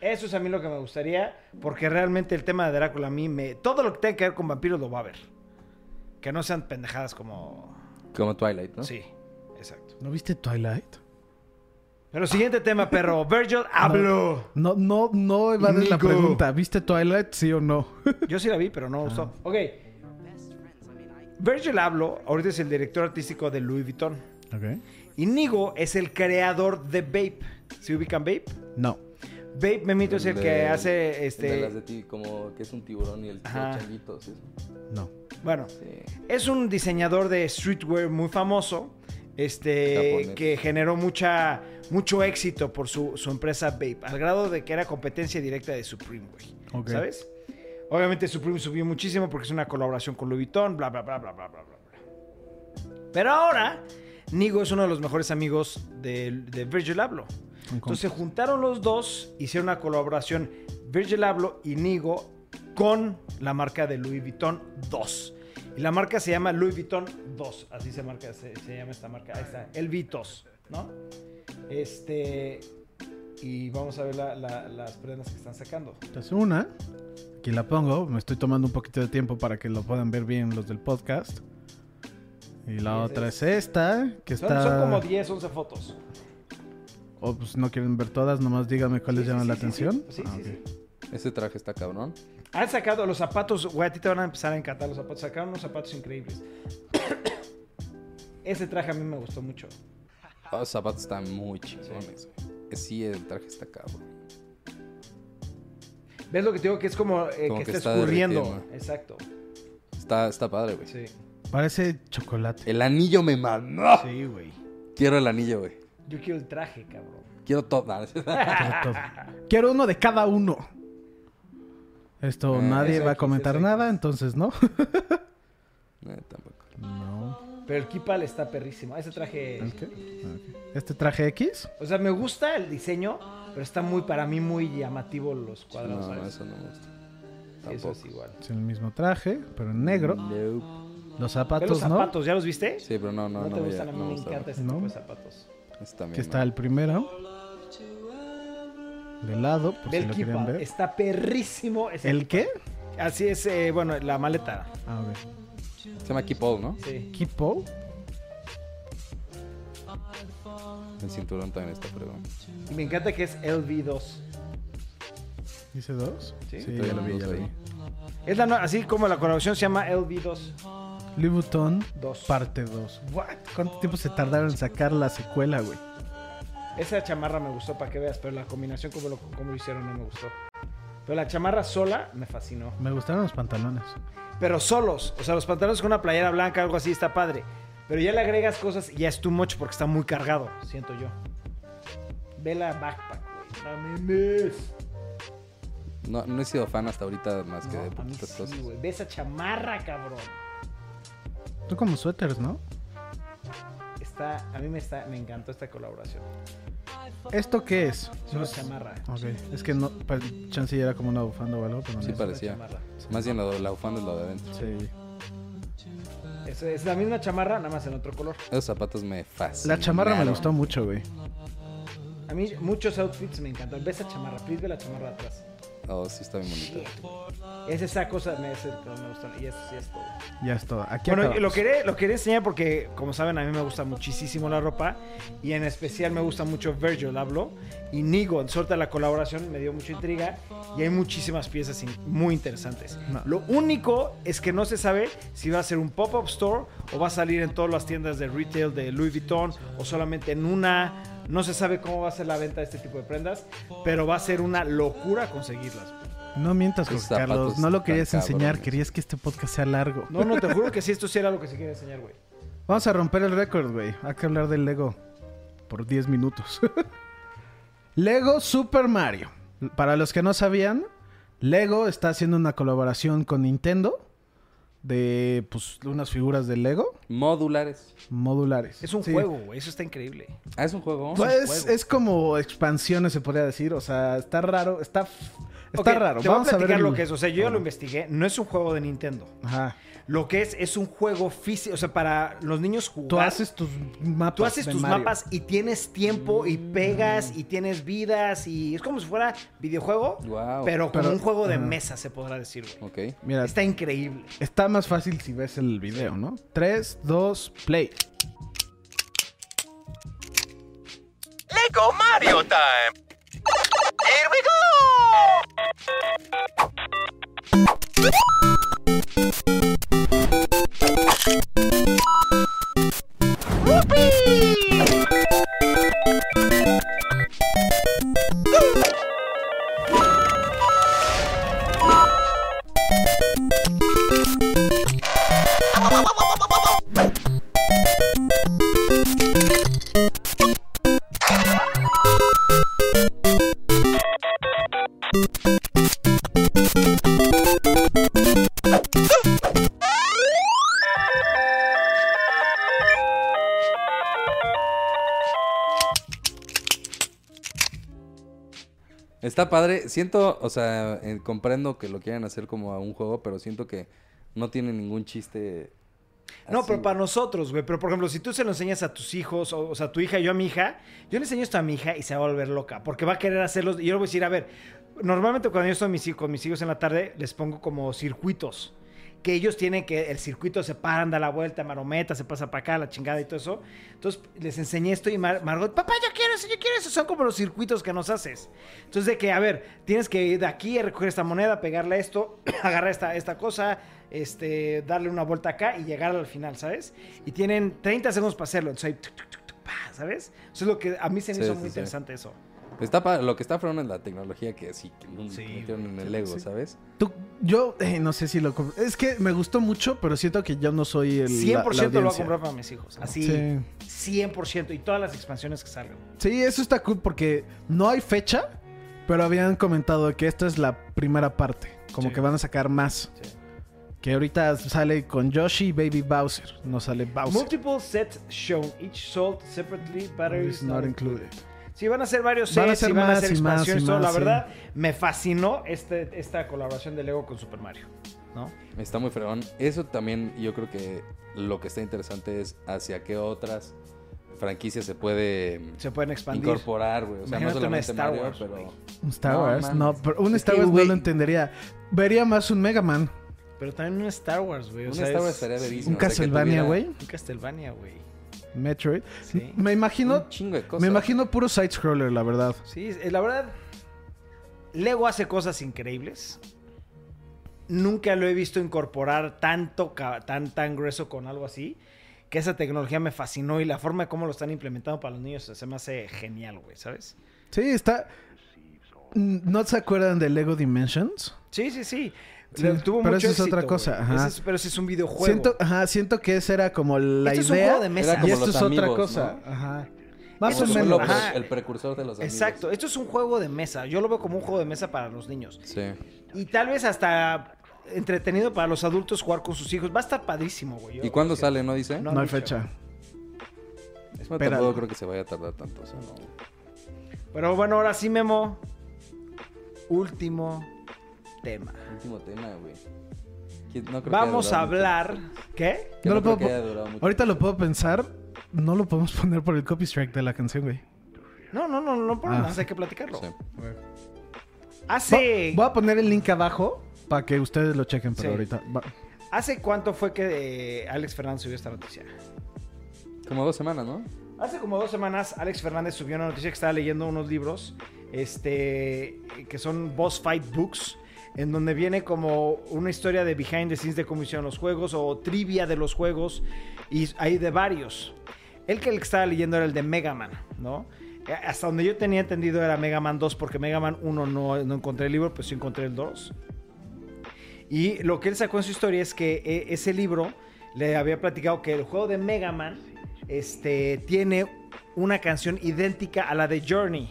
Eso es a mí lo que me gustaría, porque realmente el tema de Drácula a mí me... Todo lo que tenga que ver con vampiros lo va a ver. Que no sean pendejadas como...
Como Twilight, ¿no?
Sí, exacto.
¿No viste Twilight?
Pero siguiente tema, perro. Virgil habló.
No, no, no evades la
Nico.
pregunta. ¿Viste Twilight, sí o no?
Yo sí la vi, pero no
Ah.
me gustó. Ok. Virgil habló, ahorita es el director artístico de Louis Vuitton.
Ok.
Y Nigo es el creador de Vape. ¿Se ubican Vape?
No.
Vape, Memito, es el que
de-
hace...
el de
este
las de ti, como que es un tiburón y el
Ajá.
changuito. sí, sí.
No.
Bueno, es un diseñador de streetwear muy famoso, este,
Japonés.
que generó mucha, mucho éxito por su, su empresa Vape, al grado de que era competencia directa de Supreme, güey.
Ok.
¿Sabes? Obviamente Supreme subió muchísimo porque es una colaboración con Louis Vuitton, bla, bla, bla, bla, bla, bla, bla. bla. Pero ahora, Nigo es uno de los mejores amigos de, de Virgil Abloh. Entonces se juntaron los dos, hicieron una colaboración Virgil Abloh y Nigo con la marca de Louis Vuitton 2. Y la marca se llama Louis Vuitton 2, así se marca, se, se llama esta marca. Ahí está, el Vitos, ¿no? Este. Y vamos a ver la- la- las prendas que están sacando.
Entonces, una. Aquí la pongo. Me estoy tomando un poquito de tiempo para que lo puedan ver bien los del podcast. Y la
Esa
otra
es.
es esta, que
Son,
está...
son como 10, 11 fotos.
O pues no quieren ver todas, nomás díganme cuáles llaman la atención.
Sí,
Ah,
sí, sí.
Ese traje está cabrón.
Han sacado los zapatos, güey, a ti te van a empezar a encantar los zapatos. Sacaron unos zapatos increíbles. Ese traje a mí me gustó mucho.
Ah, Los zapatos están muy chingones, güey. Sí, el traje está cabrón.
¿Ves lo que te digo? Que es como, eh,
Como
que,
que
está,
está
escurriendo.
derritiendo.
Exacto.
Está, está padre, güey.
Sí.
Parece chocolate.
El anillo me mandó.
Sí, güey.
Quiero el anillo, güey.
Yo quiero el traje, cabrón.
Quiero todo. Nah,
todo. Quiero uno de cada uno. Esto
Eh,
nadie
ese
va a
X,
comentar
ese
nada, entonces, ¿no?
No, tampoco.
no.
Pero el Kipal está perrísimo. Ese traje.
¿El qué? ¿Este traje X?
O sea, me gusta el diseño, pero está muy, para mí, muy llamativo los cuadrados.
No,
¿sabes?
eso no me gusta.
Sí, Eso es
Tampoco.
igual.
Es el mismo traje, pero en negro. Los
¿Ves
zapatos,
los
¿no?
zapatos? ¿Ya los viste?
Sí, pero no, no,
No,
no.
te
me-
gustan, a mí
no
me
gusta.
encanta ese tipo de zapatos.
Ese también.
Que está el primero. De lado, por
Ve
si
el
lo quieren
Kipal.
ver.
Está perrísimo. ese
¿El
Kipal.
qué?
Así es, eh, bueno, la maleta.
A ver.
Se llama Keep All, ¿no?
Sí.
¿Kipo?
El cinturón también está fregón.
Y me encanta que es LV2.
¿Dice dos?
Sí.
ya lo vi, ya
Dos
lo vi.
ahí.
Es la, nue- así como la colaboración se llama LV2.
Louis Vuitton,
Dos.
parte 2. ¿Cuánto tiempo se tardaron en sacar la secuela, güey?
Esa chamarra me gustó para que veas, pero la combinación como lo, como lo hicieron no me gustó. Pero la chamarra sola me fascinó.
Me gustaron los pantalones.
Pero solos, o sea, los pantalones con una playera blanca, algo así, está padre. Pero ya le agregas cosas y ya es too much porque está muy cargado, siento yo. Ve la backpack, güey. No mames.
No, no he sido fan hasta ahorita más que
No,
de
a mí
poquitas cosas.
sí, güey. Ve esa chamarra, cabrón.
Tú como suéteres, ¿no?
Está, a mí me, está, me encantó esta colaboración.
¿Esto qué es?
Es una chamarra.
Ok, es que no, pa- chance ya era como una bufanda o algo, pero no
Sí
es.
parecía.
chamarra.
Más bien la, la bufanda es lo de adentro.
Sí.
Es, es la misma chamarra, nada más en otro color.
Esos zapatos me fascinan.
La chamarra me gustó mucho, güey.
A mí muchos outfits me encantan. Ve esa chamarra, please ve la chamarra de atrás.
Oh, sí, está bien bonita.
Es esa cosa, me, es el que me gusta. Y es, y es todo.
Ya es todo. Aquí
bueno,
acabamos.
lo quería, lo quería enseñar porque, como saben, a mí me gusta muchísimo la ropa. Y en especial me gusta mucho Virgil, hablo. Y Nigo, en suerte la colaboración, me dio mucha intriga. Y hay muchísimas piezas in- muy interesantes. Lo único es que no se sabe si va a ser un pop-up store o va a salir en todas las tiendas de retail de Louis Vuitton o solamente en una. No se sabe cómo va a ser la venta de este tipo de prendas, pero va a ser una locura conseguirlas.
No mientas, José
Esos zapatos
Carlos. No lo
están
querías enseñar.
cabrones.
Querías que este podcast sea largo.
No, no, te juro que si esto sí era lo que se quiere enseñar, güey.
Vamos a romper el récord, güey. Hay que hablar del Lego por 10 minutos. Lego Super Mario. Para los que no sabían, Lego está haciendo una colaboración con Nintendo de pues, unas figuras de Lego
Modulares.
modulares.
Es un
Sí.
juego, güey. Eso está increíble.
Ah, es un juego.
Pues, es, es como expansiones, se podría decir. O sea, está raro. Está, f- está
Ok,
raro.
Te
Vamos
voy a
ver
platicar
el-
lo que es. O sea, yo ya lo investigué. No es un juego de Nintendo.
Ajá.
Lo que es es un juego físico. O sea, para los niños jugar.
Tú haces tus mapas.
Tú haces
de
tus
Mario. Mm.
mapas y tienes tiempo y pegas y tienes vidas y es como si fuera videojuego,
Wow.
pero como
Pero-
un juego de
ajá.
mesa se podrá decir, güey.
Ok.
Mira,
Está increíble.
Está más fácil si ves el video, ¿no? 3, 2, play.
Lego Mario time! Here we go!
Está padre. Siento, o sea, eh, comprendo que lo quieran hacer como a un juego, pero siento que no tiene ningún chiste.
No, pero para nosotros, güey. Pero por ejemplo, si tú se lo enseñas a tus hijos, o, o sea, a tu hija, yo a mi hija, yo le enseño esto a mi hija y se va a volver loca, porque va a querer hacerlos. Y yo le voy a decir, a ver, normalmente cuando yo estoy con mis, hij- con mis hijos en la tarde, les pongo como circuitos. Que ellos tienen que el circuito se paran, da la vuelta, marometa, se pasa para acá, la chingada y todo eso. Entonces les enseñé esto y Mar- Margot, papá, yo quiero eso, yo quiero eso. Son como los circuitos que nos haces. Entonces, de que, a ver, tienes que ir de aquí a recoger esta moneda, pegarle a esto, agarrar esta, esta cosa, este, darle una vuelta acá y llegar al final, ¿sabes? Y tienen 30 segundos para hacerlo. Entonces, ahí, tuc, tuc, tuc, tuc, pa, ¿sabes? Eso es lo que a mí se me
Sí,
hizo
sí,
muy
sí.
interesante eso.
Está pa- Lo que está fregón es la tecnología que sí que no metieron en el
sí,
Lego,
sí.
¿sabes?
Tú, yo eh, no sé si lo comp- Es que me gustó mucho, pero siento que yo no soy el. la-
100% lo
la
voy a
audiencia.
comprar para mis hijos. Así,
Sí.
100%. Y todas las expansiones que salgan.
Sí, eso está cool porque no hay fecha, pero habían comentado que esta es la primera parte. Como que van a sacar más. Que ahorita sale con Yoshi y Baby Bowser. No sale Bowser.
Multiple sets shown, each sold separately, batteries
Is not included.
Sí, van a ser varios
Van a
sets
ser
y van
más
a ser
y más y
expansiones. todo.
más,
la
sí.
verdad, me fascinó este, esta colaboración de Lego con Super Mario. ¿No?
Está muy fregón. Eso también yo creo que lo que está interesante es hacia qué otras franquicias se puede mm,
Se pueden expandir.
incorporar, güey. O sea,
Imagínate
no
una
solamente
Star
Mario,
Wars,
pero.
Un Star
No,
Wars.
mames.
No, pero un Star
que,
Wars no
güey,
lo entendería. Vería más un Mega Man.
Pero también un Star Wars, güey. o
Un
sea,
Star
es-
Wars estaría
sí.
verguísima,
Un Castlevania, güey.
Un Castlevania, güey.
Metroid. Me imagino.
chingo de cosas.
Me imagino puro side-scroller, la verdad.
Sí, eh, la verdad, Lego hace cosas increíbles. Nunca lo he visto incorporar tanto, ca- tan, tan grueso con algo así. Que esa tecnología me fascinó y la forma de cómo lo están implementando para los niños se me hace genial, güey, ¿sabes?
Sí, está. mm, ¿No se acuerdan de Lego Dimensions?
Sí, sí, sí.
Sí,
Le- tuvo
pero
mucho
eso es otra
éxito,
cosa,
güey.
ajá.
Ese es- pero ese es un videojuego.
Siento, ajá, siento que esa era como la
Esto Este es un
idea.
juego de mesa. Era como
Y esto
los
es otra
amigos,
cosa.
¿no?
Ajá. Más
Eso
o
es
menos.
un
Lo-
Ajá.
El precursor de los amigos.
Exacto, esto es un juego de mesa. Yo lo veo como un juego de mesa para los niños.
Sí.
Y tal vez hasta entretenido para los adultos jugar con sus hijos. Va a estar padrísimo, güey. Yo-
¿Y cuándo sale? ¿No dice?
No
No hay fecha.
No
Espéralo.
tampoco creo que se vaya a tardar tanto. o sea, no.
Pero bueno, ahora sí, Memo. Último tema.
Último tema, güey. Que no creo que
Vamos a
haya durado
hablar. ¿Qué?
Que
No
no
lo
creo
puedo
que haya
po-
durado mucho.
Ahorita lo puedo pensar. No lo podemos poner por el copy strike de la canción, güey.
No, no, no, no, no,
Ah.
hay que platicarlo.
Sí.
Hace.
Voy a poner el link abajo Para que ustedes lo chequen, pero
Sí.
ahorita. va-
¿Hace cuánto fue que eh, Alex Fernández subió esta noticia?
Como dos semanas, ¿no?
Hace como dos semanas, Alex Fernández subió una noticia que estaba leyendo unos libros, este, que son Boss Fight Books, en donde viene como una historia de behind the scenes de cómo hicieron los juegos o trivia de los juegos, y hay de varios. El que el que estaba leyendo era el de Mega Man, ¿no? Eh, Hasta donde yo tenía entendido era Mega Man 2, porque Mega Man 1 no, no encontré el libro, pues sí encontré el 2. Y lo que él sacó en su historia es que eh, ese libro le había platicado que el juego de Mega Man este, tiene una canción idéntica a la de Journey.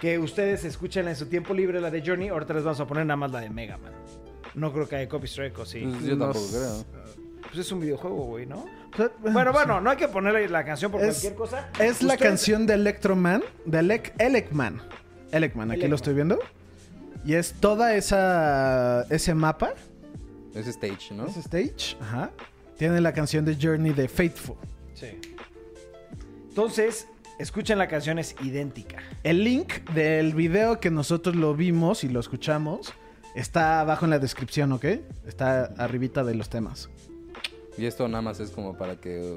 Que ustedes escuchan en su tiempo libre la de Journey, ahorita les vamos a poner nada más la de Mega Man. No creo que haya copy strike o sí.
Pues yo tampoco
Nos-
creo.
Pues es un videojuego, güey, ¿no? Pues, Bueno, bueno, no hay que ponerle la canción por
Es,
cualquier cosa.
es la
Ustedes-
canción de Electro Man, de Elec Elecman. Elecman, aquí
Elecman.
lo estoy viendo. Y es toda esa ese mapa,
Es stage, ¿no?
ese stage, ajá. Tiene la canción de Journey de Faithful.
Sí. Entonces, escuchen la canción, es idéntica.
El link del video que nosotros lo vimos y lo escuchamos está abajo en la descripción, ¿ok? Está arribita de los temas.
Y esto nada más es como para que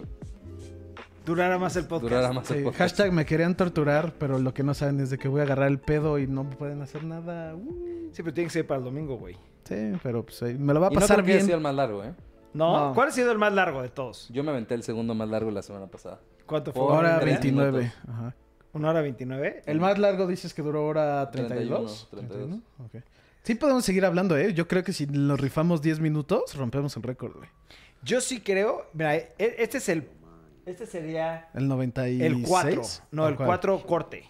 Durará más el podcast.
durara más el
Sí,
podcast.
hashtag me querían torturar, pero lo que no saben es de que voy a agarrar el pedo y no pueden hacer nada. Uh,
Sí, pero tiene que ser para el domingo, güey.
sí, pero pues ahí me lo va a
Y no
pasar
creo que haya
bien.
sido el más largo, ¿eh?
¿No?
No.
¿Cuál ha sido el más largo de todos?
Yo me aventé el segundo más largo la semana pasada.
¿Cuánto fue?
Por
Hora
tres
29.
minutos.
Ajá.
¿Una hora 29?
El más largo dices que duró hora 32.
31.
31. Ok. Sí podemos seguir hablando, ¿eh? Yo creo que si nos rifamos 10 minutos, rompemos el récord, güey.
Yo sí creo. Mira, e- este es el. Este sería.
El 96.
El 4. No, el 4 corte.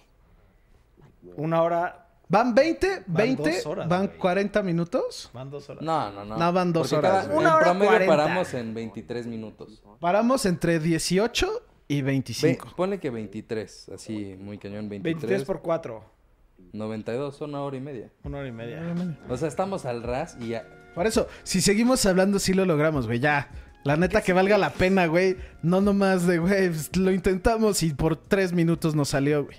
Una hora.
Van 20,
Van
20, van,
dos horas,
40 minutos.
Van dos horas.
No, no, no.
No, van dos
Porque
horas,
cada-
güey.
en
Una hora
promedio
cuarenta.
paramos en 23 minutos.
Paramos entre 18 y
Ve-
25.
ponle que 23, así muy cañón, 23.
23 por 4.
92, son una hora y media.
Una hora y media.
O sea, estamos al ras y ya.
Por eso, si seguimos hablando, sí lo logramos, güey. Ya. La neta que valga la pena, güey. No nomás de, güey, pues, lo intentamos y por 3 minutos nos salió, güey.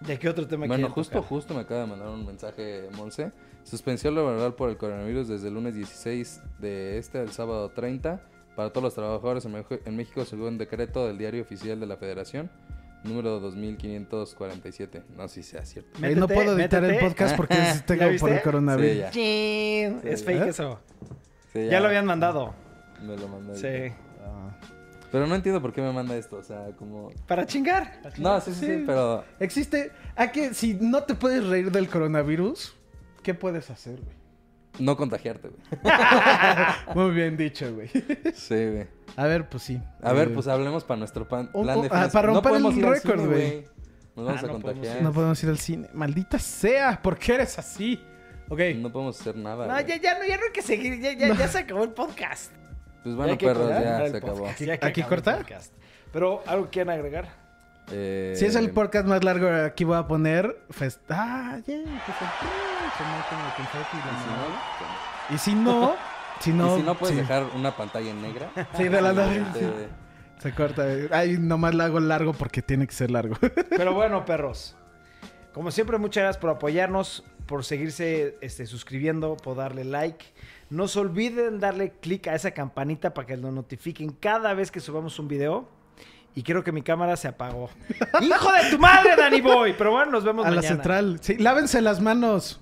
¿De qué otro tema
Bueno,
quieren
justo,
tocar?
justo me acaba de mandar un mensaje Monse. Suspensión laboral por el coronavirus desde el lunes 16 de este al sábado 30. Para todos los trabajadores en, Mejo- en México, según decreto del Diario Oficial de la Federación, número 2547. No sé si sea cierto.
Güey, no
Métete,
puedo editar
métete.
el podcast porque
¿Ya
es- tengo por el
viste?
coronavirus.
Sí, ya.
Chin,
Sí,
es
ya.
fake eso.
Sí,
ya. lo habían mandado.
Me lo mandó.
Sí.
Pero no entiendo por qué me manda esto. O sea, como.
Para chingar.
No, sí, sí, sí, pero.
Existe. ¿A que si no te puedes reír del coronavirus, qué puedes hacer, güey?
No contagiarte, güey.
Muy bien dicho, güey.
Sí, güey.
A ver, pues sí.
A ver,
Eh,
pues hablemos para nuestro pan,
Un-
plan de
ah, para
No
romper el
podemos ir al
récord,
cine,
güey.
Nos vamos
Ah,
a
no podemos
contagiar.
No podemos ir al cine. Maldita sea, ¿por qué eres así? Ok.
No podemos hacer nada.
No,
güey.
ya, ya, no, ya no hay que seguir. Ya, ya, ya se acabó el podcast.
Pues bueno,
hay que
perros,
cortar
ya
el
se acabó.
podcast, ya que
¿Aquí
acabó el
corta?
podcast. Pero, ¿algo quieren agregar?
Eh,
Si es el podcast más largo, aquí voy a poner. fest- Ah, yeah, que se- se mete en el confeti y la mamada. Y si no, si no.
y si no puedes
sí,
dejar una pantalla en negra.
Sí, de la nada.
Este, güey.
Se corta. Ay, nomás la hago largo porque tiene que ser largo.
Pero bueno, perros. Como siempre, muchas gracias por apoyarnos, por seguirse este, suscribiendo, por darle like. No se olviden darle click a esa campanita para que lo notifiquen cada vez que subamos un video. Y creo que mi cámara se apagó. ¡Hijo de tu madre, Danny Boy! Pero bueno, nos vemos
a la
mañana.
central. Sí, lávense las manos.